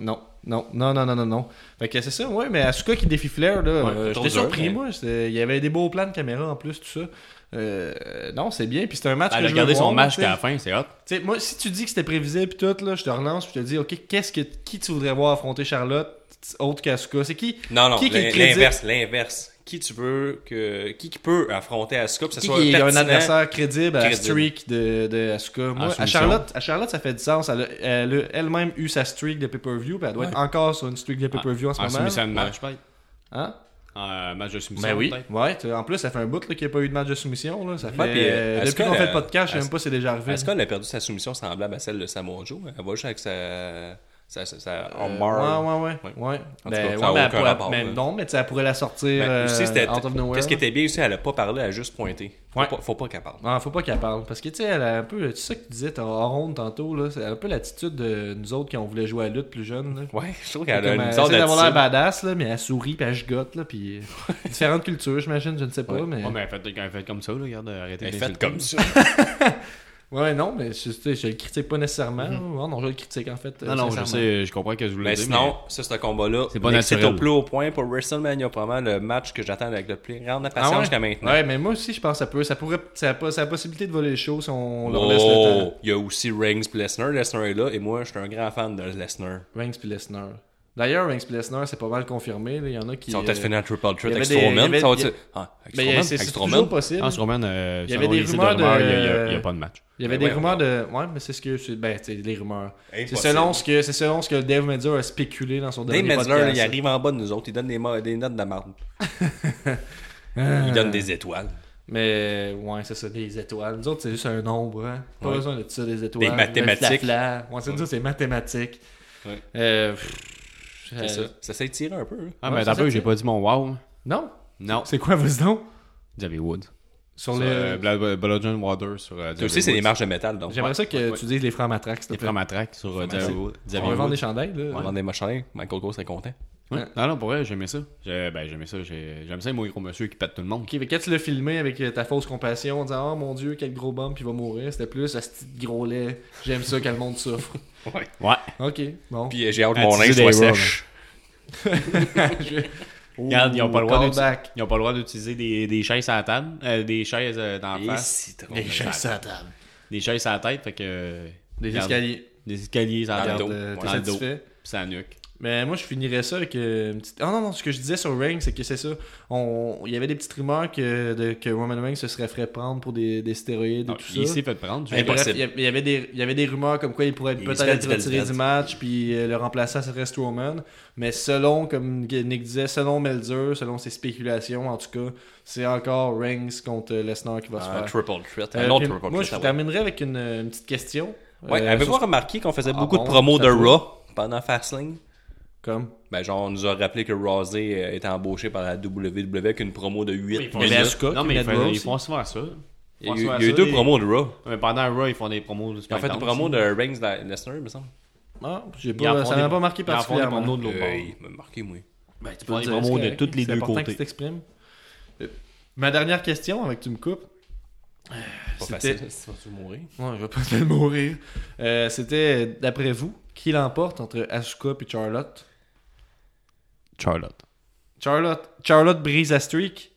C: Non, non, non, non, non, non, non. Fait que c'est ça, ouais, mais Asuka qui défie Flair, là, euh,
D: trop
C: j'étais
D: dur,
C: surpris,
D: mais-
C: moi. c'était- Il y avait des beaux plans de caméra en plus, tout ça. Euh, non, c'est bien, puis c'était un match
E: Elle
C: que
E: a
C: je
E: regardé
C: veux
E: son
C: voir,
E: match
C: tu
E: jusqu'à la
C: sais.
E: fin, c'est hot.
C: Tu sais, moi, si tu dis que c'était prévisible, puis tout, là, je te relance, puis je te dis, OK, qu'est-ce que, qui tu voudrais voir affronter Charlotte, autre qu'Asuka? C'est qui?
D: Non, non,
C: Qui qui est
D: l'in-
C: crédible?
D: l'inverse, l'inverse. Qui tu veux que. Qui, qui peut affronter Asuka, que ce
C: Qui
D: soit
C: qui est un
D: pertinent.
C: adversaire crédible à la
D: Crédible.
C: streak de, de Asuka? Moi, à
E: soumission.
C: Charlotte, à Charlotte, ça fait du sens. Elle a- elle a elle-même eu sa streak de pay-per-view, puis elle doit être encore sur une streak de pay-per-view en ce
E: En
C: moment.
E: soumission de match, peut-être.
C: Hein?
E: En match de soumission.
C: Ben oui.
E: peut-être.
C: Ouais, tu- en plus, ça fait un bout là, qu'il n'y a pas eu de match de soumission. Là. Ça fait,
D: puis, euh,
C: euh,
D: Asuka,
C: depuis qu'on fait le
D: euh,
C: podcast, je sais même
D: As-
C: pas si c'est déjà arrivé.
D: Asuka, elle a perdu sa soumission semblable à celle de Samoa Joe. Elle va juste avec sa. sa, sa, sa
C: Euh,
D: armbar.
C: ouais, ouais, ouais.
D: Ouais.
C: ouais. Ben,
D: En tout cas,
C: ouais,
D: ça a
C: mais elle
D: aucun
C: pourrait-
D: rapport,
C: mais
D: là.
C: non, mais tu sais, elle pourrait la sortir
D: Ben, aussi, c'était-
C: euh, out of nowhere.
D: Qu'est-ce qui était bien aussi, elle a pas parlé, elle a juste pointé. Faut,
C: Ouais.
D: pas, faut pas qu'elle parle.
C: Ah, faut pas qu'elle parle. Parce que, tu sais, elle a un peu. Tu sais, ce que tu disais, t'as Aaron tantôt, là. C'est un peu l'attitude de nous autres qui on voulait jouer à la lutte plus jeune, là.
D: Ouais, je trouve qu'elle
C: Comme,
D: a une
C: elle
D: bizarre
C: essaie d'avoir l'air
D: d'attitude.
C: badass, là, mais elle sourit, puis elle gigote, là, puis euh, différentes cultures, j'imagine, je ne sais pas, mais...
E: Ouais, mais elle fait, elle fait comme ça, là, regarde, euh, arrêtez
D: Elle est
E: de
D: faite
E: l'insulter.
D: comme ça.
C: Ouais, non, mais je, tu sais, je le critique pas
D: Mhm.
C: nécessairement. Ouais, non, je le critique, en fait. euh,
E: Non, non, je
C: sincèrement.
E: sais, je comprends ce que je voulais
D: Mais
E: dire.
D: sinon, ça, c'est un combat-là.
E: C'est pas
D: Nick, C'est au
E: naturel.
D: plus haut point pour WrestleMania, probablement le match que j'attends avec le plus grande
C: Ah
D: impatience
C: ouais?
D: jusqu'à maintenant.
C: Ouais, mais moi aussi, je pense que ça peut. Ça pourrait. Ça a, pas- ça a la possibilité de voler les choses si on leur laisse le temps.
D: Oh, il y a aussi Reigns et Lesnar. Lesnar est là et moi, je suis un grand fan de Lesnar.
C: Reigns puis Lesnar. D'ailleurs, Ranks Lesnar, c'est pas mal confirmé. là. Il y en a qui.
D: Ils ont peut-être
C: euh,
D: fini un triple
C: il y
D: threat avec
C: avait des- il y
D: Strowman.
C: avait-
D: Ça va
C: il y a-
D: tu- Ah, avec
C: mais il y a-
D: Strowman,
C: c'est
D: avec
C: c'est
D: Strowman.
C: toujours possible.
E: En ce moment, euh,
C: Il y avait
E: selon
C: des
E: les sites
C: rumeurs de-
E: rumeurs, il n'y a, il y a pas de match.
C: Il y avait
D: Ben
C: des
D: ouais,
C: rumeurs de. Ouais, mais c'est ce que. c'est- Ben, c'est les rumeurs. C'est
D: Impossible.
C: selon, ce que... c'est selon ce que Dave Metzler a spéculé dans son
D: Dave
C: dernier
D: Metzler,
C: podcast.
D: il arrive en bas de nous autres, il donne des, mo- des notes de la marde.
C: Ah.
D: il donne des étoiles.
C: Mais ouais, c'est ça, des étoiles. Nous autres, c'est juste un nombre. Hein? Pas
D: Ouais.
C: besoin de ça, des étoiles.
D: Des mathématiques.
C: Le flafla. Ouais, c'est nous autres, c'est mathématiques.
D: Ouais.
C: Euh, pff, euh,
D: C'est ça. Ça s'est tiré un peu. hein.
E: Ah,
C: Ouais,
E: mais
C: c'est
E: t'as
C: ça,
E: peu, j'ai
C: tu-
E: pas dit mon wow.
C: Non.
E: Non.
C: C'est quoi, vas-y donc?
E: Vous avez Wood.
C: Sur
E: Sur,
C: le...
E: euh, Blood- Bludgeon Water sur. euh,
D: Tu
E: Xavier
D: sais, c'est
E: Woods.
D: des marches de métal, donc.
C: J'aimerais ça que
E: ouais.
C: tu dises les francs matraques, s'il
E: Les
C: te plaît.
E: francs matraques sur euh,
D: Merci.
E: Xavier Woods.
C: On va
E: Xavier
C: vendre
E: Woods.
C: des chandelles, là.
D: On des machins, Michael Cole serait content.
E: Ouais. Non, non, pour vrai, j'aimais ça. J'ai- Ben, j'aimais ça. j'ai- J'aime ça, moi, gros monsieur qui pète tout le monde.
C: Ok, mais quand tu l'as filmé avec euh, ta fausse compassion en disant Oh mon dieu, quel gros bum, puis il va mourir, c'était plus ce petit gros lait, j'aime ça quand le monde souffre.
E: Ouais.
C: ok, bon.
D: Puis euh, j'ai hâte que
E: Ah,
D: mon
E: tu
D: linge
E: dis des
D: soit
E: Raw,
D: sèche.
E: Regarde, ils ont pas le droit
C: Ouh,
E: d'utiliser-
C: callback.
E: Ils ont pas le droit d'utiliser des, des chaises à la table, euh, des chaises euh, d'en
D: Et
E: face,
D: citron.
C: Des chaises à la table.
E: des chaises à la tête, fait que. euh,
C: Des
E: regarde,
C: escaliers.
E: Des escaliers à la
D: Dans
E: tête,
D: le dos.
C: Euh,
E: dans
C: T'es
E: le dos,
C: satisfait?
E: pis ça nuque.
C: Mais moi, je finirais ça avec euh, une petite. Ah non, non, ce que je disais sur Reigns, c'est que c'est ça. On... Il y avait des petites rumeurs que, de- que Roman Reigns se serait fait prendre pour des, des stéroïdes et
E: Ah,
C: tout
E: Il
C: ça.
E: s'est fait prendre. tu
C: Mais
E: vois.
C: bref,
D: Impossible.
C: il y a- il y, avait des, il y avait des rumeurs comme quoi il pourrait être
D: Il
C: peut-être
D: se fait
C: être
D: du
C: retiré
D: velvet.
C: du match, puis euh, le remplaçant serait Strowman. Mais selon, comme Nick disait, selon Melzer, selon ses spéculations, en tout cas, c'est encore Reigns contre Lesnar qui va se faire.
D: Un triple threat.
C: Euh,
D: Ah, Un autre
C: puis
D: triple
C: moi, je
D: threat.
C: terminerai avec une, une petite question.
D: Ouais,
C: Euh,
D: avez-vous
C: sur-
D: remarqué qu'on faisait
C: Ah
D: beaucoup
C: bon,
D: de promos
C: ça
D: de
C: peut.
D: Raw pendant Fastlane?
C: Comme.
D: Ben, genre, on nous a rappelé que Rosé euh, était embauché par la WWE avec une promo de 8 minutes.
E: font
C: Mais
E: des-
C: Asuka,
E: Non,
C: qui venait
E: mais ils
C: de Raw
E: font- ils
C: aussi.
E: font souvent ça.
D: Il y a eu, il y
E: Ils font
D: a eu
E: souvent
D: deux
E: ça,
D: promos de Raw.
E: Mais pendant Raw, ils font des promos.
D: Ils
E: du
D: ont fait
E: SmackDown
D: une promo
E: aussi.
D: de Reigns la- Lesnar, il me semble.
C: Ah, j'ai
E: Ils en
C: pas,
E: font
C: ça
E: des-
C: m'a pas marqué
E: ils en font des
C: particulièrement.
E: promos de l'autre
D: Euh,
E: bord.
D: il m'a marqué, moi.
C: Ben, tu
E: peux dire, c'est correct. C'est important que tu
C: Euh, Ma dernière question, avant que tu me coupes.
D: Pas
C: C'était-
D: facile, si tu vas tout mourir.
C: Ouais, je vais pas te le mourir. Euh, C'était, euh, d'après vous, qui l'emporte entre Asuka et Charlotte
E: Charlotte.
C: Charlotte. Charlotte brise la streak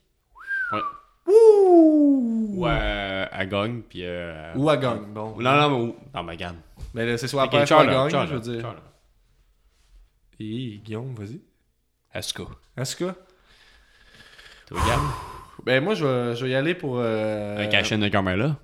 E: Ou euh, elle gagne, puis. euh,
C: ou elle gagne Bon.
E: Non, non, mais. Non, mais regarde.
C: Mais là, c'est soit
E: Ok,
C: après soit elle gagne,
E: Charlotte, Charlotte,
C: je veux dire.
E: Charlotte.
C: Hé, Guillaume, vas-y.
D: Asuka.
C: Asuka
E: Tu regardes.
C: Ben, moi, je vais, je vais y aller pour. euh,
E: Avec la chaîne de Carmella.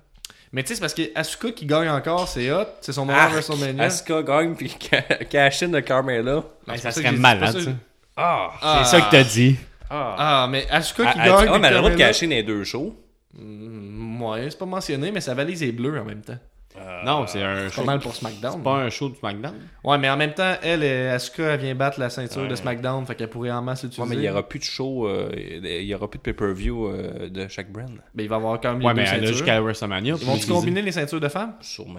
C: Mais tu sais, c'est parce que Asuka qui gagne encore, c'est hot. C'est son
E: Ah,
C: moment de WrestleMania.
D: Asuka gagne, puis ca- cash in de Carmella.
C: Non, c'est
E: ça
C: pas
E: serait
C: que j'ai dit,
E: malade,
C: c'est pas
E: ça.
D: Ah!
C: Ah.
E: C'est ça que t'as dit.
C: Ah, mais Asuka
D: Ah,
C: qui
D: ah,
C: gagne.
D: ah, mais elle a le droit de
C: Carmella.
D: cacher dans les deux shows.
C: Mm, Ouais, c'est pas mentionné, mais sa valise est bleue en même temps.
E: Ah. Non, c'est un
C: Pas
E: show.
C: mal pour SmackDown.
E: C'est pas un show du SmackDown.
C: Ouais, mais en même temps, elle, euh, Asuka, elle vient battre la ceinture de SmackDown, fait qu'elle pourrait en masse l'utiliser.
D: Ouais, mais il n'y aura plus de show, euh, il n'y aura plus de pay-per-view euh, de chaque brand.
C: Mais Ben, il va avoir quand même
E: Ouais,
C: les
E: mais
C: deux
E: elle a
C: ceintures.
E: jusqu'à WrestleMania.
C: Ils vont-tu combiner les ceintures de femmes
D: Sûrement.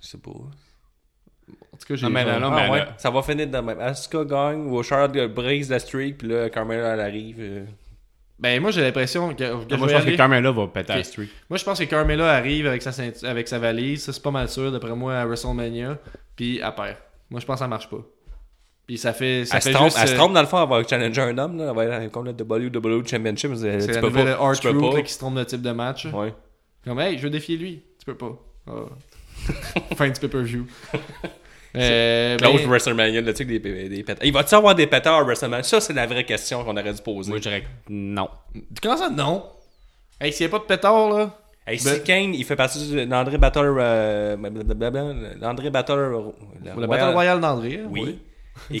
D: Je sais pas.
C: En tout cas, j'ai.
E: Non, mais là,
C: euh,
E: non, mais
D: Ah, ouais,
E: là-
D: ça va finir de même. Asuka gagne, ou Charlotte brise la streak, puis là, Carmella, elle arrive. euh.
C: Ben, moi, j'ai l'impression que. que je
E: Moi, je
C: vais
E: pense
C: aller-
E: que Carmella va péter
C: Ok.
E: la street.
C: Moi, je pense que Carmella arrive avec sa, ceinture- avec sa valise, ça, c'est pas mal sûr, d'après moi, à WrestleMania, puis elle perd. Moi, je pense que ça marche pas. Puis ça fait. Ça
D: Elle, se
C: fait
D: trompe,
C: juste,
D: elle se
C: euh,
D: trompe, dans le fond, elle va challenger un homme, là. elle va être contre le WWE Championship. mais, euh,
C: C'est
D: tu
C: la
D: peux
C: nouvelle
D: pas.
C: Art
D: Tu peux pas.
C: qui se trompe de type de match.
D: Ouais.
C: Comme, hey, je veux défier lui. Tu peux pas. Ah. fin du pay-per-view. Euh, ben,
D: L'autre WrestleMania, le truc des, des pétards. Il va-tu avoir des pétards à WrestleMania? Ça, c'est la vraie question qu'on aurait dû poser.
E: Moi, je dirais que non.
C: Comment ça, non? Hey, s'il n'y a pas de pétard, là.
D: Hey, si
C: Ben-
D: Kane, il fait partie de l'André Battle. euh, blablabla, L'André Battle. euh,
C: Pour le Battle Royale Ah, d'André. hein,
D: Oui. Et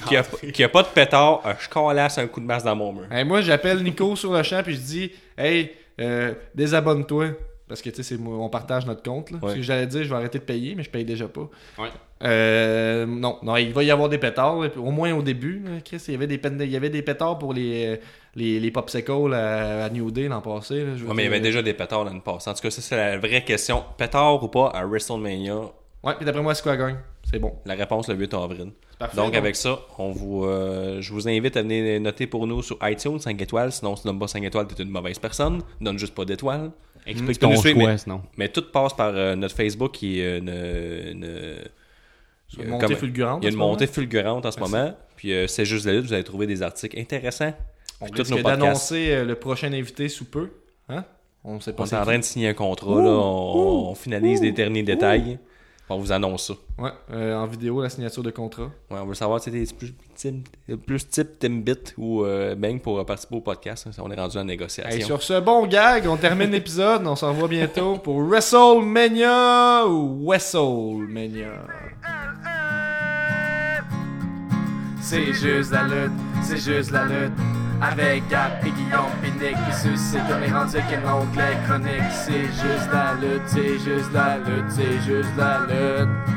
D: qu'il n'y a, pas de pétard, euh, je calasse un coup de masse dans mon mur.
C: Hey, moi, j'appelle Nico sur le champ puis je dis, hey, euh, désabonne-toi. Parce que, tu sais, c'est moi- on partage notre compte. Là. Parce que j'allais dire, je vais arrêter de payer, mais je paye déjà pas.
E: Ouais.
C: Euh, non, non, il va y avoir des pétards, là, puis au moins au début. là, Chris, il y avait des, pen- il y avait des pétards pour les, euh, les, les popsicles à, à New Day l'an passé. là, je veux
D: Ouais, mais il y
C: dire.
D: avait déjà des pétards l'année passée. En tout cas, ça, c'est la vraie question. Pétard ou pas à WrestleMania
C: Ouais, puis d'après moi, c'est quoi gagne? C'est bon.
D: La réponse le 8 avril.
C: parfait,
D: donc,
C: donc.
D: avec ça, on vous, euh, je vous invite à venir noter pour nous sur iTunes 5 étoiles. Sinon, si tu donnes pas 5 étoiles, t'es une mauvaise personne. Donne juste pas d'étoiles.
E: Explique
D: peux
E: ton
D: nous suivre,
E: choix,
D: mais-
E: sinon.
D: Mais tout passe par euh, notre Facebook qui est euh, une, une-
C: Une
D: euh,
C: montée
D: comme-
C: fulgurante
D: Il y
C: en
D: a une
C: ce moment.
D: montée fulgurante en ce moment. Puis euh, c'est juste la lutte, vous allez trouver des articles intéressants.
C: On
D: Puis tous
C: risque
D: nos podcasts.
C: d'annoncer euh, le prochain invité sous peu. Hein? On sait pas
D: On
C: c'est
D: est en
C: qui.
D: train de signer un contrat, là. On, on finalise les derniers détails. On vous annonce ça.
C: Ouais, euh, en vidéo, la signature de contrat.
D: Ouais, on veut savoir si t'es plus, Tim- plus type Timbit ou euh, Bang pour euh, participer au podcast. hein. On est rendu en négociation.
C: Hey, sur ce bon gag, on termine l'épisode. On se revoit bientôt pour WrestleMania ou WrestleMania.
B: C'est juste la lutte, c'est juste la lutte. Avec Gap et Guillaume Pinique qui suscite comme les rendus qui montent les chroniques. C'est juste la lutte, c'est juste la lutte, c'est juste la lutte.